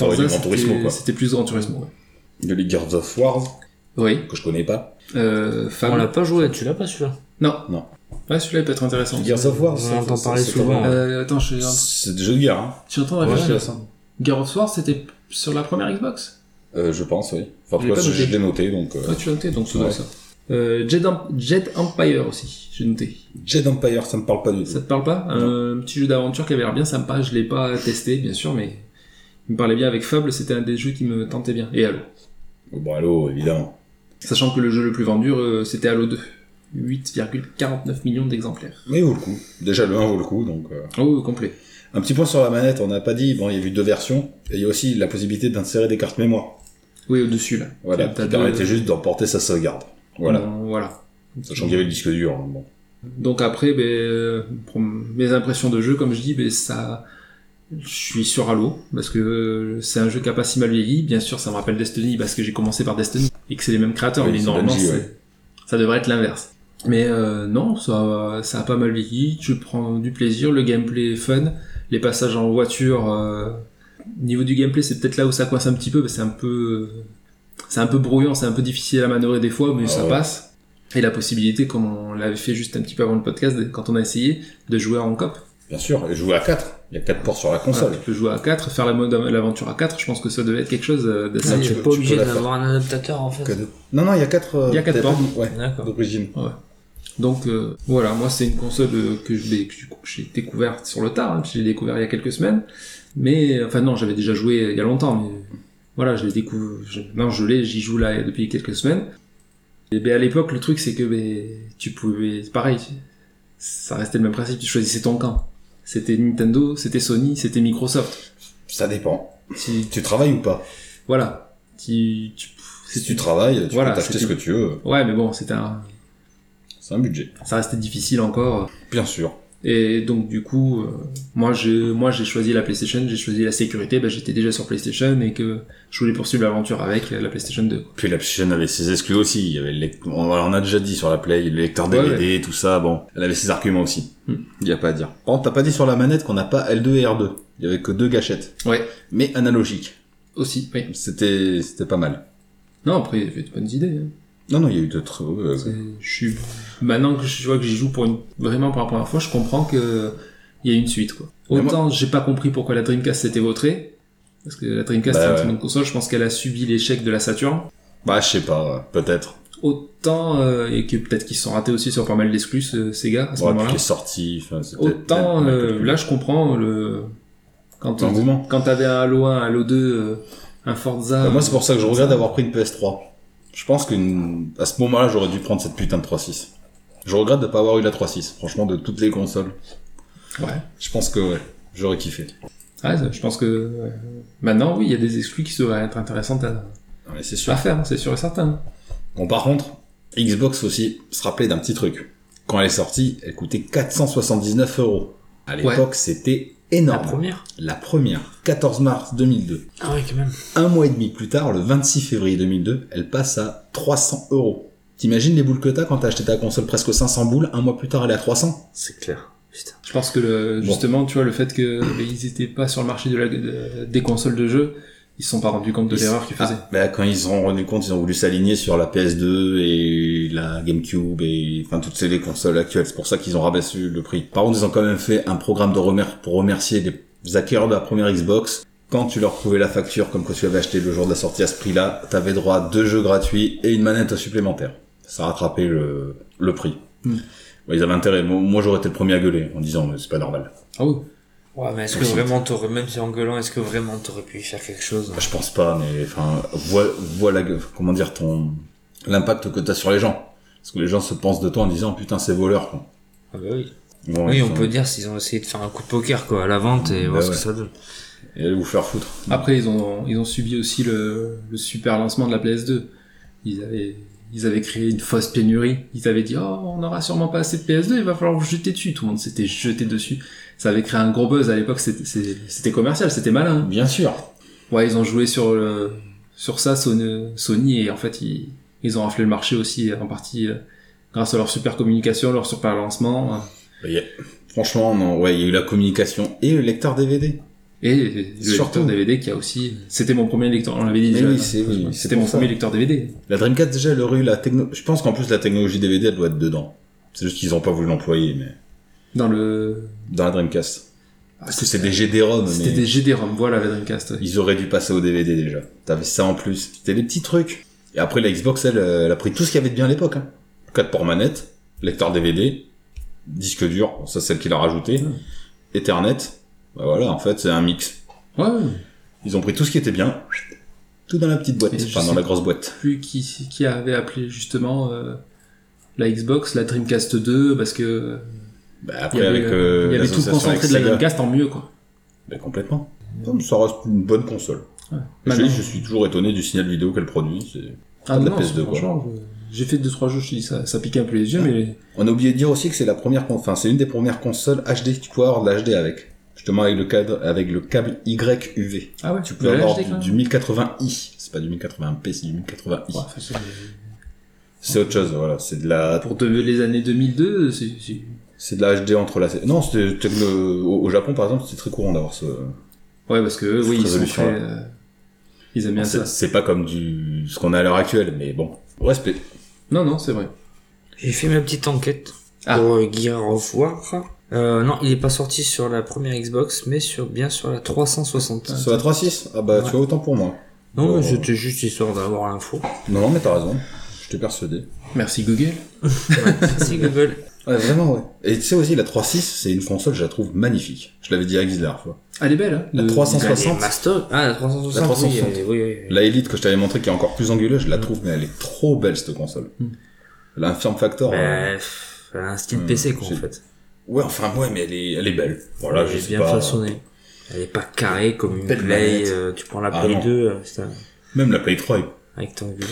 S2: t'aurais du
S4: Forza,
S2: Gran
S4: c'était-
S2: Turismo, quoi.
S4: c'était plus Grand Turismo. ouais.
S2: de League of Wars,
S4: Oui.
S2: que je connais pas.
S4: Euh, Fab.
S3: On l'a pas joué, tu l'as pas celui-là
S4: Non.
S2: Non.
S4: Ouais, celui-là il peut être intéressant.
S2: Gears of War,
S3: On
S2: c'est-
S3: en entend
S2: c'est-
S3: parler
S2: c'est
S3: souvent.
S2: pas-
S4: Euh, attends, je suis en-
S2: C'est des jeux de guerre, hein.
S4: je suis en train de réfléchir. Gear of War, c'était sur la première Xbox
S2: Euh, je pense, oui. Enfin, en tout
S4: Je
S2: cas,
S4: l'ai pas
S2: je
S4: noté.
S2: je l'ai noté, donc...
S4: Ah,
S2: Euh...
S4: tu l'as noté, donc c'est
S2: Ouais.
S4: ça. Euh, Jet, Em- Jet Empire aussi, j'ai noté.
S2: Jade Empire, ça me parle pas du
S4: Ça
S2: tout.
S4: te parle pas Un petit jeu d'aventure qui avait l'air bien sympa, je l'ai pas testé, bien sûr, mais il me parlait bien avec Fable, c'était un des jeux qui me tentait bien. Et Halo.
S2: Bon, bah, allô, évidemment.
S4: Sachant que le jeu le plus vendu, euh, c'était Halo 2. 8,49 millions d'exemplaires.
S2: Mais il vaut le coup. Déjà, le 1 vaut le coup, donc... euh.
S4: Oh, complet.
S2: Un petit point sur la manette, on n'a pas dit, bon, il y a eu deux versions, et il y a aussi la possibilité d'insérer des cartes mémoire.
S4: Oui, au-dessus, là.
S2: Voilà, Mm.
S4: T'as
S2: qui
S4: deux-
S2: permettait juste d'emporter sa sauvegarde. Voilà.
S4: Euh, voilà.
S2: Sachant qu'il y avait le disque dur, hein, bon.
S4: Donc après, ben, euh, pour m- mes impressions de jeu, comme je dis, ben, ça, je suis sur Halo parce que euh, c'est un jeu qui a pas si mal vieilli. Bien sûr, ça me rappelle Destiny parce que j'ai commencé par Destiny et que c'est les mêmes créateurs.
S2: Oui,
S4: mais
S2: c'est
S4: normalement,
S2: Bungie,
S4: c'est-
S2: ouais.
S4: ça devrait être l'inverse. Mais euh, non, ça, ça a pas mal vieilli. Tu prends du plaisir, le gameplay est fun, les passages en voiture. euh, niveau du gameplay, c'est peut-être là où ça coince un petit peu. parce que c'est un peu, c'est un peu brouillant, c'est un peu difficile à manœuvrer des fois, mais
S2: Ah
S4: ça
S2: ouais.
S4: passe et la possibilité, comme on l'avait fait juste un petit peu avant le podcast, de- quand on a essayé, de jouer en cop.
S2: Bien sûr, et jouer à 4. Il y a 4 ports sur la
S4: Voilà,
S2: console.
S4: tu peux jouer à 4, faire la mode l'aventure à 4, je pense que ça devait être quelque chose euh, d'assez...
S2: Ah,
S3: Ah,
S2: tu
S3: t'es
S2: peux-
S3: pas
S2: tu
S3: obligé
S2: peux la
S3: d'avoir un adaptateur en fait.
S2: Que deux. Non, non, il y a euh, 4...
S4: Il y a quatre ports.
S2: Ouais,
S3: D'accord.
S2: d'origine.
S4: Donc euh, voilà, moi c'est une console euh, que je l'ai- que du coup, j'ai découverte sur le tard, hein, je l'ai découvert il y a quelques semaines, mais euh, enfin non, j'avais déjà joué euh, il y a longtemps, mais voilà, je l'ai découvert, je- non je l'ai, j'y joue là depuis quelques semaines. Et ben à l'époque le truc c'est que ben, tu pouvais, c'est pareil, tu- ça restait le même principe, tu choisissais ton camp. C'était Nintendo, c'était Sony, c'était Microsoft.
S2: Ça dépend.
S4: Tu-
S2: Tu travailles ou pas
S4: voilà, tu, tu,
S2: Si tu travailles, tu
S4: Voilà,
S2: peux t'acheter
S4: c'est-
S2: ce que tu veux.
S4: ouais mais bon c'était, un-
S2: C'est un budget.
S4: ça restait difficile encore.
S2: Bien sûr.
S4: Et donc du coup, euh, moi j'ai moi j'ai choisi la PlayStation, j'ai choisi la sécurité, bah, j'étais déjà sur PlayStation et que je voulais poursuivre l'aventure avec euh, la PlayStation 2.
S2: Puis la PlayStation avait ses exclus aussi. Il y avait le lec- on, on a déjà dit sur la Play, le lecteur
S4: Ouais,
S2: DVD, tout ça. Bon, elle avait ses arguments aussi.
S4: Hmm.
S2: Il y a pas à dire. Par contre, t'as pas dit sur la manette qu'on n'a pas L2 et R2. Il y avait que deux gâchettes.
S4: Ouais.
S2: Mais analogiques.
S4: Aussi, oui.
S2: C'était, c'était pas mal.
S4: Non, après, il y avait de bonnes idées. hein.
S2: Non, non, il y a eu d'autres. euh,
S4: C'est- Je suis... Maintenant que je vois que j'y joue pour une... vraiment pour la première fois, je comprends que il y a une suite. Quoi.
S2: Mais
S4: Autant j'ai pas compris pourquoi la Dreamcast s'était votée, parce que la Dreamcast
S2: Bah,
S4: c'est un
S2: ouais.
S4: très bonne console, je pense qu'elle a subi l'échec de la Saturn.
S2: Bah, je sais pas, ouais, peut-être.
S4: Autant, euh, et que peut-être qu'ils se sont ratés aussi sur pas mal d'exclus, euh, Sega, à ce
S2: Ouais,
S4: moment-là.
S2: puis les sorties. Enfin, c'était-
S4: Autant
S2: peut-être-
S4: euh, là, je comprends le quand
S2: L'engouement.
S4: quand t'avais un Halo 1, un Halo 2, euh, un Forza.
S2: Bah, moi, c'est pour ça que je regrette d'avoir pris une PS3. Je pense qu'une, à ce moment-là, j'aurais dû prendre cette putain de 3.6. Je regrette de pas avoir eu la 3.6. Franchement, de toutes les consoles.
S4: euh, Ouais.
S2: Je pense que ouais, j'aurais kiffé.
S4: Ouais, ça, je pense que euh, maintenant, oui, il y a des exclus qui devraient être intéressantes à,
S2: Non, mais c'est sûr.
S4: à faire, hein, c'est sûr et certain.
S2: Bon, par contre, Xbox aussi se rappelait d'un petit truc. Quand elle est sortie, elle coûtait 479 euros. À l'époque, c'était
S3: La
S2: énorme.
S3: première
S2: La première, 14 mars 2002.
S3: Ah ouais, quand même.
S2: Un mois et demi plus tard, le 26 février 2002, elle passe à 300 euros. T'imagines les boules que t'as quand t'as acheté ta console presque 500 boules, un mois plus tard elle est à 300
S3: C'est clair. Putain.
S4: Je pense que le-
S2: Bon.
S4: justement, tu vois, le fait que ben, ils étaient pas sur le marché de la, de- des consoles de jeux, ils se sont pas rendus compte de
S2: Ils-
S4: l'erreur qu'ils faisaient.
S2: Ah, bah, quand ils se sont rendus compte, ils ont voulu s'aligner sur la PS2 et la GameCube et enfin toutes ces les consoles actuelles. C'est pour ça qu'ils ont rabaissé le prix. Par contre, ils ont quand même fait un programme de remer pour remercier les acquéreurs de la première Xbox. Quand tu leur prouvais la facture, comme que tu avais acheté le jour de la sortie à ce prix-là, t'avais droit à deux jeux gratuits et une manette supplémentaire. Ça rattrapait le, le prix.
S4: Hmm.
S2: Ouais, Ils avaient intérêt. Moi, moi, j'aurais été le premier à gueuler en disant mais c'est pas normal.
S4: Ah oui.
S3: Ouais, mais est-ce que vraiment t'aurais, même si en gueulant, est-ce que vraiment t'aurais pu y faire quelque chose
S2: Bah, Je pense pas, mais enfin, vois, vois la, gue- comment dire, ton l'impact que t'as sur les gens. Parce que les gens se pensent de toi en disant putain c'est voleur quoi.
S3: Ah bah oui.
S2: Bon,
S3: Oui, on
S2: enfin,
S3: peut dire s'ils ont essayé de faire un coup de poker, quoi, à la vente et
S2: Bah
S3: voir ce que
S2: ouais.
S3: ça donne.
S2: Et allez vous faire foutre.
S4: Après, ils ont, ils ont subi aussi le, le super lancement de la PS2. Ils avaient, ils avaient créé une fausse pénurie. Ils avaient dit, oh, on aura sûrement pas assez de PS2, il va falloir vous jeter dessus. Tout le monde s'était jeté dessus. Ça avait créé un gros buzz à l'époque. C'était- c'est- C'était commercial, c'était malin.
S2: Bien sûr.
S4: Ouais, ils ont joué sur le, sur ça, Sony, Sony, et en fait, ils, ils ont raflé le marché aussi, en partie, euh, grâce à leur super communication, leur super lancement.
S2: Bah, y a- Franchement, non, ouais, il y a eu la communication et le lecteur DVD.
S4: Et le
S2: Surtout.
S4: lecteur DVD qui a aussi, c'était mon premier lecteur, on l'avait dit
S2: Mais
S4: déjà.
S2: oui,
S4: hein.
S2: c'est- oui, c'est
S4: c'était
S2: pour
S4: mon
S2: ça.
S4: premier lecteur DVD.
S2: La Dreamcast déjà elle aurait eu la techno. Je pense qu'en plus la technologie DVD elle doit être dedans. C'est juste qu'ils ont pas voulu l'employer, mais
S4: Dans le.
S2: dans la Dreamcast.
S4: Ah,
S2: Parce que c'est des GD-ROM,
S4: C'était
S2: mais
S4: des GD-ROM, voilà la Dreamcast. ouais.
S2: ils auraient dû passer au DVD déjà. T'avais ça en plus. C'était des petits trucs. Et après, la Xbox, elle, euh, elle a pris tout ce qu'il y avait de bien à l'époque. Hein. 4 ports manettes, lecteur DVD, disque dur, bon, ça c'est celle qu'il a rajouté, Ethernet. Bah voilà, en fait, c'est un mix.
S4: Ouais, ouais.
S2: Ils ont pris tout ce qui était bien, tout dans la petite boîte,
S4: Et je
S2: enfin dans
S4: sais-
S2: la grosse boîte.
S4: plus qui, qui avait appelé justement euh, la Xbox, la Dreamcast 2, parce que
S2: Bah,
S4: il y
S2: après,
S4: avait,
S2: avec euh,
S4: il y avait tout
S2: l'association
S4: concentré
S2: avec
S4: de la
S2: Sega.
S4: Dreamcast en mieux quoi.
S2: Ben, complètement. Comme ça reste une bonne console.
S4: Ouais.
S2: Je,
S4: Maintenant-
S2: dis, je suis toujours étonné du signal vidéo qu'elle produit. c'est-
S4: Ah
S2: de la
S4: non,
S2: PS2, quoi.
S4: franchement, je- j'ai fait 2-3 jeux, je te dis, ça, ça pique un peu les yeux, mais
S2: On a oublié de dire aussi que c'est la première, con- enfin c'est une des premières consoles HD que tu peux avoir de l'HD avec. Justement avec le cadre, avec le câble YUV.
S4: ah ouais,
S2: Tu
S4: mais
S2: peux avoir
S4: l'HD,
S2: du,
S4: quand
S2: du 1080i. C'est pas du 1080p, c'est du 1080i.
S4: même. Ouais, enfin, c'est-
S2: C'est autre chose, voilà. C'est de la,
S4: pour de- les années 2002, c'est c'est-
S2: c'est de la HD entre la. Non, c'était techno- au au Japon par exemple, c'est très courant d'avoir ce.
S4: ouais parce que oui, ils sont
S2: résolution,
S4: très,
S2: ouais.
S4: euh, ils aiment bien
S2: C'est
S4: ça.
S2: c'est pas comme du ce qu'on a à l'heure actuelle, mais bon, respect.
S4: Non non, c'est vrai.
S3: J'ai fait ma petite enquête
S4: Ah.
S3: pour euh, Gear of War. Euh, non, il est pas sorti sur la première Xbox, mais sur bien sur la 360.
S2: Sur la 3.6, ah bah tu vois autant pour moi.
S3: Non,
S2: Bon.
S3: mais c'était juste histoire
S2: [laughs]
S3: d'avoir l'info.
S2: Non, non, mais t'as raison. Je t'ai persuadé.
S4: Merci Google.
S3: Merci Google.
S2: Ouais, vraiment, ouais. Et tu sais aussi, la 3.6, c'est une console, je la trouve magnifique. Je l'avais dit à Guise la dernière fois.
S4: Elle est belle. Hein,
S2: La
S4: de-
S2: 360.
S3: Les Master... Ah, la 360.
S2: La 360.
S3: Oui, oui, oui, oui.
S2: La Elite que je t'avais montré qui est encore plus anguleuse, je la trouve, mais elle est trop belle, cette console.
S4: Mm.
S2: La Infirm Factor. euh,
S3: Bah, pff, elle a un style
S2: Hmm,
S3: PC quoi en
S2: j'ai-
S3: fait.
S2: Ouais, enfin, ouais, mais elle est, elle est belle. Voilà,
S3: elle
S2: je
S3: est
S2: sais
S3: bien
S2: pas.
S3: façonnée. Elle est pas carrée comme une
S2: Belle
S3: Play.
S2: manette.
S3: euh, tu prends la
S2: Ah,
S3: Play
S2: non.
S3: 2, euh, c'est un
S2: Même la Play 3 est-
S3: rectangulaire.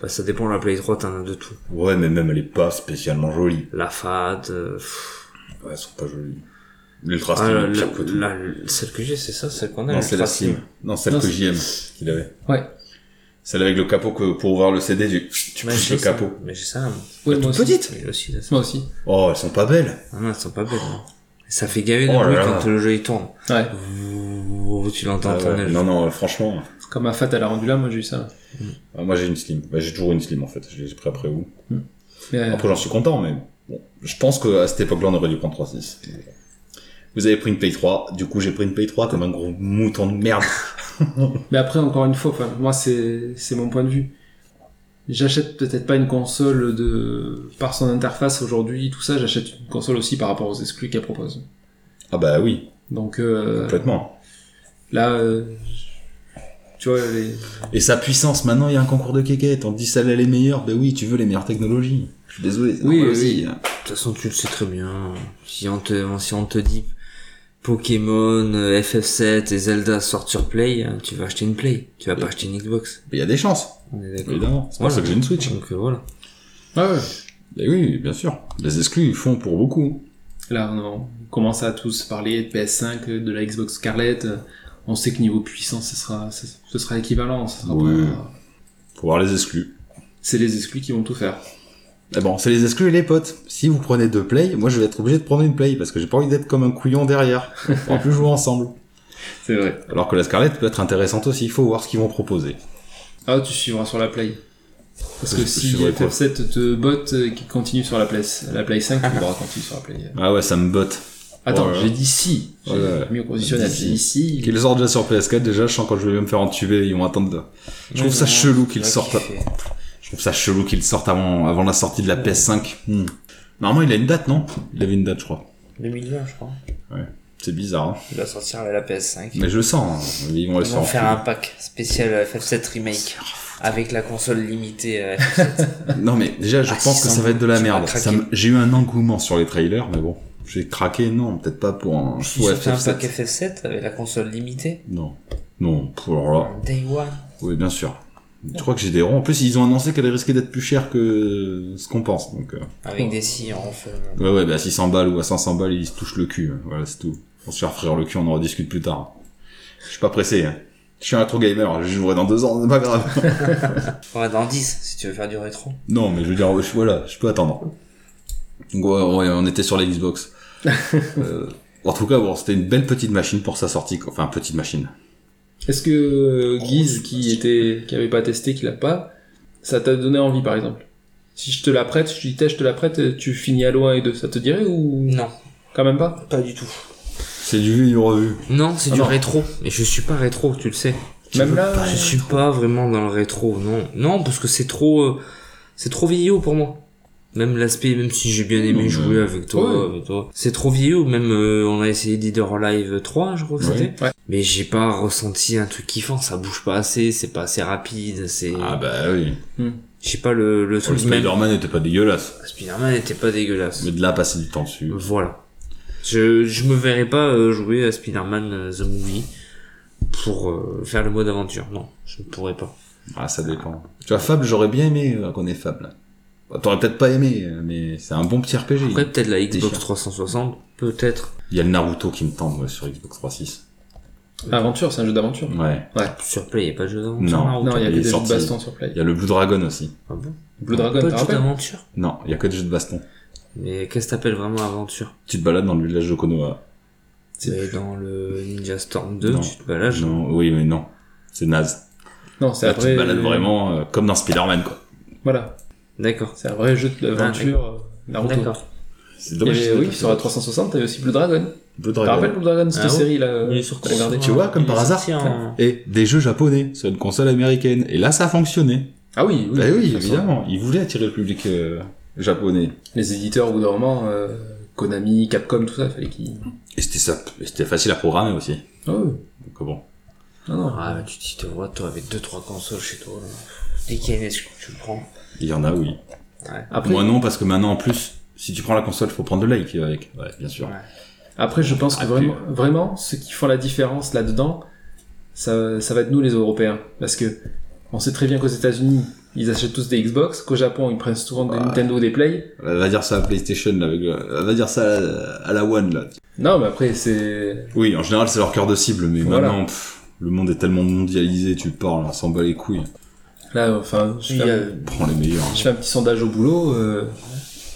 S3: Bah, ça dépend de la Play 3, t'en as de tout.
S2: Ouais, mais même elle est pas spécialement jolie.
S3: La FAT, euh, pff,
S2: Ouais, elles sont pas jolies. L'Ultra
S3: Ah,
S2: Slim,
S3: la-
S2: pire que tout.
S3: la- la- celle que j'ai, c'est ça, celle qu'on a.
S2: non,
S3: le
S2: c'est la
S3: Tracing.
S2: Slim. Non, celle
S4: Non,
S2: que
S4: c'est-
S2: JM qu'il avait.
S4: Ouais.
S2: Celle avec le capot que, pour ouvrir le CD, tu, tu
S3: Mais
S2: pousses
S3: j'ai
S2: le
S3: ça.
S2: capot.
S3: Mais j'ai ça. moi.
S4: Ouais, moi aussi.
S2: Petite
S3: Mais aussi, là, ça.
S4: Moi aussi.
S2: Oh, elles sont pas belles.
S3: Ah non, elles sont pas belles. non. Ça fait gaver de
S2: Oh là
S3: bruit
S2: là.
S3: quand le jeu il tourne.
S4: Ouais.
S3: Ouh, Tu l'entends
S2: Ah ouais,
S3: tourner.
S2: non, non, franchement.
S4: Comme ma fat elle a rendu là, moi j'ai eu ça.
S2: Ah, Moi, j'ai une slim. Bah, j'ai toujours une slim, en fait. Je l'ai pris après vous.
S4: Mais, euh,
S2: Après, j'en suis content, mais bon. Je pense qu'à cette époque-là, on aurait dû prendre 3.6. Vous avez pris une Play 3. Du coup, j'ai pris une Play 3 comme un gros mouton de merde.
S4: Mais après, encore une fois, enfin, moi, c'est c'est mon point de vue. J'achète peut-être pas une console de par son interface aujourd'hui, tout ça. J'achète une console aussi par rapport aux exclus qu'elle propose.
S2: Ah, bah oui,
S4: Donc euh,
S2: complètement.
S4: là, euh, tu vois, les...
S2: Et sa puissance, maintenant, il y a un concours de kékettes. On te dit celle est les meilleures. Bah oui, tu veux les meilleures technologies. Je suis désolé. c'est
S4: Oui,
S2: normal
S4: oui.
S2: aussi.
S3: De toute façon, tu le sais très bien. Si on te, si on te dit Pokémon, euh, FF7 et Zelda sortent sur Play, euh, tu vas acheter une Play. Tu vas pas acheter une Xbox.
S2: Mais il y a des chances,
S3: On est d'accord.
S2: évidemment. C'est pour
S3: Voilà.
S2: ça que j'ai une Switch.
S3: Donc euh, voilà.
S4: ouais, ouais.
S2: Et oui, bien sûr. Les exclus, ils font pour beaucoup.
S4: là, on commence à tous parler de PS5, euh, de la Xbox Scarlett. euh, On sait que niveau puissance, ce sera, ce ce sera équivalent. ce sera
S2: Oui.
S4: pas-
S2: Faut voir les exclus.
S4: C'est les exclus qui vont tout faire.
S2: Ah Bon, c'est les exclus et les potes. Si vous prenez deux plays, moi je vais être obligé de prendre une play parce que j'ai pas envie d'être comme un couillon derrière. On pourra plus jouer ensemble.
S4: C'est vrai.
S2: Alors que la Scarlett peut être intéressante aussi, il faut voir ce qu'ils vont proposer.
S4: Ah, tu suivras sur la Play. Parce
S2: Je-
S4: que
S2: je
S4: si
S2: suivrai quoi
S4: FF7 te botte euh, qui continue sur la Play, la Play 5,
S2: [laughs]
S4: tu devras continuer sur la Play. euh.
S2: Ah ouais, ça me botte.
S4: Attends,
S2: Oh là là.
S4: j'ai dit si. J'ai
S2: Oh là là.
S4: mis au conditionnel.
S2: D'ici.
S4: J'ai dit si.
S2: Qu'ils sortent déjà sur PS4, déjà je sens quand je vais me faire entuber, ils vont attendre. de- Je trouve ça chelou qu'ils sortent. Je trouve ça chelou qu'ils sortent avant, avant la sortie de la PS5. Hmm. Normalement, il a une date, non Il avait une date, je crois.
S3: 2020, je crois.
S2: C'est bizarre, hein.
S3: Il va sortir avec la PS5.
S2: mais je le sens. hein. Ils vont le
S3: Ils vont faire un
S2: faire.
S3: pack spécial FF7 Remake avec la console limitée. euh,
S2: Non mais déjà, je
S3: Ah,
S2: pense
S3: si,
S2: que
S3: sans
S2: ça va être de la
S3: doute, tu vas
S2: merde. Ça me- J'ai eu un engouement sur les trailers, mais bon, j'ai craqué. Non, peut-être pas pour un.
S3: Ils
S2: pour
S3: ont fait un
S2: FF7.
S3: pack FF7 avec la console limitée.
S2: Non, non. Pour alors là,
S3: Day One.
S2: Oui, bien sûr. Je crois que j'ai des ronds. En plus, ils ont annoncé qu'elle risquait d'être plus chère que ce qu'on pense. Donc, euh,
S3: Avec des sillons. Enfin,
S2: ouais, ouais, bah, à 600 balles ou à 500 balles, ils se touchent le cul. hein. Voilà, c'est tout. On se faire frire le cul, on en rediscute plus tard. Je suis pas pressé. hein. Je suis un rétro gamer. Je jouerai dans deux ans, c'est pas grave. [laughs]
S3: ouais, dans 10 si tu veux faire du rétro.
S2: non, mais je veux dire, je- voilà, je peux attendre. Donc, ouais, ouais, on était sur la Xbox. Euh, en tout cas, bon, c'était une belle petite machine pour sa sortie. quoi. Enfin, petite machine.
S4: Est-ce que euh, Guise, qui était, qui avait pas testé, qui l'a pas, ça t'a donné envie par exemple Si je te la prête, je te dis, Tais, je te la prête, tu finis Halo 1 et 2, ça te dirait ou
S3: Non.
S4: quand même pas
S11: Pas du tout.
S2: C'est du vu, du revu.
S3: Non, c'est
S4: Ah
S3: du
S4: non.
S3: rétro. Mais je suis pas rétro, tu le sais.
S4: Même là,
S3: Je suis pas vraiment dans le rétro, non. Non, parce que c'est trop, euh, c'est trop vieillot pour moi. Même l'aspect, même si j'ai bien aimé jouer avec toi, avec toi, c'est trop vieillot. Même euh, on a essayé Leader Alive 3, je crois que
S2: Oui.
S3: c'était.
S4: Ouais.
S3: Mais j'ai pas ressenti un truc kiffant. Ça bouge pas assez, c'est pas assez rapide. C'est,
S2: Ah bah oui.
S3: j'ai pas le, le
S2: Le
S3: truc même.
S2: Spider-Man n'était pas dégueulasse.
S3: Spider-Man était pas dégueulasse.
S2: Mais de là, passer du temps dessus.
S3: Voilà. Je, je me verrais pas euh, jouer à Spider-Man euh, The Movie pour euh, faire le mode aventure. Non, je ne pourrais pas.
S2: Ah, ça dépend. Tu vois, Fable, j'aurais bien aimé euh, qu'on ait Fable. là. Bah, T'aurais peut-être pas aimé, euh, mais c'est un bon petit RPG.
S3: Après, peut-être la
S2: Déchire.
S3: Xbox 360, peut-être.
S2: Il y a le Naruto qui me tente, moi, sur Xbox 360.
S4: aventure, c'est un jeu d'aventure.
S2: Ouais.
S3: Sur Play, il n'y a pas de jeu d'aventure.
S2: Non.
S3: Naruto.
S4: Non, il y a
S2: Il
S4: que
S2: est
S4: des jeux de
S2: sorti.
S4: baston sur Play.
S2: Il y a le Blue Dragon aussi.
S3: Ah bon
S4: Blue
S3: Pas
S4: Dragon,
S3: de
S4: t'as
S3: jeu
S4: rappelé
S3: d'aventure.
S2: Non, il y a que des jeux de baston.
S3: Mais qu'est-ce que t'appelles vraiment aventure
S2: Tu te balades dans le village de Konoha.
S3: C'est dans le Ninja Storm 2,
S2: Non.
S3: tu te balades.
S2: Non, oui, mais non. C'est naze.
S4: Non, c'est
S2: Là, tu
S4: après.
S2: te balades vraiment euh, comme dans Spider-Man, quoi.
S4: Voilà,
S3: Ah, D'accord.
S4: c'est un vrai jeu d'aventure. euh, Naruto.
S3: D'accord.
S2: C'est
S4: Il y
S2: dommage.
S4: avait, oui, sur la 360, t'avais aussi Blue Dragon.
S2: Blue
S4: Tu te
S2: Dragon.
S4: rappelles Blue Dragon, cette
S3: Ah ouais
S4: série là
S3: Il est sorti
S4: qu'on regardait
S3: sur-
S2: Tu vois, comme
S3: Il est
S2: par hasard.
S3: sorti en-
S2: Et des jeux japonais sur une console américaine. Et là, ça a fonctionné.
S4: Ah oui, oui.
S2: bah oui,
S4: de toute façon.
S2: évidemment. Ils voulaient attirer le public euh, japonais.
S4: Les éditeurs, au bout d'un moment, euh, Konami, Capcom, tout ça, il fallait qu'ils.
S2: Et c'était ça. et C'était facile à programmer aussi.
S4: Ah oui.
S2: Donc bon.
S4: Non, non.
S3: Ah, mais tu tu te vois, toi, avec 2-3 consoles chez toi. là. Dès qu'il y a une exclu, tu le prends.
S2: Il y en a, oui.
S4: Après,
S2: Moi non, parce que maintenant, en plus, si tu prends la console, faut prendre le like avec. Ouais, bien sûr.
S3: Ouais.
S4: après, je pense que
S2: Ah,
S4: vraiment,
S2: puis-
S4: vraiment, ceux qui font la différence là-dedans, ça, ça va être nous les Européens. Parce que on sait très bien qu'aux États-Unis, ils achètent tous des Xbox, qu'au Japon, ils prennent souvent des
S2: Ouais.
S4: Nintendo ou des Play.
S2: Va dire ça à PlayStation, là, avec le- va dire ça à la, à la One, là.
S4: Non, mais après, c'est.
S2: Oui, en général, c'est leur cœur de cible, mais
S4: Voilà.
S2: maintenant, pff, le monde est tellement mondialisé, tu parles, on s'en bat les couilles.
S4: Là, enfin, je
S3: Il y
S4: fais,
S3: a-
S4: un,
S2: Prends les meilleurs. hein.
S4: je fais un petit sondage au boulot. euh,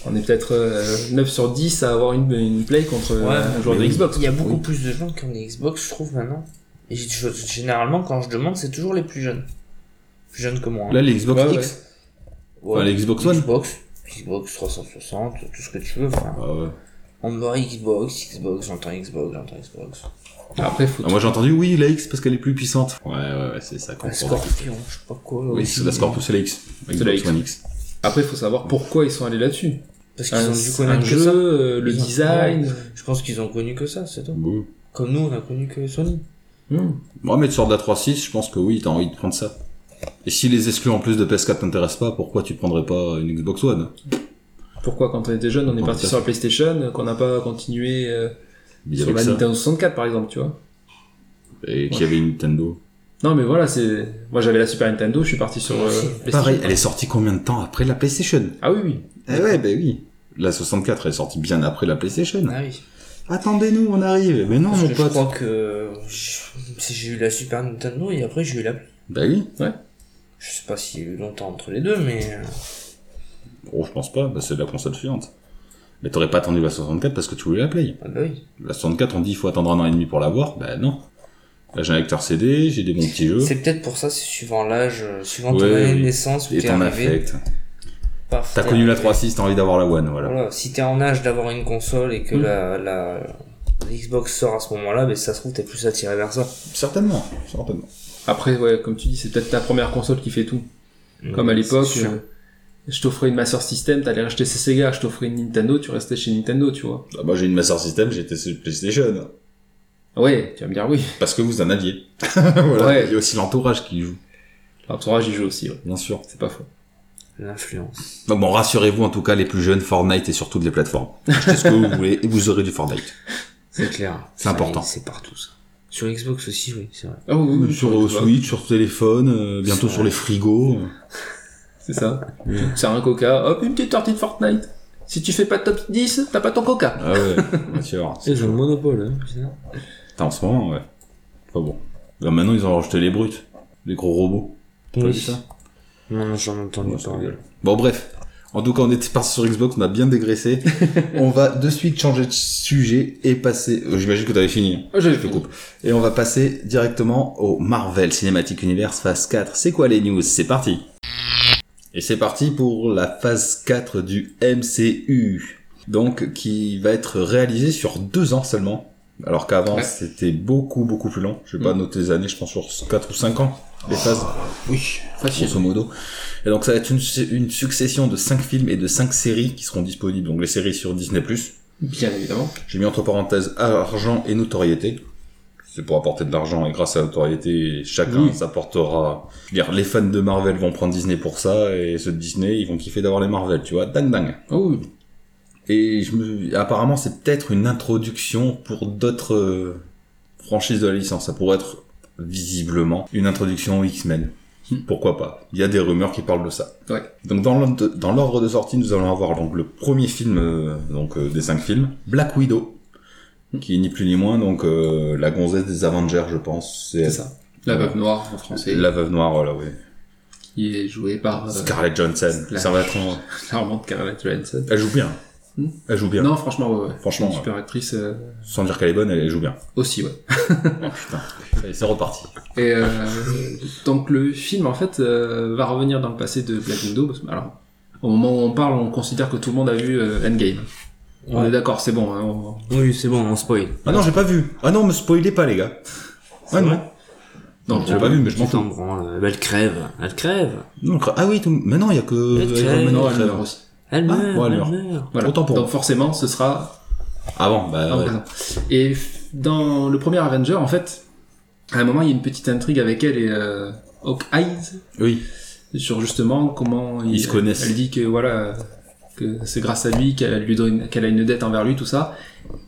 S4: on est peut-être euh, 9 sur 10 à avoir une, une Play contre euh, un joueur de
S2: mais oui.
S4: Xbox.
S3: Il y a beaucoup plus de gens qui ont des Xbox, je trouve, maintenant. Et je- généralement, quand je demande, c'est toujours les plus jeunes. Plus jeunes que moi. hein.
S2: Là, les Xbox
S4: Ouais,
S2: X. Enfin, les Xbox One.
S3: Xbox, Xbox 360, tout ce que tu veux. Enfin,
S2: Ah ouais.
S3: on me dit Xbox, Xbox, j'entends Xbox, j'entends Xbox.
S4: Après, faut
S2: Ah, moi, j'ai entendu, oui, la X, parce qu'elle est plus puissante. Ouais, ouais, ouais, c'est ça. qu'on
S3: La
S2: comprend.
S3: Scorpion, je sais pas quoi.
S2: Oui,
S3: aussi.
S2: c'est la Scorpio, c'est la X.
S4: C'est la
S2: Xbox
S4: X.
S2: One X.
S4: Après, il faut savoir pourquoi ils sont allés là-dessus.
S3: Parce qu'ils
S4: Un,
S3: ont dû
S4: un
S3: connaître que
S4: jeu,
S3: ça.
S4: euh, le
S3: Ils ont-
S4: design.
S3: Ouais. Je pense qu'ils ont connu que ça, c'est tout.
S2: Bon.
S3: Comme nous, on a connu que Sony.
S4: Hmm.
S2: Moi, mais tu sors de la 3.6, je pense que oui, t'as envie de prendre ça. Et si les exclus en plus de PS4 t'intéressent pas, pourquoi tu prendrais pas une Xbox One
S4: Pourquoi quand on était jeune, on est
S2: Ouais,
S4: parti
S2: tout à
S4: sur la PlayStation, euh, qu'on n'a pas continué euh,
S2: Il y
S4: sur
S2: avait que
S4: la
S2: ça.
S4: Nintendo 64 par exemple, tu vois
S2: Et qu'il y avait une Nintendo.
S4: Non mais voilà, c'est moi j'avais la Super Nintendo, je suis parti sur euh, PlayStation.
S2: Pareil, elle est sortie combien de temps après la PlayStation
S4: Ah oui oui.
S2: Eh ouais, bah oui. La 64 elle est sortie bien après la PlayStation.
S3: Ah oui.
S2: Attendez-nous, on arrive. Mais non,
S3: Parce
S2: mon
S3: que je
S2: pote.
S3: crois que je- si j'ai eu la Super Nintendo et après j'ai eu la
S2: Bah oui.
S3: Je sais pas s'il y a eu longtemps entre les deux, mais euh,
S2: Oh, je pense pas, bah, c'est la console suivante. Mais t'aurais pas attendu la 64 parce que tu voulais la Play.
S3: ah bah oui.
S2: La 64, on dit il faut attendre un an et demi pour l'avoir. Bah non. Là, j'ai un lecteur CD, j'ai des bons petits jeux.
S3: C'est peut-être pour ça, c'est suivant l'âge, euh, suivant
S2: Ouais,
S3: ton année
S2: oui.
S3: de naissance où
S2: Et
S3: t'es
S2: t'en
S3: arrivé.
S2: affectes.
S3: paf,
S2: T'as
S3: t'es
S2: connu la
S3: arrivé.
S2: 3.6, t'as envie d'avoir la One, voilà.
S3: Voilà, si t'es en âge d'avoir une console et que
S4: Mm.
S3: la, la, la Xbox sort à ce moment-là, ben, si ça se trouve, t'es plus attiré vers ça.
S2: Certainement, certainement.
S4: Après ouais, comme tu dis, c'est peut-être ta première console qui fait tout. Comme à
S3: Mm,
S4: l'époque,
S3: c'est sûr.
S4: euh, je t'offrais une Master System, t'allais acheter ses Sega, je t'offrais une Nintendo, tu restais chez Nintendo, tu vois.
S2: Bah, moi, j'ai une Master System, j'étais sur PlayStation.
S4: Ah Ouais, tu vas me dire oui.
S2: Parce que vous en aviez. [laughs] voilà.
S4: Ouais.
S2: Il y a aussi l'entourage qui joue,
S4: L'entourage j'y joue aussi, ouais.
S2: bien sûr.
S4: c'est pas faux.
S3: L'influence.
S2: Donc bon, rassurez-vous, en tout cas, les plus jeunes, Fortnite est sur toutes les [laughs] plateformes. Achetez ce que vous voulez et vous aurez du Fortnite.
S3: C'est clair.
S2: C'est
S3: Ça,
S2: important.
S3: C'est partout, ça. Sur Xbox aussi, oui, c'est vrai.
S4: Ah oui, oui,
S2: sur
S4: tu
S2: euh,
S4: vois,
S2: Switch, sur téléphone, euh, bientôt
S3: C'est
S2: sur
S3: vrai.
S2: les frigos.
S4: C'est ça. C'est un coca, hop, une petite sortie de Fortnite. Si tu fais pas top 10, t'as pas ton coca.
S2: Ah ouais, bien sûr. [laughs]
S3: Ils ont le monopole, hein.
S2: Putain, en ce moment, ouais. Pas bon. Là, maintenant, ils ont rejeté les brutes. Les gros robots. T'as pas vu ça
S3: Non, non, j'en ai entendu
S2: Ouais, ça
S3: parler.
S2: rigole. Bon, bref. En tout cas, on était parti sur Xbox, on a bien dégraissé. on va de suite changer de sujet et passer. euh, J'imagine que t'avais fini.
S4: Ah, J'avais
S2: Je te
S4: fait
S2: coupe. Et on va passer directement au Marvel Cinematic Universe Phase 4. C'est quoi les news C'est parti Et c'est parti pour la phase 4 du MCU. Donc, qui va être réalisée sur deux ans seulement. Alors qu'avant,
S4: Ouais. Mm.
S2: c'était beaucoup, beaucoup plus long. Je vais pas noter les années, je pense sur 4 ou 5 ans. Les phases,
S4: Ah, Oui, facile.
S2: grosso modo. Et donc, ça va être une, su- une succession de 5 films et de 5 séries qui seront disponibles. Donc, les séries sur Disney+.
S4: Bien évidemment.
S2: J'ai mis entre parenthèses argent et notoriété. C'est pour apporter de l'argent et grâce à la notoriété, chacun
S4: Oui.
S2: s'apportera. Je veux dire, les fans de Marvel vont prendre Disney pour ça et ceux de Disney, ils vont kiffer d'avoir les Marvel, tu vois. Dang dang.
S4: Oh, oui.
S2: Et je me... apparemment, c'est peut-être une introduction pour d'autres euh, franchises de la licence. Ça pourrait être visiblement une introduction aux X-Men. Pourquoi pas Il y a des rumeurs qui parlent de ça.
S4: Hmm. Ouais.
S2: Donc dans l'ordre de, dans l'ordre de sortie, nous allons avoir donc le premier film euh, donc euh, des cinq films, Black Widow,
S4: Hmm.
S2: qui est ni plus ni moins donc euh, la gonzesse des Avengers, je pense.
S4: c'est ça. La veuve noire en français,
S2: La veuve noire, voilà, oui.
S4: qui est jouée par euh,
S2: Scarlett Johnson.
S4: la-
S2: Ça va être. en-
S4: clairement Scarlett Johansson.
S2: Elle joue bien.
S4: Hmm.
S2: Elle joue bien.
S4: Non, franchement, ouais, ouais.
S2: Franchement,
S4: Une super actrice euh,
S2: Sans dire qu'elle est bonne, elle elle joue bien.
S4: aussi, ouais.
S2: Allez, c'est reparti.
S4: Et euh, [laughs] donc le film, en fait, euh, va revenir dans le passé de Black Widow. parce que- Alors, au moment où on parle, on considère que tout le monde a vu euh, Endgame. On
S3: Ouais.
S4: est d'accord, c'est bon. hein, on-
S3: Oui, c'est bon, on spoil.
S2: Ah non, j'ai pas vu. Ah non, me spoilez pas, les gars. Ah non.
S4: Non,
S2: J'ai pas vu, mais je m'en
S3: Tu t'en
S2: fous.
S3: branles. euh, Elle crève. Elle crève.
S2: Non, cra- Ah oui, tout... mais non, il y a que.
S3: Mais tu-
S2: Iron Man
S4: Non,
S2: qui
S4: elle
S2: crève.
S4: meurt aussi.
S3: Elle
S2: Ah,
S3: meurt.
S2: bon,
S3: elle
S2: alors.
S3: meurt.
S4: Voilà.
S2: Autant pour
S4: Donc
S2: moi.
S4: forcément, ce sera
S2: Ah bon, bah.
S4: en
S2: ouais.
S4: présent. Et f- dans le premier Avenger, en fait, à un moment, il y a une petite intrigue avec elle et euh, Hawkeye
S2: Oui.
S4: sur justement comment
S2: Ils se connaissent.
S4: Elle dit que voilà que c'est grâce à lui qu'elle lui doit une- qu'elle a une dette envers lui tout ça.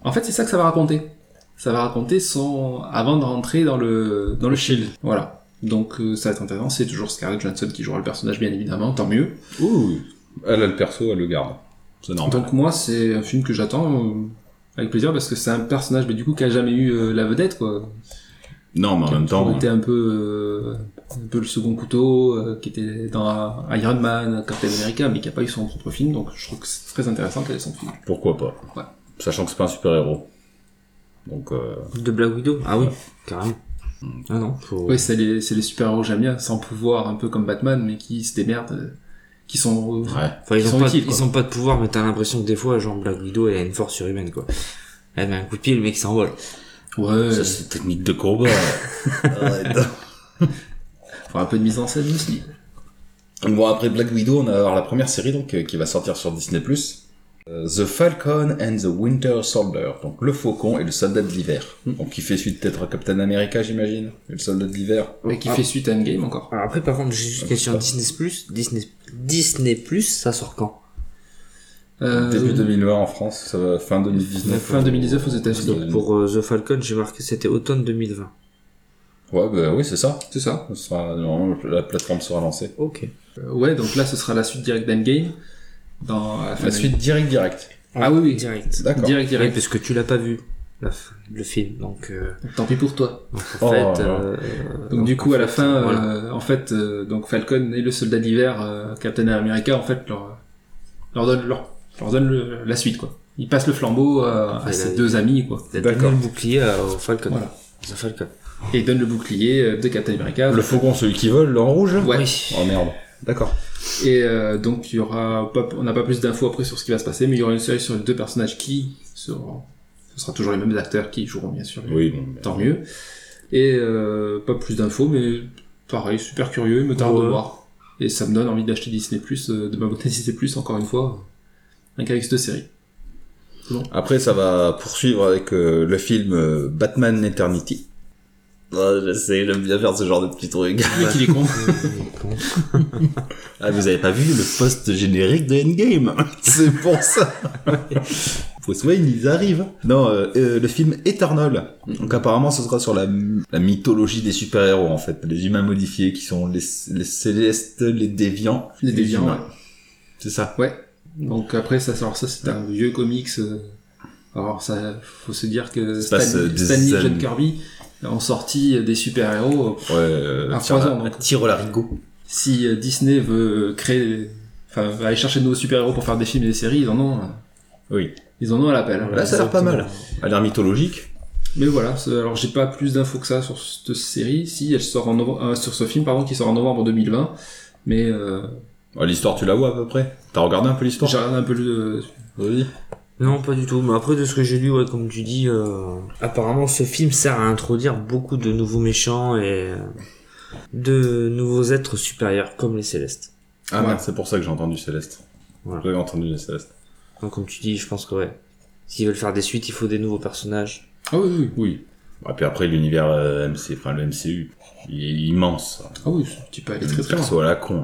S4: En fait, c'est ça que ça va raconter. Ça va raconter son avant de rentrer dans le dans le shield. Voilà. Donc euh, ça va être intéressant. C'est toujours Scarlett Johansson qui jouera le personnage bien évidemment. Tant mieux.
S2: Ouh. Elle a le perso, elle le garde. C'est normal.
S4: Donc moi, c'est un film que j'attends. euh, Avec plaisir parce que c'est un personnage mais du coup qui a jamais eu euh, la vedette quoi.
S2: Non, mais en même temps,
S4: Qui était un peu, euh, un peu le second couteau, euh, qui était dans euh, Iron Man, Captain America, mais qui a pas eu son propre film, donc je trouve que c'est très intéressant qu'elle ait son film.
S2: pourquoi pas
S4: Ouais.
S2: Sachant que c'est pas un super-héros. Donc, euh,
S3: De Black Widow. Ah oui, carrément. Ah non, faut...
S4: Oui, c'est les, c'est les super-héros que j'aime bien, sans pouvoir, un peu comme Batman, mais qui se démerdent, euh, qui sont... euh,
S2: ouais.
S3: Enfin, ils,
S4: Ils
S3: ont
S4: sont
S3: pas,
S4: utiles, quoi.
S3: ils ont pas de pouvoir, mais t'as l'impression que des fois, genre Black Widow, elle a une force surhumaine, quoi. Elle met un coup de pied, le mec s'envole.
S4: Ouais,
S2: Ça, c'est une technique de
S4: [laughs]
S2: combat. Arrête.
S4: faut un peu de mise en scène aussi.
S2: bon, après Black Widow, on va avoir la première série donc, euh, qui va sortir sur Disney+. Euh, The Falcon and the Winter Soldier. Donc, le faucon et le soldat de l'hiver.
S4: Hmm.
S2: Donc, qui fait suite peut-être à Captain America, j'imagine. Et le soldat de l'hiver.
S4: Et qui
S3: Ah.
S4: fait suite à Endgame encore.
S3: Alors après, par contre, j'ai juste une question. Disney Plus, Disney, Disney Plus, ça sort quand
S4: Euh,
S2: Début 2020 en France, ça va- fin 2019.
S4: Fin 2019 aux États-Unis.
S2: Euh,
S3: Pour euh, The Falcon, j'ai marqué c'était automne 2020.
S2: Ouais, bah oui, c'est ça.
S4: C'est ça.
S2: Ce sera- normalement, la plateforme sera lancée.
S3: Ok.
S4: Euh, ouais, donc là, ce sera la suite directe d'Endgame. Dans à la fin
S2: La
S4: d'Endgame.
S2: suite direct, direct.
S4: Ah oui, oui.
S3: Direct.
S2: D'accord.
S4: Direct,
S3: Oui,
S4: direct.
S3: parce que tu l'as pas vu, la f- le film. Donc, euh,
S4: Tant pis pour toi.
S3: en
S2: Oh,
S3: fait...
S2: là, là.
S3: euh,
S4: Donc du coup à
S3: en
S4: la
S3: fait,
S4: fin,
S3: voilà.
S4: euh, en fait, euh, donc Falcon et le soldat d'hiver, euh, Captain America, en fait leur leur donne leur, leur donne le- la suite quoi. Ils passent le flambeau euh, à
S3: Ouais,
S4: ses
S3: là,
S4: deux amis quoi
S3: Il a donné
S2: D'accord.
S3: le bouclier à- au Falcon.
S4: Voilà.
S3: The Falcon.
S4: et donnent le bouclier euh, de Captain America.
S2: Le faucon, celui qui vole, le en rouge
S4: Ouais.
S3: Oui.
S2: Oh merde. D'accord.
S4: Et euh, donc il y aura pas, on n'a pas plus d'infos après sur ce qui va se passer, mais il y aura une série sur les deux personnages qui seront ce sera toujours les mêmes acteurs qui joueront bien sûr.
S2: Oui, bon. mais-
S4: Tant mieux. Et euh, pas plus d'infos, mais pareil, super curieux, il me tarde de
S3: Ouais.
S4: voir. Et ça me donne envie d'acheter Disney+, euh, de m'abonner à Disney+, encore une fois, un qu'avec cette série.
S2: Après, ça va poursuivre avec euh, le film euh, Batman Eternity. Ouais, je sais, j'aime bien faire ce genre de petits trucs. [laughs]
S4: Mais qu'il
S3: [laughs]
S4: est con.
S2: Ah, vous avez pas vu le post générique de Endgame [laughs] C'est pour [laughs] ça. Bruce Wayne, ils arrivent. Non, euh, euh, le film Eternal. Donc apparemment, ce sera sur la, la mythologie des super-héros en fait, les humains modifiés qui sont les, les célestes, les déviants,
S4: Les déviants,
S2: humains. C'est ça.
S4: Ouais. Donc après, ça, alors ça c'est un vieux comics. euh, alors ça, faut se dire que
S2: Ça se passe,
S4: Stan,
S2: euh, des
S4: Stan Lee et John
S2: années.
S4: Kirby ont sorti euh, des super-héros.
S2: Ouais. Euh,
S4: Un
S2: tire la-
S4: poison, donc.
S2: tire larigot.
S4: Si euh, Disney veut créer... Enfin, va aller chercher de nouveaux super-héros pour faire des films et des séries, ils en ont... euh,
S2: Oui.
S4: Ils en ont à l'appel.
S2: Là, ça a l'air pas mal. À l'air mythologique.
S4: Mais voilà, c'est- alors j'ai pas plus d'infos que ça sur cette série. Si elle sort en novembre, euh, sur ce film pardon qui sort en novembre 2020, mais euh,
S2: Bah, L'histoire, tu la vois à peu près T'as regardé un peu l'histoire
S4: J'ai regardé un peu le. euh,
S2: Oui.
S3: Non, pas du tout. Mais après, de ce que j'ai lu, ouais, comme tu dis, euh, apparemment, ce film sert à introduire beaucoup de nouveaux méchants et euh, de nouveaux êtres supérieurs, comme les Célestes.
S2: Ah merde, c'est pour ça que j'ai entendu Céleste.
S3: Voilà.
S2: J'avais entendu les Célestes.
S3: Donc, comme tu dis, je pense que ouais. S'ils veulent faire des suites, il faut des nouveaux personnages.
S4: Ah oui, oui.
S2: Oui. Et puis après, l'univers euh, MC, enfin le MCU, il est immense.
S4: Ah oui, ce petit pas allé très très loin.
S2: perso à la con.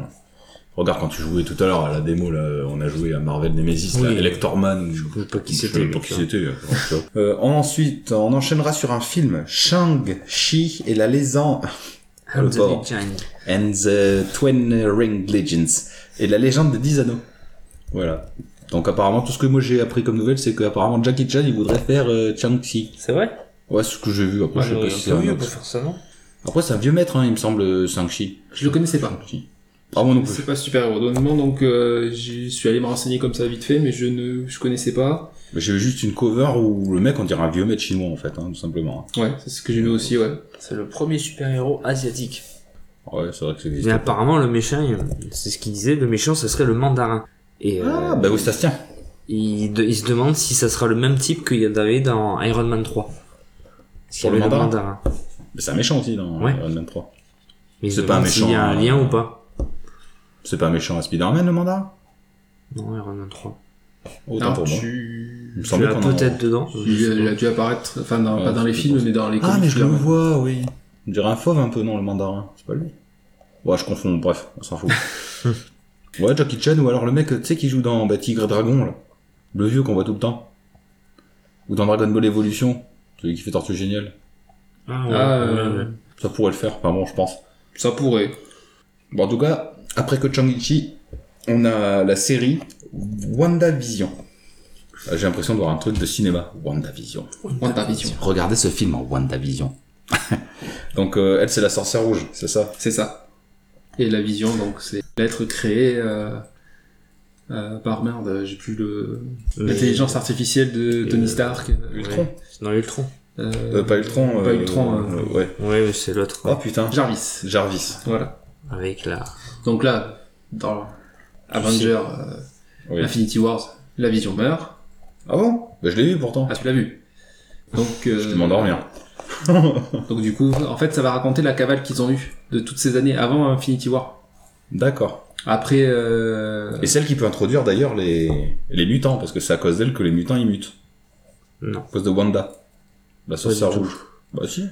S2: Regarde quand tu jouais tout à l'heure à la démo là, on a joué à Marvel Nemesis, là,
S3: Oui.
S2: Elector Man, je
S3: Je sais pas qui
S2: je
S3: c'était.
S2: savais
S3: mais
S2: pas qui
S3: tu vois.
S2: c'était. Euh, ensuite, on enchaînera sur un film Shang-Chi et la légende
S3: Ah,
S2: Le
S3: The
S2: port.
S3: Big Giant.
S2: and the Twin Ring Legends et la légende des 10 anneaux. Voilà. Donc apparemment tout ce que moi j'ai appris comme nouvelle c'est que apparemment Jackie Chan il voudrait faire euh, Shang-Chi.
S3: C'est vrai
S2: Ouais, c'est ce que j'ai vu après je sais pas si c'est un
S3: curieux
S2: autre.
S3: pour faire ça, non
S2: Après c'est un vieux maître hein, il me semble euh, Shang-Chi.
S4: Je le connaissais pas.
S2: Shang-Chi. Ah moi non plus.
S4: C'est pas super redondement, donc euh, j'y suis allé me renseigner comme ça vite fait, mais je ne je connaissais pas.
S2: Mais J'ai vu juste une cover où le mec on dirait un vieux maître chinois en fait, hein, tout simplement.
S4: Ouais, c'est ce que j'ai vu aussi, ouais.
S3: C'est le premier super-héros asiatique.
S2: hein. Ouais, c'est vrai que
S3: Mais
S2: c'est.
S3: apparemment, le méchant, il- c'est ce qu'il disait, le méchant, ça serait le mandarin. Et, euh,
S2: Ah bah oui, ça se tient.
S3: il, de- il se demande si ça sera le même type qu'il y en avait dans Iron Man 3. Parce qu'il y
S2: Pour le
S3: avait
S2: mandarin Mais c'est un méchant aussi dans
S3: Ouais.
S2: Iron Man 3.
S3: Mais il se
S2: C'est pas
S3: demande
S2: un
S3: s'il y a
S2: méchant,
S3: un
S2: euh,
S3: lien ou pas.
S2: C'est pas méchant à Spider-Man le mandat
S3: Non, Iron Man 3.
S2: Autant
S4: Alors
S2: pour moi.
S4: tu...
S2: Il me
S3: Tu
S2: semblait
S3: l'as
S2: qu'on en-
S3: peut-être dedans.
S4: Il a- il a dû apparaître, enfin dans-
S2: Ouais,
S4: pas dans les
S2: c'est
S4: films,
S2: possible.
S4: mais dans les
S2: Ah,
S4: comics,
S2: mais je le
S4: clairement.
S2: vois, oui. On dirait un fauve un peu, non, le mandarin. C'est pas lui. Ouais, je confonds, bref, on s'en fout. [laughs] ouais, Jackie Chan, ou alors le mec, tu sais, qui joue dans bah, Tigre et Dragon, là. Le vieux qu'on voit tout le temps. Ou dans Dragon Ball Evolution, celui qui fait Tortue Génial.
S3: Ah,
S4: Ah, euh,
S2: Ça pourrait le faire, enfin bon, je pense.
S4: Ça pourrait.
S2: Bon, en tout cas, après que Shang-Chi, on a la série WandaVision. Euh, J'ai l'impression de voir un truc de cinéma. WandaVision.
S4: WandaVision.
S2: Regardez ce film en WandaVision. [laughs] Donc, euh, elle, c'est la sorcière rouge, c'est ça
S4: C'est ça. Et la vision, donc, c'est l'être créé euh, euh, par merde, j'ai plus le.
S3: Mais-
S4: L'intelligence artificielle de
S3: Et
S4: Tony
S3: le-
S4: Stark.
S2: euh, Ultron.
S3: Ouais. C'est dans Ultron.
S4: Euh,
S2: Euh, pas Ultron.
S4: Pas
S2: euh,
S4: Ultron, euh,
S2: euh, ouais.
S3: Ouais, mais c'est l'autre.
S2: Oh putain.
S4: Jarvis.
S2: Jarvis.
S4: Voilà.
S2: Ah.
S3: Avec la.
S4: Donc là, dans Avengers euh,
S2: Oui.
S4: Infinity Wars, la vision meurt.
S2: Ah bon bah, Je l'ai vu pourtant.
S4: Ah, tu l'as vu. Donc, euh,
S2: Je vais m'endormir.
S4: donc du coup, en fait, ça va raconter la cavale qu'ils ont eue de toutes ces années avant Infinity War.
S2: D'accord.
S4: Après, euh,
S2: Et celle qui peut introduire d'ailleurs les... les mutants, parce que c'est à cause d'elle que les mutants ils mutent.
S3: Non.
S2: À cause de Wanda. La sorcière
S3: du tout.
S2: rouge. Bah si.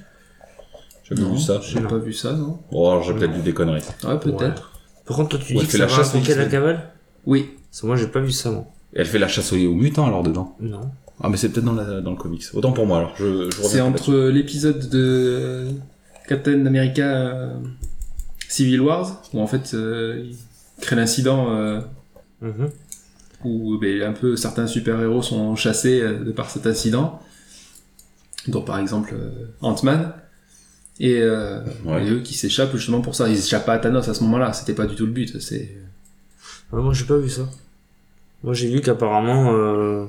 S2: J'avais
S4: Non.
S2: vu ça.
S4: j'ai pas vu ça, non
S2: Oh, alors, j'ai peut-être vu des conneries.
S4: Ouais, peut-être.
S3: Par contre, toi, tu
S2: Ouais, c'est
S3: dis que ça
S2: la
S3: va
S2: chasse aux
S3: raconter la
S2: X-Men.
S3: cavale
S4: Oui.
S3: Parce que moi, j'ai pas vu ça, moi.
S2: Elle fait la chasse aux, aux mutants alors dedans.
S3: Non.
S2: Ah, mais c'est peut-être dans, la- dans le comics. Autant pour moi alors. Je, je reviens
S4: C'est
S2: pas
S4: entre l'épisode de Captain America euh, Civil Wars, où en fait euh, il crée l'incident euh,
S3: Mhm.
S4: où ben, un peu certains super-héros sont chassés euh, de par cet incident, dont par exemple euh, Ant-Man, et, euh,
S2: Ouais.
S4: et eux qui s'échappent justement pour ça. Ils s'échappent pas à Thanos à ce moment-là, c'était pas du tout le but. C'est
S3: Ouais, moi, j'ai pas vu ça. Moi, j'ai vu qu'apparemment, euh,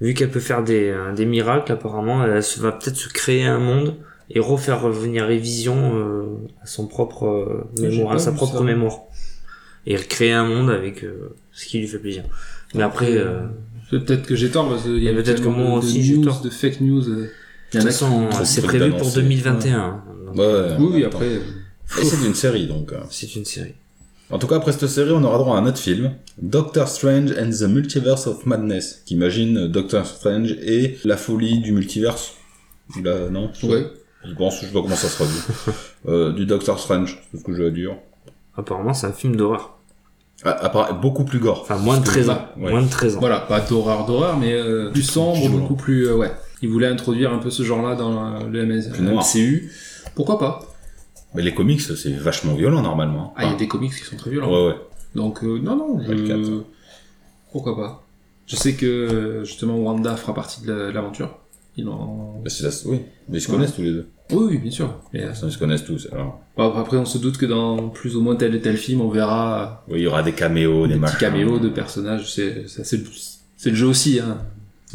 S3: vu qu'elle peut faire des, euh, des miracles, apparemment, elle se- va peut-être se créer un monde et refaire revenir Révision euh, à son propre euh,
S4: j'ai
S3: mémoire, à
S4: pas
S3: sa
S4: vu
S3: propre
S4: ça.
S3: mémoire. Et créer un monde avec euh, ce qui lui fait plaisir. Mais après, euh,
S4: peut-être que j'ai tort parce qu'il y
S3: Mais
S4: a
S3: peut-être que moi aussi, j'ai
S4: de news,
S3: tort.
S4: de fake news. euh,
S3: de
S4: il y
S3: toute
S4: en a qui-
S3: façon,
S2: trop
S3: c'est
S2: de trucs
S3: prévu pour
S2: d'annoncer.
S3: 2021.
S2: Ouais, ouais,
S4: Oui, oui,
S2: attends.
S4: après. euh,
S2: Et c'est d'une série donc. euh.
S3: C'est une série.
S2: En tout cas, après cette série, on aura droit à un autre film, Doctor Strange and the Multiverse of Madness, qui imagine euh, Doctor Strange et la folie du multiverse. Là, non je-
S4: Ouais.
S2: Je pense, je sais pas comment ça se
S4: [laughs]
S2: traduit. Euh, du Doctor Strange, c'est ce que je veux dire.
S3: Apparemment, c'est un film d'horreur.
S2: Ah, appara- beaucoup plus gore.
S3: Enfin, moins de 13 ans.
S2: Ouais.
S3: Moins de 13 ans.
S4: Voilà, pas d'horreur d'horreur, mais euh, plus sombre,
S2: violent.
S4: beaucoup plus. euh, ouais. Ils voulaient introduire un peu ce genre-là dans euh, le MS
S2: Plus noir.
S4: MCU. Pourquoi pas
S2: Mais les comics, c'est vachement violent normalement. hein.
S4: Ah, il y a des comics qui sont très violents.
S2: Ouais, ouais.
S4: Donc, euh, non, non, je-
S2: L4.
S4: pourquoi pas. Je sais que euh, justement Wanda fera partie de la- l'aventure. Ils l'ont-
S2: Bah, c'est ça, oui. Mais ils se
S4: Ouais.
S2: connaissent tous les deux.
S4: Oui, oui, bien sûr. Mais, euh,
S2: Ils se connaissent tous. Alors,
S4: bon, après, on se doute que dans plus ou moins tel et tel film, on verra
S2: oui, il y aura des caméos, des,
S4: des petits
S2: machins.
S4: caméos de personnages. C'est ça, c'est le, c'est le jeu aussi. Hein.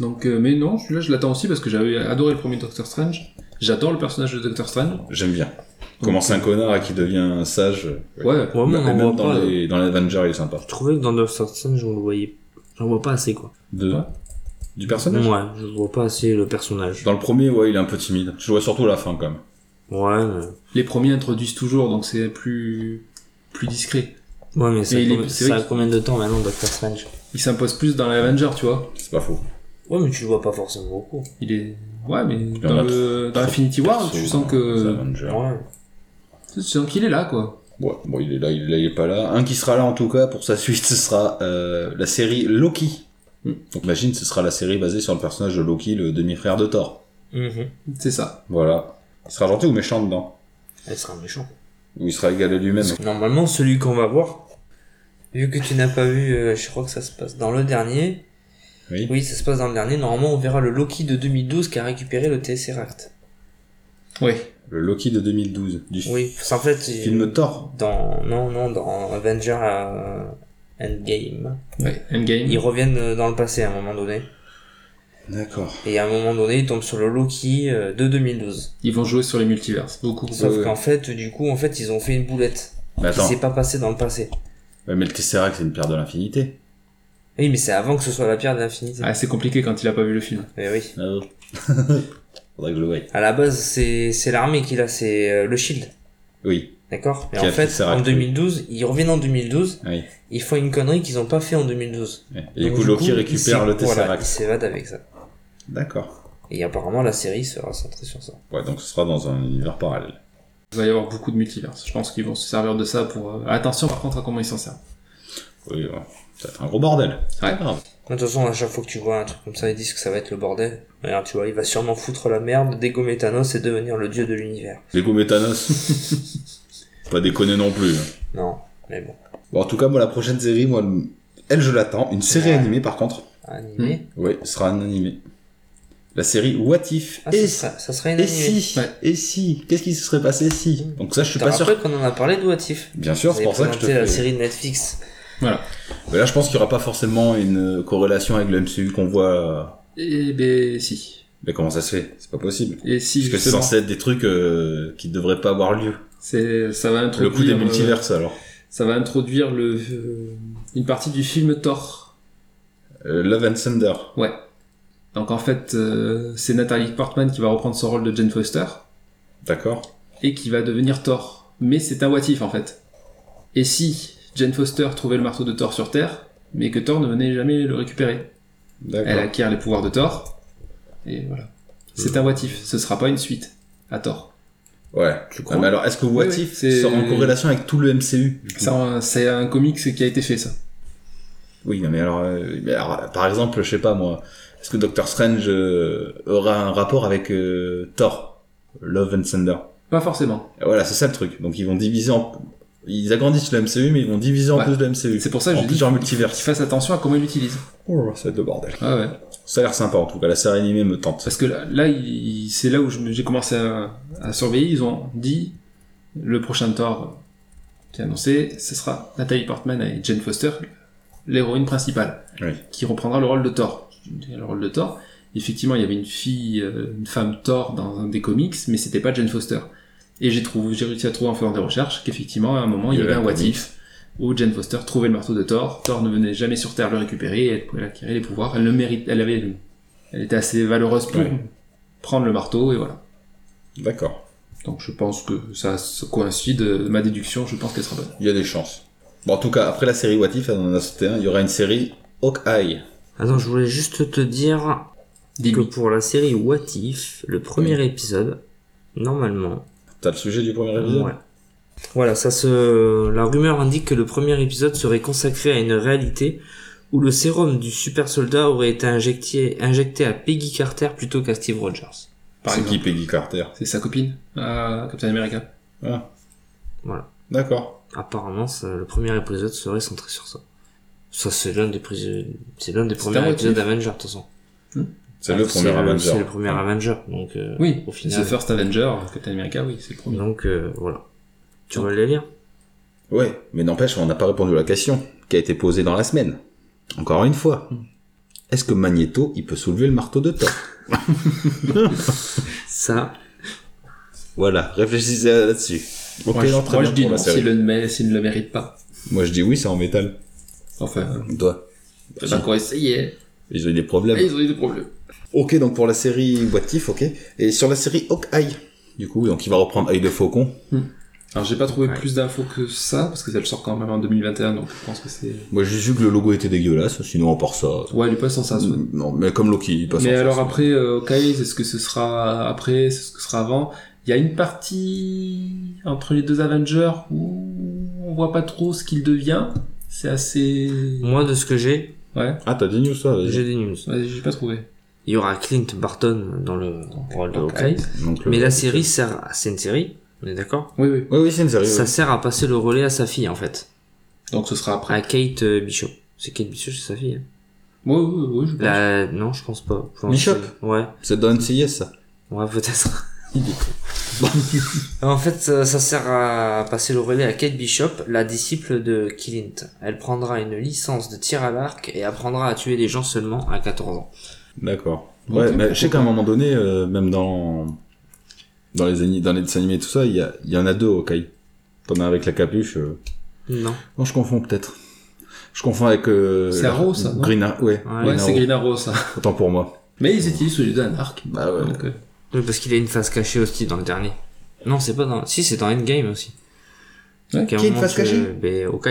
S4: Donc, euh, mais non, celui-là, je l'attends aussi parce que j'avais adoré le premier Doctor Strange. J'adore le personnage de Doctor Strange.
S2: J'aime bien. Commencer un connard à qui devient un sage. euh,
S4: Ouais.
S2: bah,
S3: Vraiment, on en
S2: même
S3: voit
S2: dans,
S3: pas.
S2: les, dans l'Avenger, il est sympa.
S3: Je trouvais que dans Love Sentence, j'en voyais, j'en vois pas assez, quoi.
S2: De... Du personnage
S3: Ouais, je vois pas assez le personnage.
S2: Dans le premier, ouais, il est un peu timide. Je vois surtout la fin, quand même.
S3: Ouais, mais,
S4: Les premiers introduisent toujours, donc c'est plus plus discret.
S3: ouais, mais ça,
S4: Mais il est-
S3: com-
S4: c'est
S3: ça
S4: vrai
S3: a combien de temps maintenant, Doctor Strange
S4: Il s'impose plus dans les Avengers, tu vois.
S2: C'est pas faux.
S3: Ouais, mais tu le vois pas forcément beaucoup.
S4: Il est ouais, mais
S2: y en a
S4: dans, le, dans Infinity War,
S2: Perso,
S4: tu sens
S2: dans
S4: que
S2: Avenger.
S3: Ouais.
S4: tu sens qu'il est là, quoi.
S2: Ouais, bon, il est là, il est là, il est pas là. Un qui sera là en tout cas pour sa suite, [laughs] ce sera euh, la série Loki. Donc imagine, ce sera la série basée sur le personnage de Loki, le demi-frère de Thor.
S3: Mhm.
S4: C'est ça.
S2: Voilà. Il sera gentil ou méchant dedans
S3: Elle sera méchante.
S2: Ou il sera égal à lui-même
S3: Normalement, celui qu'on va voir, vu que tu n'as pas vu, euh, je crois que ça se passe dans le dernier.
S2: Oui.
S3: Oui, ça se passe dans le dernier. Normalement, on verra le Loki de 2012 qui a récupéré le Tesseract.
S4: Ouais.
S2: Le Loki de 2012, du
S3: Oui, c'est en fait. il-
S2: film Thor.
S3: Dans. Non, non, dans Avenger euh, Endgame.
S4: Ouais. Endgame.
S3: Ils reviennent euh, dans le passé à un moment donné.
S2: D'accord.
S3: Et à un moment donné, ils tombent sur le Loki euh, de 2012.
S4: Ils vont jouer sur les multiverses. Beaucoup.
S3: Sauf
S2: ouais.
S3: qu'en fait, du coup, en fait, ils ont fait une boulette.
S2: Mais
S3: Qui
S2: attends,
S3: s'est pas passée dans le passé.
S2: Ouais, mais le Tesseract, c'est une pierre de l'infinité.
S3: Oui, mais c'est avant que ce soit la pierre de l'infinité.
S4: Ah, c'est compliqué quand il a pas vu le film.
S3: Eh oui.
S2: Ah bon. [laughs] Faudrait que je le voie.
S3: À la base, c'est c'est l'armée qui l'a, c'est euh, le Shield,
S2: Oui,
S3: d'accord Et
S2: Qui a
S3: en
S2: fait
S3: fait,
S2: Sarah
S3: en
S2: Cruz.
S3: 2012, ils reviennent en 2012,
S2: oui.
S3: ils font une connerie qu'ils n'ont pas fait en 2012.
S2: Et du
S3: Donc,
S2: coup, Loki récupère
S3: il-
S2: le
S3: voilà,
S2: Tesseract.
S3: il s'évade avec ça.
S2: D'accord.
S3: Et apparemment, la série sera centrée sur ça.
S2: Ouais, donc ce sera dans un univers parallèle.
S4: Il va y avoir beaucoup de multiverses. Je pense qu'ils vont se servir de ça pour. euh, Attention par contre à comment ils s'en servent.
S2: Oui, ouais. ça fait un gros bordel. C'est pas
S4: Ouais.
S2: grave.
S3: De toute façon, à chaque fois que tu vois un truc comme ça, ils disent que ça va être le bordel. Regarde, tu vois, il va sûrement foutre la merde, dégommer Thanos et devenir le dieu de l'univers.
S2: Lego Métanos.
S3: [laughs]
S2: pas déconner non plus.
S3: Non, mais bon.
S2: Bon, en tout cas, moi, la prochaine série, moi, le- elle, je l'attends. Une série
S3: Ouais.
S2: animée, par contre.
S3: Animé
S2: Oui, ce sera un animé. La série What If.
S3: Ah,
S2: et,
S3: ça, sera- ça serait une
S2: et
S3: animée.
S2: si
S4: Ouais.
S2: Et si Qu'est-ce qui se serait passé si
S3: Mm.
S2: Donc ça, je suis
S3: T'as
S2: pas sûr.
S3: rappelé qu'on en a parlé de Watif
S2: Bien sûr, c'est pour ça que je te
S3: la
S2: fais-
S3: série de Netflix.
S2: Mais là, je pense qu'il n'y aura pas forcément une corrélation avec le MCU qu'on voit. euh,
S4: Eh ben si.
S2: Mais comment ça se fait C'est pas possible.
S4: Et si
S2: Parce que c'est
S4: justement.
S2: censé être des trucs euh, qui devraient pas avoir lieu.
S4: C'est ça va introduire.
S2: Le coup des
S4: euh,
S2: multiverses, alors.
S4: ça va introduire le euh, une partie du film Thor.
S2: Euh, Love and Thunder.
S4: Ouais. Donc en fait, euh, c'est Natalie Portman qui va reprendre son rôle de Jane Foster
S2: D'accord.
S4: et qui va devenir Thor. Mais c'est un what if en fait. Et si Jane Foster trouvait le marteau de Thor sur Terre, mais que Thor ne venait jamais le récupérer, elle
S2: D'accord. Euh.
S4: acquiert les pouvoirs de Thor. Et voilà. C'est un what if. Ce sera pas une suite à Thor.
S2: Ouais.
S4: Tu
S2: Ah, mais alors, est-ce que What
S4: Oui, oui,
S2: If
S4: c'est-
S2: sort en corrélation avec tout le MCU
S4: Ça, C'est un comics qui a été fait ça.
S2: Oui, non, mais alors, euh, mais alors, par exemple, je sais pas moi, est-ce que Doctor Strange euh, aura un rapport avec euh, Thor, Love and Thunder
S4: Pas forcément.
S2: Et Voilà, c'est ça le truc. Donc ils vont diviser en, ils agrandissent le MCU, mais ils vont diviser en
S4: Ouais.
S2: plus le MCU.
S4: C'est pour ça que
S2: en
S4: je dis
S2: plusieurs
S4: Qu'ils
S2: multivers.
S4: fassent attention à comment ils l'utilisent.
S2: Oh, ça va être le bordel.
S4: Ah ouais.
S2: Ça a l'air sympa en tout cas. La série animée me tente.
S4: Parce que là, là, il- c'est là où je me- j'ai commencé à, à surveiller. Ils ont dit le prochain Thor qui est annoncé, ce sera Nathalie Portman et Jane Foster, l'héroïne principale,
S2: Oui.
S4: qui reprendra le rôle de Thor. Le rôle de Thor. Effectivement, il y avait une fille, euh, une femme Thor dans un des comics, mais c'était pas Jane Foster. Et j'ai trouvé, j'ai réussi à trouver en faisant des recherches qu'effectivement, à un moment, il y avait un what
S2: comics.
S4: if où Jane Foster trouvait le marteau de Thor. Thor ne venait jamais sur Terre le récupérer et elle pouvait acquérir les pouvoirs. Elle le mérite, elle avait le- elle était assez valeureuse pour
S2: Ouais.
S4: prendre le marteau et voilà.
S2: D'accord.
S4: Donc je pense que ça se coïncide. euh, Ma déduction, je pense qu'elle sera bonne.
S2: Il y a des chances. Bon, en tout cas, après la série What If, on en a sauté un. Il y aura une série Hawkeye.
S3: Attends, je voulais juste te dire que
S4: Dis-lui.
S3: pour la série What If, le premier épisode, normalement.
S2: T'as le sujet du premier épisode
S3: Ouais. Voilà, ça se. La rumeur indique que le premier épisode serait consacré à une réalité où le sérum du super soldat aurait été injecté, injecté à Peggy Carter plutôt qu'à Steve Rogers.
S4: Par
S2: C'est
S4: exemple.
S2: qui Peggy Carter
S4: C'est sa copine, euh, Captain America.
S2: Ah.
S3: Voilà.
S2: D'accord.
S3: Apparemment, ça- le premier épisode serait centré sur ça. Ça, c'est l'un des, prisi- c'est l'un des
S4: C'est un
S3: premiers
S4: what
S3: épisodes
S4: if.
S3: d'Avenger, de toute façon.
S2: Ah, C'est le premier Avenger.
S3: C'est le premier Avenger, donc. euh,
S4: Oui,
S3: au
S4: The
S3: final.
S4: First Avenger, Captain America, oui, c'est le premier.
S3: Donc, euh, voilà. Tu
S4: Donc-
S3: veux les lire
S2: Ouais, mais n'empêche, on n'a pas répondu à la question qui a été posée dans la semaine. Encore une fois. Est-ce que Magneto, il peut soulever le marteau de Thor
S3: Ça,
S2: Voilà, réfléchissez à- là-dessus. Ok,
S4: Moi, je,
S2: non, très
S4: moi,
S2: bien
S4: je dis
S2: pour la
S4: non
S2: série.
S4: s'il le mé- s'il ne le mérite pas.
S2: Moi, je dis oui, c'est en métal.
S4: Enfin,
S2: Toi.
S4: on a encore essayé.
S2: Ils ont eu des problèmes.
S4: Et ils ont eu des problèmes.
S2: Ok, donc pour la série What If, ok. Et sur la série Hawkeye, du coup, donc il va reprendre Eye de Faucon.
S4: Alors j'ai pas trouvé
S3: Ouais.
S4: plus d'infos que ça, parce que ça le sort quand même en 2021, donc je pense que c'est...
S2: Moi, j'ai juste vu que le logo était dégueulasse, sinon, à part ça.
S4: Ouais, il est pas sans ça, soit.
S2: non, mais comme Loki, il passe
S4: Mais
S2: en
S4: alors
S2: force.
S4: après, euh, ok, c'est ce que ce sera après, c'est ce que ce sera avant. Il y a une partie entre les deux Avengers où on voit pas trop ce qu'il devient. C'est assez...
S3: Moi, de ce que j'ai,
S4: Ouais,
S2: Ah, t'as des news, ça vas-y.
S3: j'ai des news.
S4: ouais, j'ai pas trouvé.
S3: Il y aura Clint Barton dans le rôle de
S4: Ok.
S3: Hawkeye.
S2: Donc, le-
S3: Mais la série sert, à- c'est une série, on est d'accord
S4: Oui, oui.
S2: Oui, oui, c'est une série.
S3: Ça
S2: oui.
S3: sert à passer le relais à sa fille, en fait.
S4: Donc ce sera après.
S3: À Kate euh, Bishop. C'est Kate Bishop, c'est sa fille. hein.
S4: Oui, oui, oui, je pense.
S3: La... Non, je pense pas. Enfin,
S2: Bishop
S3: c'est- Ouais,
S2: C'est dans NCIS, ça.
S3: ouais, peut-être. [laughs] en fait, ça, ça sert à passer le relais à Kate Bishop, la disciple de Clint. Elle prendra une licence de tir à l'arc et apprendra à tuer les gens seulement à 14 ans.
S2: D'accord. Ouais, mais je sais qu'à un moment donné, euh, même dans dans les, ani- dans les dessins animés et tout ça, il y, a- il y en a deux Hawkeye. T'en as avec la capuche. euh.
S3: Non.
S2: Non, je confonds peut-être. Je confonds avec. euh,
S4: C'est
S2: la-
S4: Arrow, ça, non
S2: Green Ar- ouais.
S3: Ouais,
S4: Ouais,
S2: Green
S4: c'est
S2: Arrow.
S4: Green Arrow, ça.
S2: Autant pour moi.
S4: Mais ils étaient sous les deux arc.
S2: Bah ouais.
S4: Donc, euh,
S3: Oui, parce qu'il a une phase cachée aussi dans le dernier. Non, c'est pas dans. Si, c'est dans Endgame aussi.
S4: Ouais,
S3: Qu'à un
S2: qui a une
S3: moment,
S2: phase
S3: tu-
S2: cachée
S3: Ben, ok.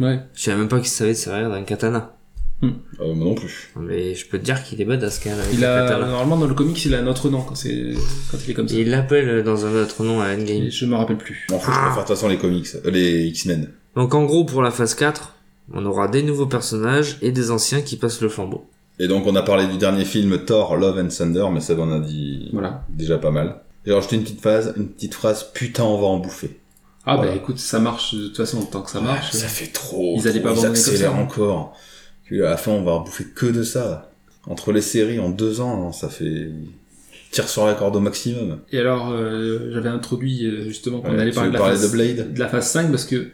S4: ouais.
S3: Je savais même pas qu'il savait se servir d'un katana.
S2: Euh, moi non plus.
S3: Mais je peux te dire qu'il est badass quand même avec
S4: Il
S3: le
S4: a,
S3: katana.
S4: normalement, dans le comics, il a un autre nom quand, c'est quand il est comme ça.
S3: Il l'appelle dans un autre nom à Endgame.
S4: Je me rappelle plus.
S2: En fait, je préfère de toute façon les comics, euh, les X-Men.
S3: Donc en gros, pour la phase 4, on aura des nouveaux personnages et des anciens qui passent le flambeau.
S2: Et donc on a parlé du dernier film Thor, Love and Thunder, mais ça on a dit
S4: Voilà.
S2: déjà pas mal. J'ai rajouté une petite phrase, une petite phrase. Putain, on va en bouffer.
S4: Ah
S2: Voilà.
S4: bah écoute, ça marche de toute façon tant que ça marche.
S2: Ah, Ça fait trop.
S4: Ils allaient
S2: trop,
S4: pas abandonner comme
S2: accélèrent
S4: ça, hein.
S2: encore. Puis à la fin, on va bouffer que de ça. Entre les séries, en deux ans, hein, ça fait tire sur la corde au maximum.
S4: Et alors euh, j'avais introduit euh, justement qu'on
S2: Ouais,
S4: allait
S2: tu
S4: parler
S2: veux
S4: de la,
S2: parler
S4: phase,
S2: de Blade
S4: de la phase 5 parce que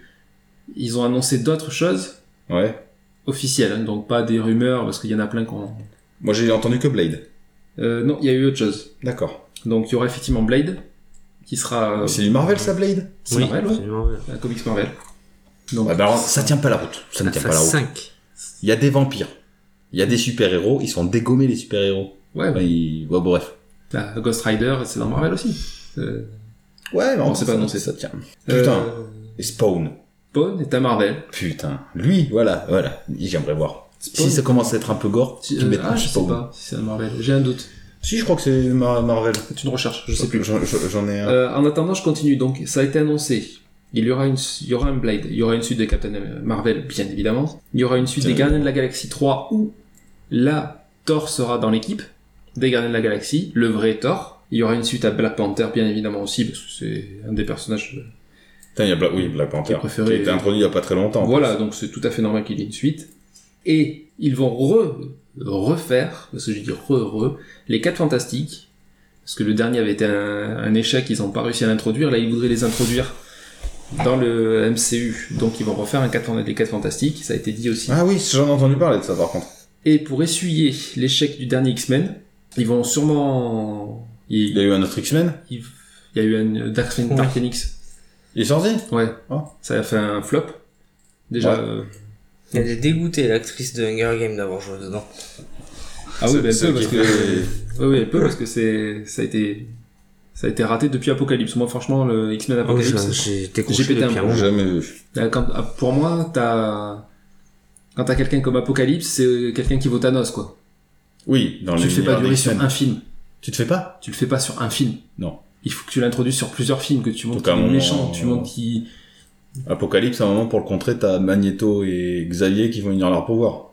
S4: ils ont annoncé d'autres choses
S2: Ouais.
S4: officielles, hein, donc pas des rumeurs parce qu'il y en a plein qu'on.
S2: Moi, j'ai entendu que Blade.
S4: Euh, non, il y a eu autre chose.
S2: D'accord.
S4: Donc il y aura effectivement Blade qui sera euh,
S2: C'est du Marvel, ça, Blade
S4: c'est Marvel, ouais.
S3: c'est Marvel.
S4: un comics Marvel. Donc
S2: Ouais, bah, alors, ça tient pas la route. Ça ne
S3: La
S2: tient pas la
S3: phase
S2: route.
S3: 5.
S2: Il y a des vampires. Il y a des super-héros. Ils sont dégommés, les super-héros.
S4: ouais,
S2: Enfin, ils- ouais, bref.
S4: bah, Ghost Rider c'est
S2: Ah.
S4: dans Marvel aussi. Euh,
S2: Ouais, mais
S4: On sait pas
S2: ça-
S4: annoncer.
S2: ça tient. Putain.
S4: euh,
S2: Et Spawn.
S4: Spawn est à Marvel.
S2: Putain. Lui, voilà, voilà. J'aimerais voir.
S4: Spawn.
S2: Si ça commence à être un peu gore,
S4: Si-
S2: tu
S4: euh,
S2: mets
S4: ah, je sais pas si c'est à Marvel. J'ai un doute.
S2: Si, je crois que c'est Mar- Marvel.
S4: C'est une recherche. Je sais plus.
S2: J'en- J'en j'en ai un.
S4: Euh, en attendant, je continue. Donc, ça a été annoncé. Il y aura une, il y aura un Blade, il y aura une suite de Captain euh, Marvel, bien évidemment. Il y aura une suite des
S2: Tiens.
S4: Gardiens de la Galaxie 3 où là, Thor sera dans l'équipe des Gardiens de la Galaxie, le vrai Thor. Il y aura une suite à Black Panther, bien évidemment aussi, parce que c'est un des personnages.
S2: Putain, il y a Bla- oui, Black Panther,
S4: T'es préféré-
S2: qui a été introduit il y a pas très longtemps.
S4: Voilà, donc c'est tout à fait normal qu'il y ait une suite. Et ils vont re, refaire, parce que je dis re, re, les 4 Fantastiques, parce que le dernier avait été un, un échec, ils n'ont pas réussi à l'introduire, là ils voudraient les introduire dans le MCU, donc ils vont refaire un 4, les 4 Fantastiques, ça a été dit aussi.
S2: Ah oui, j'en ai entendu parler de ça par contre.
S4: Et pour essuyer l'échec du dernier X-Men, ils vont sûrement... Il,
S2: Il y a eu un autre X-Men
S4: il- il y a eu un Dark, Phoenix- Dark Phoenix,
S2: Il est sorti
S4: ouais, Oh.
S2: Ah.
S4: ça a fait un flop, déjà...
S2: Ouais.
S4: euh,
S3: Elle est dégoûtée, l'actrice de Hunger Games, d'avoir joué dedans.
S4: Ah oui,
S2: C'est-
S4: bah, elle
S2: c'est
S4: peut parce
S2: qui
S4: que
S2: [laughs] fait-
S4: oui, oui, elle peut parce que c'est ça a été ça a été raté depuis Apocalypse. Moi, franchement, le X-Men
S3: Ah oui,
S4: Apocalypse.
S3: je- j'ai
S4: J'ai
S3: décroché
S4: pété un
S3: depuis un
S4: plomb.
S3: moment.
S2: Jamais vu.
S4: euh, quand- ah, pour moi, t'as quand t'as quelqu'un comme Apocalypse, c'est euh, quelqu'un qui vaut Thanos quoi.
S2: Oui, dans
S4: tu le fais
S2: l'univers
S4: pas durer
S2: des
S4: sur
S2: X-Men.
S4: un film.
S2: Tu te fais pas
S4: Tu le fais pas sur un film.
S2: Non.
S4: Il faut que tu l'introduises sur plusieurs films, que tu montres
S2: Donc, à
S4: qu'il
S2: un
S4: est
S2: moment- euh,
S4: méchant, tu montres qu'il.
S2: Apocalypse, à un moment, pour le contrer, t'as Magneto et Xavier qui vont unir leur pouvoir.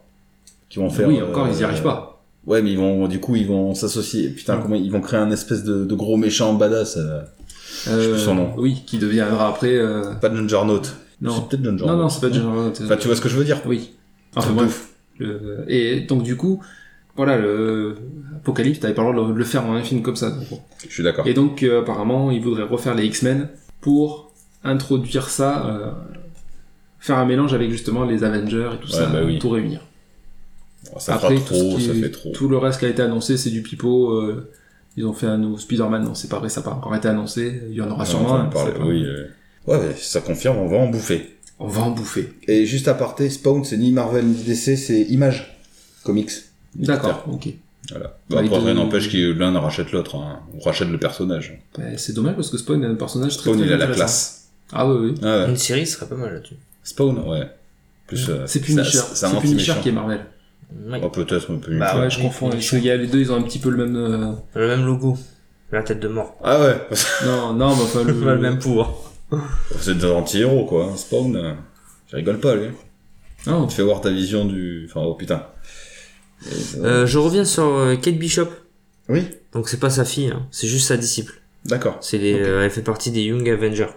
S2: Qui vont faire...
S4: Oui, encore,
S2: euh,
S4: ils y arrivent pas.
S2: Ouais, mais ils vont, du coup, ils vont s'associer. Putain, comment ils vont créer un espèce de, de gros méchant badass. euh, sais plus son nom.
S4: Euh, Oui, qui deviendra après. euh,
S2: Pas John Jarnot.
S4: Non.
S2: C'est peut-être John Jarnot.
S4: Non, non, c'est pas John Reynolds.
S2: euh, Enfin, tu vois ce que je veux dire
S4: Oui. Enfin
S2: Truc de
S4: bref. Le- Et donc du coup, voilà, le Apocalypse, t'avais pas le droit de le faire en un film comme ça. donc bon.
S2: Je suis d'accord.
S4: Et donc euh, apparemment, ils voudraient refaire les X-Men pour introduire ça, euh, faire un mélange avec justement les Avengers et tout
S2: Ouais,
S4: ça,
S2: bah oui.
S4: tout réunir.
S2: Ça
S4: Après,
S2: fera
S4: tout, ce
S2: trop,
S4: qui-
S2: ça fait trop.
S4: tout le reste qui a été annoncé, c'est du pipeau. euh, Ils ont fait un nouveau Spider-Man, non, c'est pas vrai, ça n'a pas encore été annoncé. Il y en aura sûrement
S2: On va
S4: un.
S2: en parler,
S4: c'est pas-
S2: oui, euh. Ouais, ouais, ça confirme, on va en bouffer.
S4: On va en bouffer.
S2: Et juste à parté, Spawn, c'est ni Marvel ni DC, c'est Image Comics.
S4: D'accord, ok.
S2: Voilà.
S4: Bah,
S2: après,
S4: de-
S2: rien n'empêche que l'un ne rachète l'autre. Hein. On rachète le personnage.
S4: Bah, c'est dommage parce que Spawn est un personnage très
S2: Spawn,
S4: très
S2: il a la
S4: intéressant.
S2: classe.
S4: Ah oui, oui.
S2: Ah ouais.
S3: Une série serait pas mal là-dessus.
S2: Spawn, ouais. Plus, euh,
S4: C'est
S2: ça-
S4: Punisher.
S2: ça- ça
S4: C'est
S2: monte,
S4: Punisher
S2: méchant.
S4: qui est Marvel.
S3: Ouais.
S2: Oh, peut-être, mais plus.
S3: Bah
S4: Ah ouais,
S3: ouais,
S4: je
S3: oui,
S4: confonds.
S3: oui,
S4: parce qu'il y a les deux, ils ont un petit peu le même. euh,
S3: Le même logo. La tête de mort.
S2: Ah ouais, [laughs]
S4: Non, non, mais enfin le.
S3: [laughs] Pas le même pouvoir.
S2: c'est des anti-héros, quoi. Spawn, euh, je rigole pas, lui.
S4: Non,
S2: On te fait voir ta vision du... Enfin, oh putain. Et ça-
S3: Euh, je reviens sur euh, Kate Bishop.
S2: Oui,
S3: Donc c'est pas sa fille, hein, c'est juste sa disciple.
S2: d'accord.
S3: C'est les,
S2: Ok.
S3: euh, elle fait partie des Young Avengers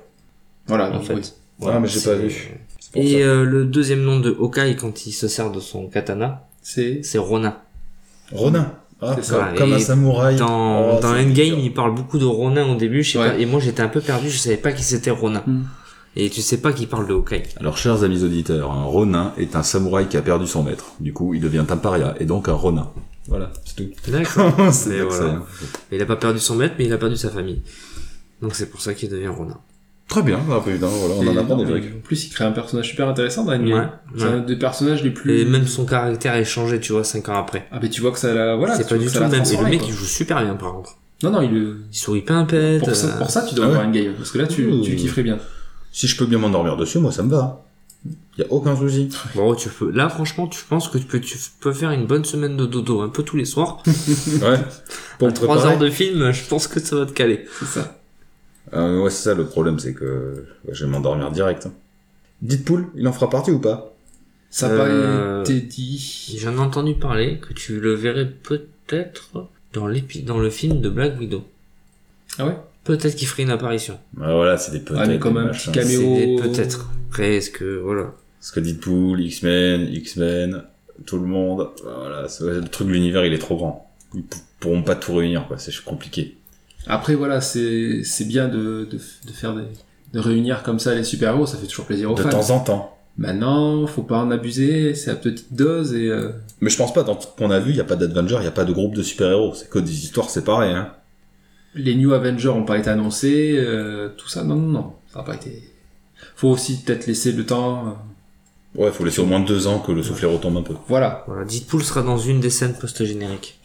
S2: Voilà.
S3: en fait.
S4: oui.
S2: Ah, mais j'ai
S3: c'est-
S2: pas vu. C'est pour
S3: Et
S2: ça.
S3: euh, le deuxième nom de Hawkeye quand il se sert de son katana,
S4: c'est.
S3: c'est Ronin.
S2: Ronin. Ah,
S4: c'est
S3: euh, ça.
S2: Comme un
S3: Et
S2: samouraï.
S3: Dans,
S2: Oh,
S3: dans
S2: c'est
S3: Endgame,
S2: bizarre.
S3: il parle beaucoup de Ronin au début, je sais
S4: Ouais.
S3: pas, et moi j'étais un peu perdu, je savais pas qui c'était Ronin.
S4: Hmm.
S3: Et tu sais pas qui parle de Hawkeye.
S12: Alors, chers amis auditeurs, un Ronin est un samouraï qui a perdu son maître. Du coup, il devient un paria, et donc un
S2: [laughs]
S12: Ronin. Voilà, c'est tout.
S4: [laughs]
S3: D'accord.
S12: C'est
S3: Mais
S12: comme ça,
S3: voilà.
S12: hein.
S3: Mais il a pas perdu son maître, mais il a perdu sa famille. Donc c'est pour ça qu'il devient Ronin.
S2: Très bien. Ah, putain, voilà, on en
S4: Et
S2: apprend des
S4: non, mais
S2: trucs.
S4: En plus, il crée un personnage super intéressant dans Endgame.
S3: Ouais,
S4: C'est
S3: ouais.
S4: un des personnages les plus.
S3: Et même son caractère est changé, tu vois, 5 ans après.
S4: Ah, mais tu vois que ça la. Voilà,
S3: c'est
S4: tu
S3: pas
S4: vois
S3: du
S4: que
S3: tout
S4: ça l'a
S3: le même. Et le
S4: transformé,
S3: mec,
S4: quoi.
S3: il joue super bien par contre.
S4: Non, non, il.
S3: Il sourit pas un pet.
S4: Pour ça,
S3: euh,
S4: pour ça, tu dois
S2: Ah
S4: avoir un game parce que là, tu,
S2: Ouh.
S4: tu kifferais bien.
S2: Si je peux bien m'endormir dessus, moi, ça me va. Y a aucun
S3: [laughs]
S2: souci.
S3: Bon, tu peux... Là, franchement, tu penses que tu peux, tu peux faire une bonne semaine de dodo hein, un peu tous les soirs.
S2: Ouais. Pour
S3: Pour
S2: me
S3: 3
S2: préparer.
S3: heures de film, je pense que ça va te caler.
S4: C'est ça.
S2: Euh, ouais, c'est ça le problème, c'est que ouais, je vais m'endormir direct. hein. Deadpool, il en fera partie ou pas
S4: Ça n'a
S3: Euh,
S4: pas été dit.
S3: J'en ai entendu parler que tu le verrais peut-être dans, l'épi- dans le film de Black Widow.
S4: Ah ouais
S3: Peut-être qu'il ferait une apparition.
S2: Ah, Voilà, c'est des peut-être.
S4: Ah, mais comme
S2: des
S4: un
S2: machins.
S4: petit caméo.
S3: C'est Peut-être. Après, est-ce que... Voilà.
S2: Parce que Deadpool, X-Men, X-Men, tout le monde. bah, Voilà, c'est- le truc de l'univers, il est trop grand. Ils pou- pourront pas tout réunir, quoi. C'est compliqué.
S4: Après, voilà, c'est c'est bien de, de, de faire des. De réunir comme ça les super-héros, ça fait toujours plaisir aux
S2: de
S4: fans.
S2: temps en temps.
S4: Maintenant, faut pas en abuser, c'est à petite dose et euh,
S2: Mais je pense pas, dans tout ce qu'on a vu, il y a pas d'Avenger, il y a pas de groupe de super-héros. C'est que des histoires séparées, hein.
S4: les New Avengers ont pas été annoncés, euh, tout ça, non, non, non, ça n'a pas été. Faut aussi peut-être laisser le temps. euh,
S2: Ouais, faut laisser au moins deux ans que le soufflet retombe un peu.
S4: voilà,
S3: voilà. Deadpool sera dans une des scènes post-génériques.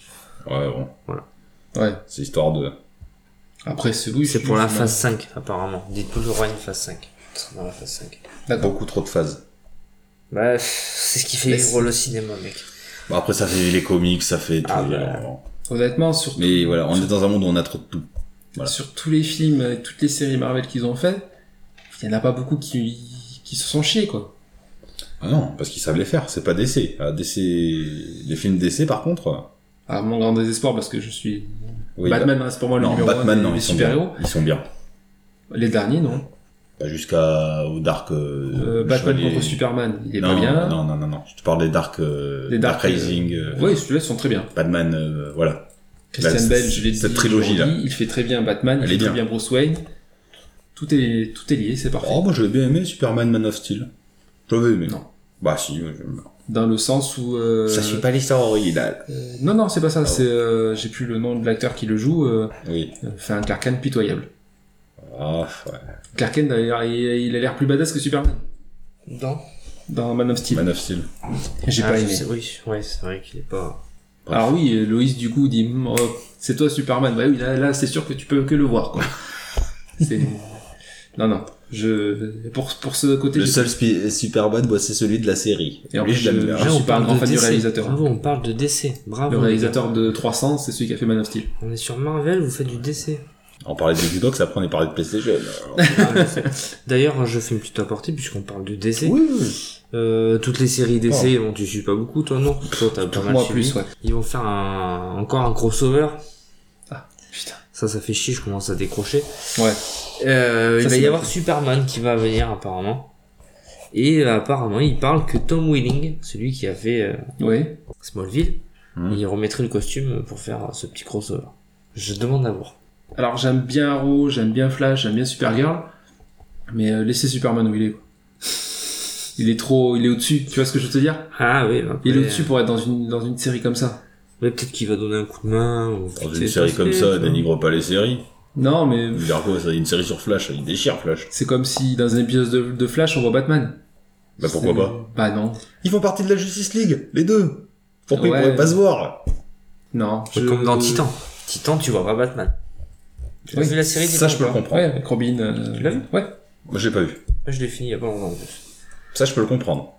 S2: Ouais, bon.
S4: ouais.
S2: C'est histoire de.
S4: Après, c'est oui,
S3: C'est
S4: je-
S3: pour la
S4: je-
S3: phase 5, apparemment. Deadpool aura une phase 5. Il sera dans la phase 5.
S4: D'accord.
S2: Beaucoup trop de phases.
S3: Bah, c'est ce qui fait
S4: Mais
S3: vivre le cinéma, mec.
S2: Bah, après, ça fait les comics, ça fait tout.
S3: Ah, bah.
S2: alors.
S4: Honnêtement, sur,
S2: Mais voilà, on est dans un monde où on a trop de tout. Voilà.
S4: sur tous les films et toutes les séries Marvel qu'ils ont fait, il y en a pas beaucoup qui, qui se sont chiés, quoi.
S2: Ah non, parce qu'ils savent les faire, c'est pas DC. Ah, DC. Les films DC, par contre.
S4: À mon grand désespoir, parce que je suis.
S2: oui,
S4: Batman reste pour moi
S2: bah-
S4: le
S2: Non,
S4: numéro
S2: Batman,
S4: un
S2: non,
S4: des
S2: ils sont
S4: super-héros.
S2: bien. Ils sont bien.
S4: Les derniers, non.
S2: Bah, jusqu'à. au Dark. euh,
S4: Euh,
S2: le
S4: Batman
S2: Chevalier-
S4: contre Superman, il est
S2: non,
S4: pas bien.
S2: Non, non, non, non. Je te parle des Dark. euh,
S4: Les
S2: Dark,
S4: Dark,
S2: Rising. euh,
S4: Oui, celui-là, ils sont très bien.
S2: Batman, euh, voilà. Là,
S4: Christian
S2: Bah, c'est-
S4: Bale, je l'ai dit.
S2: cette trilogie-là.
S4: aujourd'hui, Il fait très bien Batman,
S2: Elle est
S4: il fait très
S2: bien.
S4: bien Bruce Wayne. Tout est, tout est lié, c'est parfait.
S2: Oh, moi j'avais bien aimé Superman Man of Steel. J'avais aimé.
S4: Non.
S2: Bah si, ouais, j'aime bien.
S4: Dans le sens où. euh,
S2: pas Oh. l'histoire originale.
S4: euh, non, non, c'est pas ça.
S2: bon.
S4: C'est, euh, j'ai plus le nom de l'acteur qui le joue. Euh,
S2: Oui.
S4: euh, fait un Clark Kent pitoyable.
S2: Ah, ouais.
S4: Clark Kent, d'ailleurs, il, il a l'air plus badass que Superman
S3: Non.
S4: dans Man of Steel.
S2: Man of Steel.
S4: J'ai
S3: Ah,
S4: pas
S3: je
S4: aimé.
S3: sais, oui, ouais, c'est vrai qu'il est pas.
S2: Bref.
S4: Alors oui, euh, Loïs du coup dit Hum, oh, c'est toi Superman. Bah oui, là, là c'est sûr que tu peux que le
S2: [laughs]
S4: voir quoi. c'est non non, je pour pour ce côté
S2: Le
S4: j'ai-
S2: seul spi- Superman, bah, c'est celui de la série.
S4: Et en
S2: Lui,
S4: plus,
S2: je l'aime bien.
S4: Ah, je- suis pas un grand fan du
S3: DC.
S4: réalisateur. hein.
S3: Bravo, on parle de DC. Bravo.
S4: le réalisateur
S3: les
S4: de 300, c'est celui qui a fait Man of Steel.
S3: gars. On est sur Marvel, vous faites du DC.
S2: On parlait de Xbox, après on est parlé de PlayStation. Alors,
S3: D'ailleurs, je fais une petite aparté puisqu'on parle de DC.
S2: oui, oui.
S3: Euh, toutes les séries DC, bon, tu suis pas beaucoup, toi, non Toi, t'as pas mal
S4: Moi
S3: suivi.
S4: Oh. plus ouais.
S3: Ils vont faire un... encore un crossover.
S4: Putain.
S3: Ça, ça fait chier, je commence à décrocher.
S4: Ouais.
S3: Euh,
S4: Ça,
S3: il va
S4: c'est
S3: y
S4: bien.
S3: avoir Superman qui va venir, apparemment. Et euh, apparemment, il parle que Tom Willing, celui qui a fait euh,
S4: Ouais.
S3: Smallville,
S4: Mmh.
S2: Hmm.
S3: il remettrait le costume pour faire euh, ce petit crossover. Je demande à voir.
S4: Alors j'aime bien Arrow, j'aime bien Flash, j'aime bien Supergirl, mais euh, laissez Superman où il est quoi. Il est trop, il est au-dessus. Tu vois ce que je veux te dire
S3: Ah oui, bah, après,
S4: Il est
S3: euh,
S4: au-dessus pour être dans une dans une série comme ça.
S3: Mais peut-être qu'il va donner un coup de main. Ou...
S2: Dans
S3: C'est
S2: une série
S3: pas
S2: comme
S3: fait,
S2: ça,
S3: tu vois.
S2: dénigre pas les séries.
S4: Non, mais
S2: Darko, c'est une série sur Flash, il déchire Flash.
S4: c'est comme si dans un épisode de, de Flash, on voit Batman.
S2: Bah pourquoi
S4: C'est-
S2: pas
S4: Bah non.
S2: Ils font partie de la Justice League, les deux. Pourquoi
S4: Ouais.
S2: ils pourraient pas se voir
S4: Non.
S3: C'est
S4: je-
S3: Comme dans Titan. Titan, tu vois pas Batman. Tu as
S4: Oui,
S3: vu la série
S2: Ça,
S3: Titan
S2: je peux
S3: ou
S2: le
S3: pas
S2: comprendre.
S4: Ouais, avec Robin. euh,
S3: Tu l'as vu
S4: Ouais.
S2: Moi, j'ai pas vu.
S3: Moi, Je l'ai fini il y a pas longtemps. en plus.
S2: Ça, je peux le comprendre.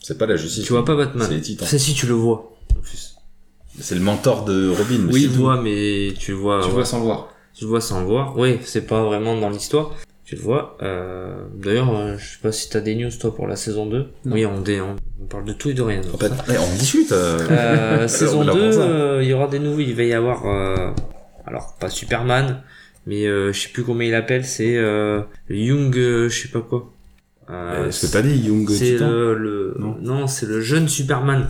S2: C'est pas la Justice
S3: Tu vois
S2: League,
S3: pas Batman.
S2: C'est les Titans.
S3: Ça, si tu le vois. en plus.
S2: C'est le mentor de Robin. mais
S3: Oui, tu
S2: c'est
S3: le
S2: tout.
S3: vois, mais tu le vois.
S4: Tu
S3: ouais.
S4: vois sans le voir.
S3: tu le vois sans le voir. Oui, c'est pas vraiment dans l'histoire. Tu le vois. Euh, D'ailleurs, euh, je sais pas si t'as des news toi pour la saison 2.
S4: Non.
S3: Oui, on, dé, on, on parle de tout et de rien.
S2: En fait, eh, on discute. euh. [laughs]
S3: Euh, saison
S2: on
S3: 2,
S2: apprend ça.
S3: euh, il y aura des nouveaux. Il va y avoir, euh, alors pas Superman, mais euh, je sais plus comment il appelle, c'est euh, Young, euh, je sais pas quoi. Euh,
S2: Euh, ce que t'as dit, Young
S3: c'est
S2: Titan.
S3: le, le- non,
S2: Non.
S3: c'est le jeune Superman.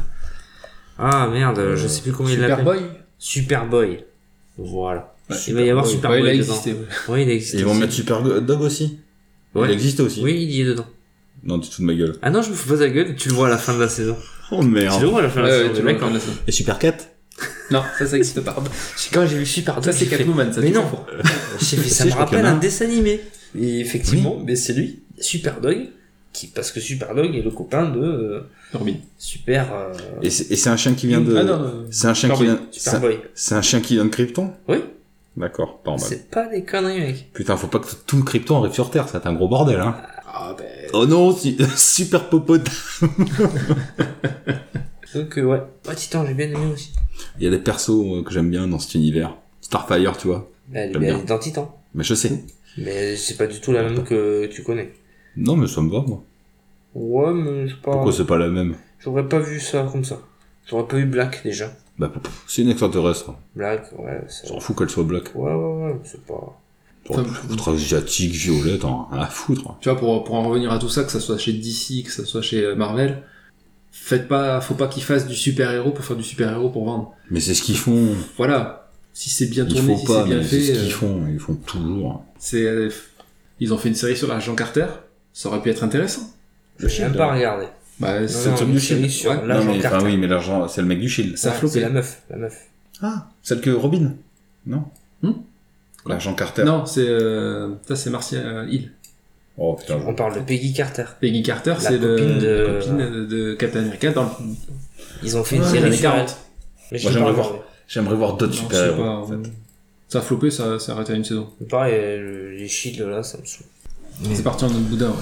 S3: Ah merde, je sais plus comment il l'appelle.
S4: Euh, Superboy
S3: Superboy. Voilà. il
S4: Superboy.
S3: va y avoir Superboy
S4: Ouais, il a
S3: dedans. Ah, [laughs]
S4: existé. ouais.
S3: Oui, il existe.
S2: Ils vont mettre Super Dog aussi.
S3: Ouais.
S2: Il existe aussi.
S3: Oui, il y est dedans.
S2: Non, tu te fous de ma gueule.
S3: Ah non, je me fous pas ta gueule, tu le vois à la fin de la saison.
S2: Oh
S3: Tu le
S2: merde.
S3: vois à la fin de la
S4: Ouais, ouais,
S3: saison,
S4: tu
S3: le
S4: vois,
S3: mec,
S4: comme
S3: hein.
S4: la saison.
S2: Et Super Cat
S4: Non, ça, ça existe pas.
S3: Quand j'ai vu Super
S4: Ça, c'est
S3: j'ai fait-
S4: Catwoman, ça.
S3: Mais
S4: tu
S3: non.
S4: confonds.
S3: [laughs] J'ai fait, ça
S2: Si,
S3: me
S2: je crois qu'il y en
S3: rappelle
S2: a
S3: un
S2: un.
S3: dessin animé. Et effectivement, mais c'est lui, Superdog, qui, parce que Superdog est le copain de euh,
S4: Robin.
S3: Super, euh,
S2: Et c'est et c'est un chien qui vient de.
S4: Ah non, euh,
S2: C'est un chien qui
S4: Superboy.
S2: vient. c'est un-
S3: Superboy.
S2: C'est un chien qui vient de Krypton
S3: Oui.
S2: D'accord, pas en mal.
S3: C'est pas des conneries, mec.
S2: Putain, faut pas que tout le Krypton arrive sur Terre, ça va être un gros bordel, hein.
S4: Ah, ben.
S2: Oh non, si- super popote.
S3: Donc, euh, ouais. Oh, Titan, j'ai bien aimé aussi.
S2: Il y a des persos euh, que j'aime bien dans cet univers. Starfire, tu vois.
S3: Bah, Elle,
S2: J'aime
S3: elle
S2: bien.
S3: est dans Titan.
S2: Mais je sais.
S3: Mais c'est pas du tout la même que tu connais.
S2: Non, mais ça me va, moi.
S3: Ouais, mais je sais pas.
S2: Pourquoi c'est pas la même
S3: J'aurais pas vu ça comme ça. J'aurais pas vu Black déjà.
S2: Bah, pff, c'est une extraterrestre. hein.
S3: Black, ouais, c'est.
S2: J'en fous qu'elle soit black.
S3: Ouais, ouais, ouais, c'est pas.
S2: J'en foutre asiatique, violette, hein, rien à foutre.
S4: Tu vois, pour, pour en revenir à tout ça, que ça soit chez DC, que ça soit chez euh, Marvel, faites pas, faut pas qu'ils fassent du super-héros pour faire du super-héros pour vendre.
S2: Mais c'est ce qu'ils font.
S4: Voilà. Si c'est bien
S2: Il
S4: tourné,
S2: faut
S4: si
S2: pas,
S4: c'est bien
S2: mais c'est
S4: fait,
S2: ce
S4: euh,
S2: qu'ils font. Ils font toujours.
S4: c'est, euh, ils ont fait une série sur Agent Carter. Ça aurait pu être intéressant.
S3: J'ai même pas regardé.
S4: Bah,
S3: Non,
S4: c'est-
S3: non,
S2: truc
S3: une
S2: du
S3: série
S2: film.
S3: sur
S4: Ouais.
S2: Non,
S3: l'agent
S2: mais, enfin,
S3: Carter.
S2: oui, mais l'argent, c'est le mec du shield.
S4: ça
S3: Ouais,
S4: flopait.
S3: Ah, C'est hein. la meuf, la meuf.
S2: Ah, celle que Robin Non.
S4: Hmm
S2: L'argent Carter.
S4: Non, c'est, euh, ça c'est Martial Hill.
S2: Oh putain,
S3: On
S2: je...
S3: parle de Peggy Carter.
S4: Peggy Carter,
S3: La
S4: c'est le-
S3: copine de-
S4: la copine de Captain America dans le,
S3: Ils ont fait une
S4: dans les
S3: série
S4: années
S3: sur
S4: 40.
S3: Mais je
S2: Moi,
S3: l'ai
S2: j'aimerais
S3: pas
S2: voir.
S3: regardé.
S2: j'aimerais voir
S4: Non,
S2: d'autres
S4: je sais
S2: super-héros.
S4: pas, euh, Ça a flopé, ça, ça a arrêté à une saison.
S3: Mais Pareil, euh, les shields là, ça me saoule.
S4: C'est parti en autre boudin, ouais.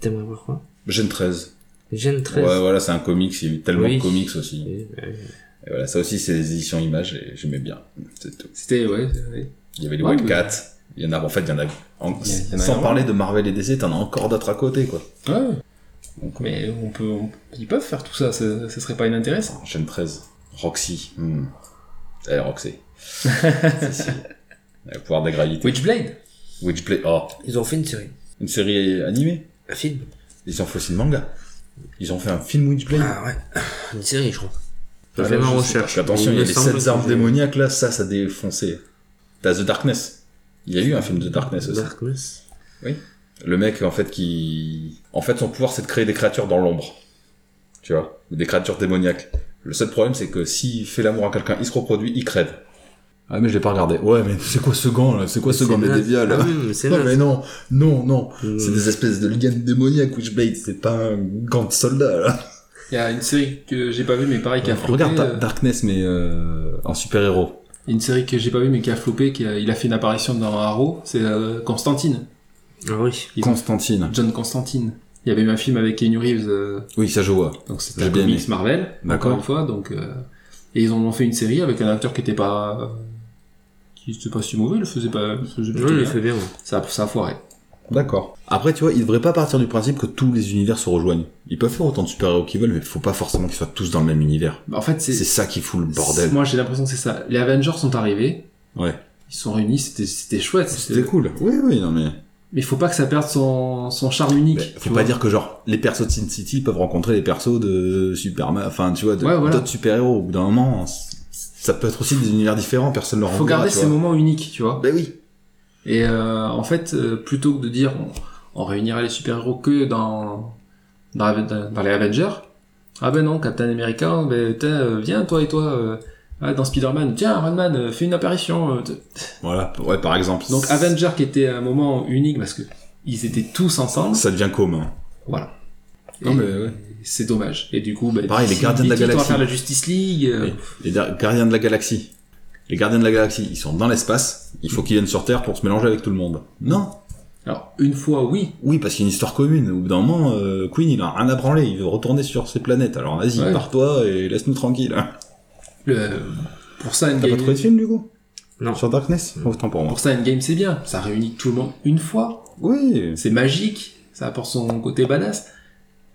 S3: T'aimerais voir quoi
S2: Gen 13.
S3: Gen 13.
S2: Ouais, voilà, c'est un comics, il y a eu tellement
S3: Oui.
S2: de comics aussi.
S3: Et, euh,
S2: Et voilà, ça aussi, c'est les éditions images et j'aimais bien. C'est tout.
S4: C'était, ouais, ouais.
S2: Il y avait les
S4: Ouais,
S2: Wildcats. Il y en a, en fait, il y en a. en-
S4: Il y en a
S2: sans
S4: énormément.
S2: parler de Marvel et DC, t'en as encore d'autres à côté, quoi.
S4: Ouais.
S2: Donc, mais.
S4: Mais on peut, on- ils peuvent faire tout ça, ce ce serait pas inintéressant.
S2: Gen 13. Roxy. Hmm. Eh,
S4: [laughs]
S2: Roxy. si, si. Le pouvoir des gravités.
S4: Witchblade
S2: Witchblade. Oh,
S3: Ils ont fait une série.
S2: une série animée.
S3: Un film
S2: Ils ont fait aussi une manga. Ils ont fait un film Witchblade.
S3: Ah ouais. [clears throat] Une série, je crois. Je
S2: Ah,
S3: fais
S2: là,
S3: ma
S2: je sais
S3: recherche.
S2: pas. Attention, il y
S3: me
S2: a les
S3: semble
S2: sept
S3: que
S2: armes
S3: j'ai-
S2: démoniaques là, ça, ça défoncé. T'as The Darkness. Il y a eu un film de Darkness aussi.
S3: Darkness.
S2: Le mec, en fait, qui. En fait, son pouvoir, c'est de créer des créatures dans l'ombre. Tu vois Ou Des créatures démoniaques. Le seul problème, c'est que s'il fait l'amour à quelqu'un, il se reproduit, il crève. Ah, mais je l'ai pas regardé. Ouais, mais c'est quoi ce gant là C'est quoi ce gant
S3: C'est
S2: des
S3: naze.
S2: déviats là
S3: Ah oui, mais
S2: [laughs]
S3: c'est
S2: Non, mais
S3: naze.
S2: non, non, non.
S3: Euh,
S2: C'est des espèces de liganes démoniaques, Witchblade. C'est pas un gant de soldat là.
S4: Il y a une série que j'ai pas vue, mais pareil, qui a flopé.
S2: Regarde
S4: euh,
S2: Dar- Darkness, mais euh, en super-héros.
S4: une série que j'ai pas vue, mais qui a flopé, qui a- il a fait une apparition dans Arrow, c'est euh, Constantine.
S3: Ah oui.
S4: Ils ont-
S2: Constantine.
S4: John Constantine. Il y avait eu un film avec Keanu Reeves, euh,
S2: Oui, ça je vois.
S4: donc c'était
S2: J'ai
S4: un
S2: bien
S4: comics
S2: aimé.
S4: Marvel,
S2: D'accord.
S4: encore une fois, donc... euh, et ils en ont fait une série avec un acteur qui était pas... euh, qui était pas si mauvais, il le faisait pas... il le faisait
S3: Je
S4: plutôt
S3: l'ai
S4: bien.
S3: fait bien. ouais.
S4: Ça, a- ça a foiré.
S2: D'accord. Après, tu vois, ils devraient pas partir du principe que tous les univers se rejoignent. Ils peuvent faire autant de super-héros qu'ils veulent, mais faut pas forcément qu'ils soient tous dans le même univers.
S4: Bah, En fait,
S2: C'est
S4: c'est...
S2: ça qui fout le bordel.
S4: Moi, j'ai l'impression que c'est ça. Les Avengers sont arrivés,
S2: Ouais.
S4: ils sont réunis, c'était, c'était chouette.
S2: C'était cool. Oui, oui, non mais.
S4: Mais faut pas que ça perde son, son charme unique.
S2: mais
S4: tu
S2: Bah, faut
S4: vois.
S2: pas dire que genre les persos de Sin City peuvent rencontrer les persos de Superman, enfin tu vois, de-
S4: Ouais, voilà.
S2: d'autres super-héros. Au bout d'un moment, c- ça peut être aussi des univers différents. Personne ne le
S4: Faut
S2: rencontre.
S4: garder ces moments uniques, tu vois.
S2: Ben oui.
S4: Et euh, en fait, euh, plutôt que de dire on, on réunira les super-héros que dans, dans, Ave- dans- dans les Avengers, ah ben non, Captain America, ben, t'as, euh, viens toi et toi, euh, Ah, dans Spider-Man, tiens, Iron Man euh, fait une apparition. euh, de-
S2: Voilà, ouais, par exemple.
S4: Donc Avenger qui était un moment unique parce que ils étaient tous ensemble.
S2: ça devient commun.
S4: Voilà.
S2: Non,
S4: Et
S2: mais ouais.
S4: C'est dommage. Et du coup, bah,
S2: Pareil, les
S4: DC,
S2: Gardiens de la
S4: dit-on, on va
S2: Galaxie.
S4: faire la Justice League. euh,
S2: Oui. Les Dar- gardiens de la galaxie. Les gardiens de la galaxie, ils sont dans l'espace, il faut qu'ils viennent sur Terre pour se mélanger avec tout le monde. Non
S4: Alors, une fois, oui.
S2: Oui, parce qu'il y a une histoire commune. Au bout d'un moment, euh, Queen, il a rien à branler, il veut retourner sur ses planètes. Alors vas-y,
S4: Ouais.
S2: pars-toi et laisse-nous [laughs] tranquille.
S4: Le... Pour ça,
S2: T'as pas
S4: Endgame,
S2: trouvé de film, du coup
S3: Non.
S2: Sur Darkness Autant pour moi.
S4: pour ça, Endgame, c'est bien. Ça réunit tout le monde une fois.
S2: Oui
S4: C'est magique. Ça apporte son côté badass.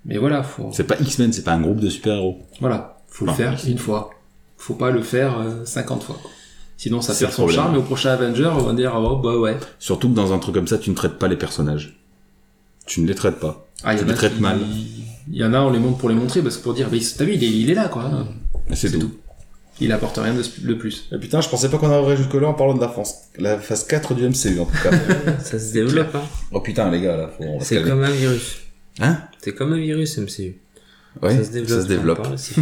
S4: Mais voilà, faut,
S2: C'est pas X-Men, c'est pas un groupe de super-héros.
S4: voilà, faut le
S2: Enfin,
S4: faire une fois. Faut pas le faire euh, 50 fois. quoi. Sinon, ça
S2: C'est
S4: perd
S2: le
S4: son
S2: problème.
S4: charme. Et au prochain Avenger, on va dire, oh, bah ouais.
S2: Surtout que dans un truc comme ça, tu ne traites pas les personnages. Tu ne les traites pas.
S4: Ah, il y
S2: Tu
S4: en
S2: les
S4: a
S2: traites
S4: qui-
S2: mal.
S4: Il y en a, on les montre pour les montrer, parce que pour dire, bah, il- t'as vu, il est, il est là, quoi.
S2: Et C'est
S4: C'est
S2: tout.
S4: Il apporte rien de, sp- de plus.
S2: Ah, putain, je pensais pas qu'on arriverait jusque-là en parlant de la France. La phase 4 du MCU, en tout [laughs] cas.
S3: Ça se développe, hein.
S2: oh putain, les gars, là, faut, on va se
S3: C'est
S2: calmer.
S3: comme un virus.
S2: Hein
S3: C'est comme un virus, MCU.
S2: Ouais,
S3: ça se développe. on en parle, c'est [laughs] fou.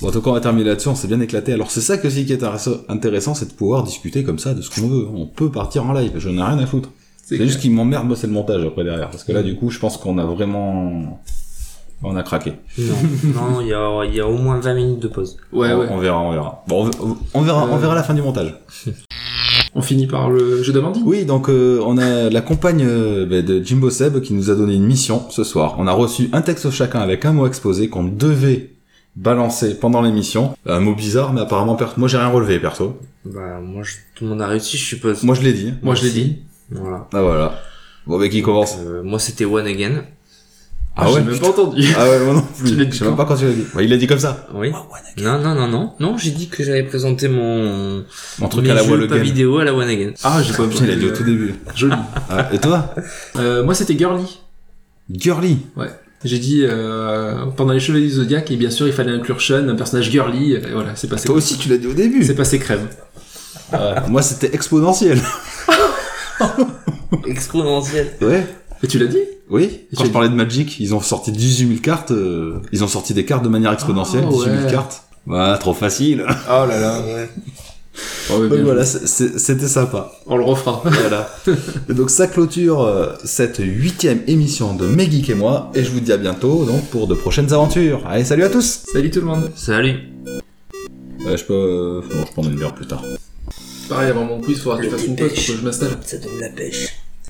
S2: Bon, en tout cas, on va terminer là-dessus, on s'est bien éclaté. Alors, c'est ça que ce qui est intéressant- intéressant, c'est de pouvoir discuter comme ça de ce qu'on veut. On peut partir en live, je n'ai rien à foutre. C'est
S4: clair.
S2: juste qu'il m'emmerde, moi, c'est le montage après derrière. Parce que là, du coup, je pense qu'on a vraiment. On a craqué.
S3: non, non, il y a, il y a au moins 20 minutes de pause.
S4: Ouais,
S2: on,
S4: ouais.
S2: on verra, on verra. Bon, on, on verra, on
S4: Euh.
S2: verra la fin du montage.
S4: On finit par le jeu d'Amandine.
S2: Oui, donc euh, on a la compagne euh, ben, de Jimbo Seb qui nous a donné une mission ce soir. On a reçu un texte chacun avec un mot exposé qu'on devait balancer pendant l'émission. Un mot bizarre, mais apparemment, per- moi j'ai rien relevé, perso.
S3: Bah, moi, je- tout le monde a réussi, je suppose.
S2: Moi je l'ai dit. hein.
S4: Moi, je l'ai dit.
S3: Voilà.
S2: Ah voilà. Bon, ben qui commence
S3: Euh, moi, c'était One Again.
S2: Ah ouais
S4: J'ai même pas entendu.
S2: Ah ouais, moi non plus.
S4: Tu l'as dit
S2: Je sais
S4: quand
S2: même pas quand [laughs] tu l'as dit. Ouais, il l'a dit comme ça.
S3: Oui. Non, non, non, non. Non, j'ai dit que j'avais présenté mon,
S2: Mon truc
S3: mes
S2: à la
S3: jeux
S2: voix le
S3: pas
S2: game.
S3: vidéo à la One [laughs] Again.
S4: [laughs] Ah, j'ai pas
S2: Putain, il l'a dit au tout début.
S4: Joli.
S2: Ah, et toi
S4: Euh, moi, c'était Girly.
S2: Girly.
S4: J'ai dit, euh, pendant les Chevaliers du Zodiac, et bien sûr, il fallait inclure Sean, un personnage girly. Et voilà, c'est passé.
S2: Toi aussi, tu l'as dit au début.
S4: C'est passé crème.
S2: Moi, c'était exponentiel.
S3: Exponentiel.
S2: [laughs] Ouais.
S4: Et tu l'as dit
S2: Oui, quand
S4: J'ai-
S2: je parlais de Magic, ils ont sorti 18 000 cartes, euh, ils ont sorti des cartes de manière exponentielle,
S4: Ah,
S2: 18 000
S4: ouais.
S2: cartes. Bah, trop [laughs] facile.
S4: Oh là là. Oh, ouais,
S2: Donc
S4: bien
S2: voilà, c'est- c'est- c'était sympa.
S4: joué. On le refera.
S2: Voilà. [laughs] Et donc ça clôture euh, cette huitième émission de Mes Geeks et moi, et je vous dis à bientôt donc pour de prochaines aventures. Allez, salut à tous
S4: Salut tout le monde.
S3: Salut.
S2: Je peux... euh, je prends une bière plus tard.
S4: Pareil, avant mon quiz, faudra que tu fasses une pause pour que je m'installe.
S3: Ça donne la pêche.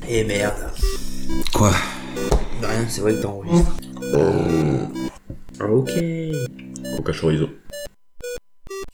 S3: Eh merde. Bah,
S2: Quoi Oh.
S3: Rien, c'est vrai que t'enregistres. Ah, Ok.
S2: Coca chorizo.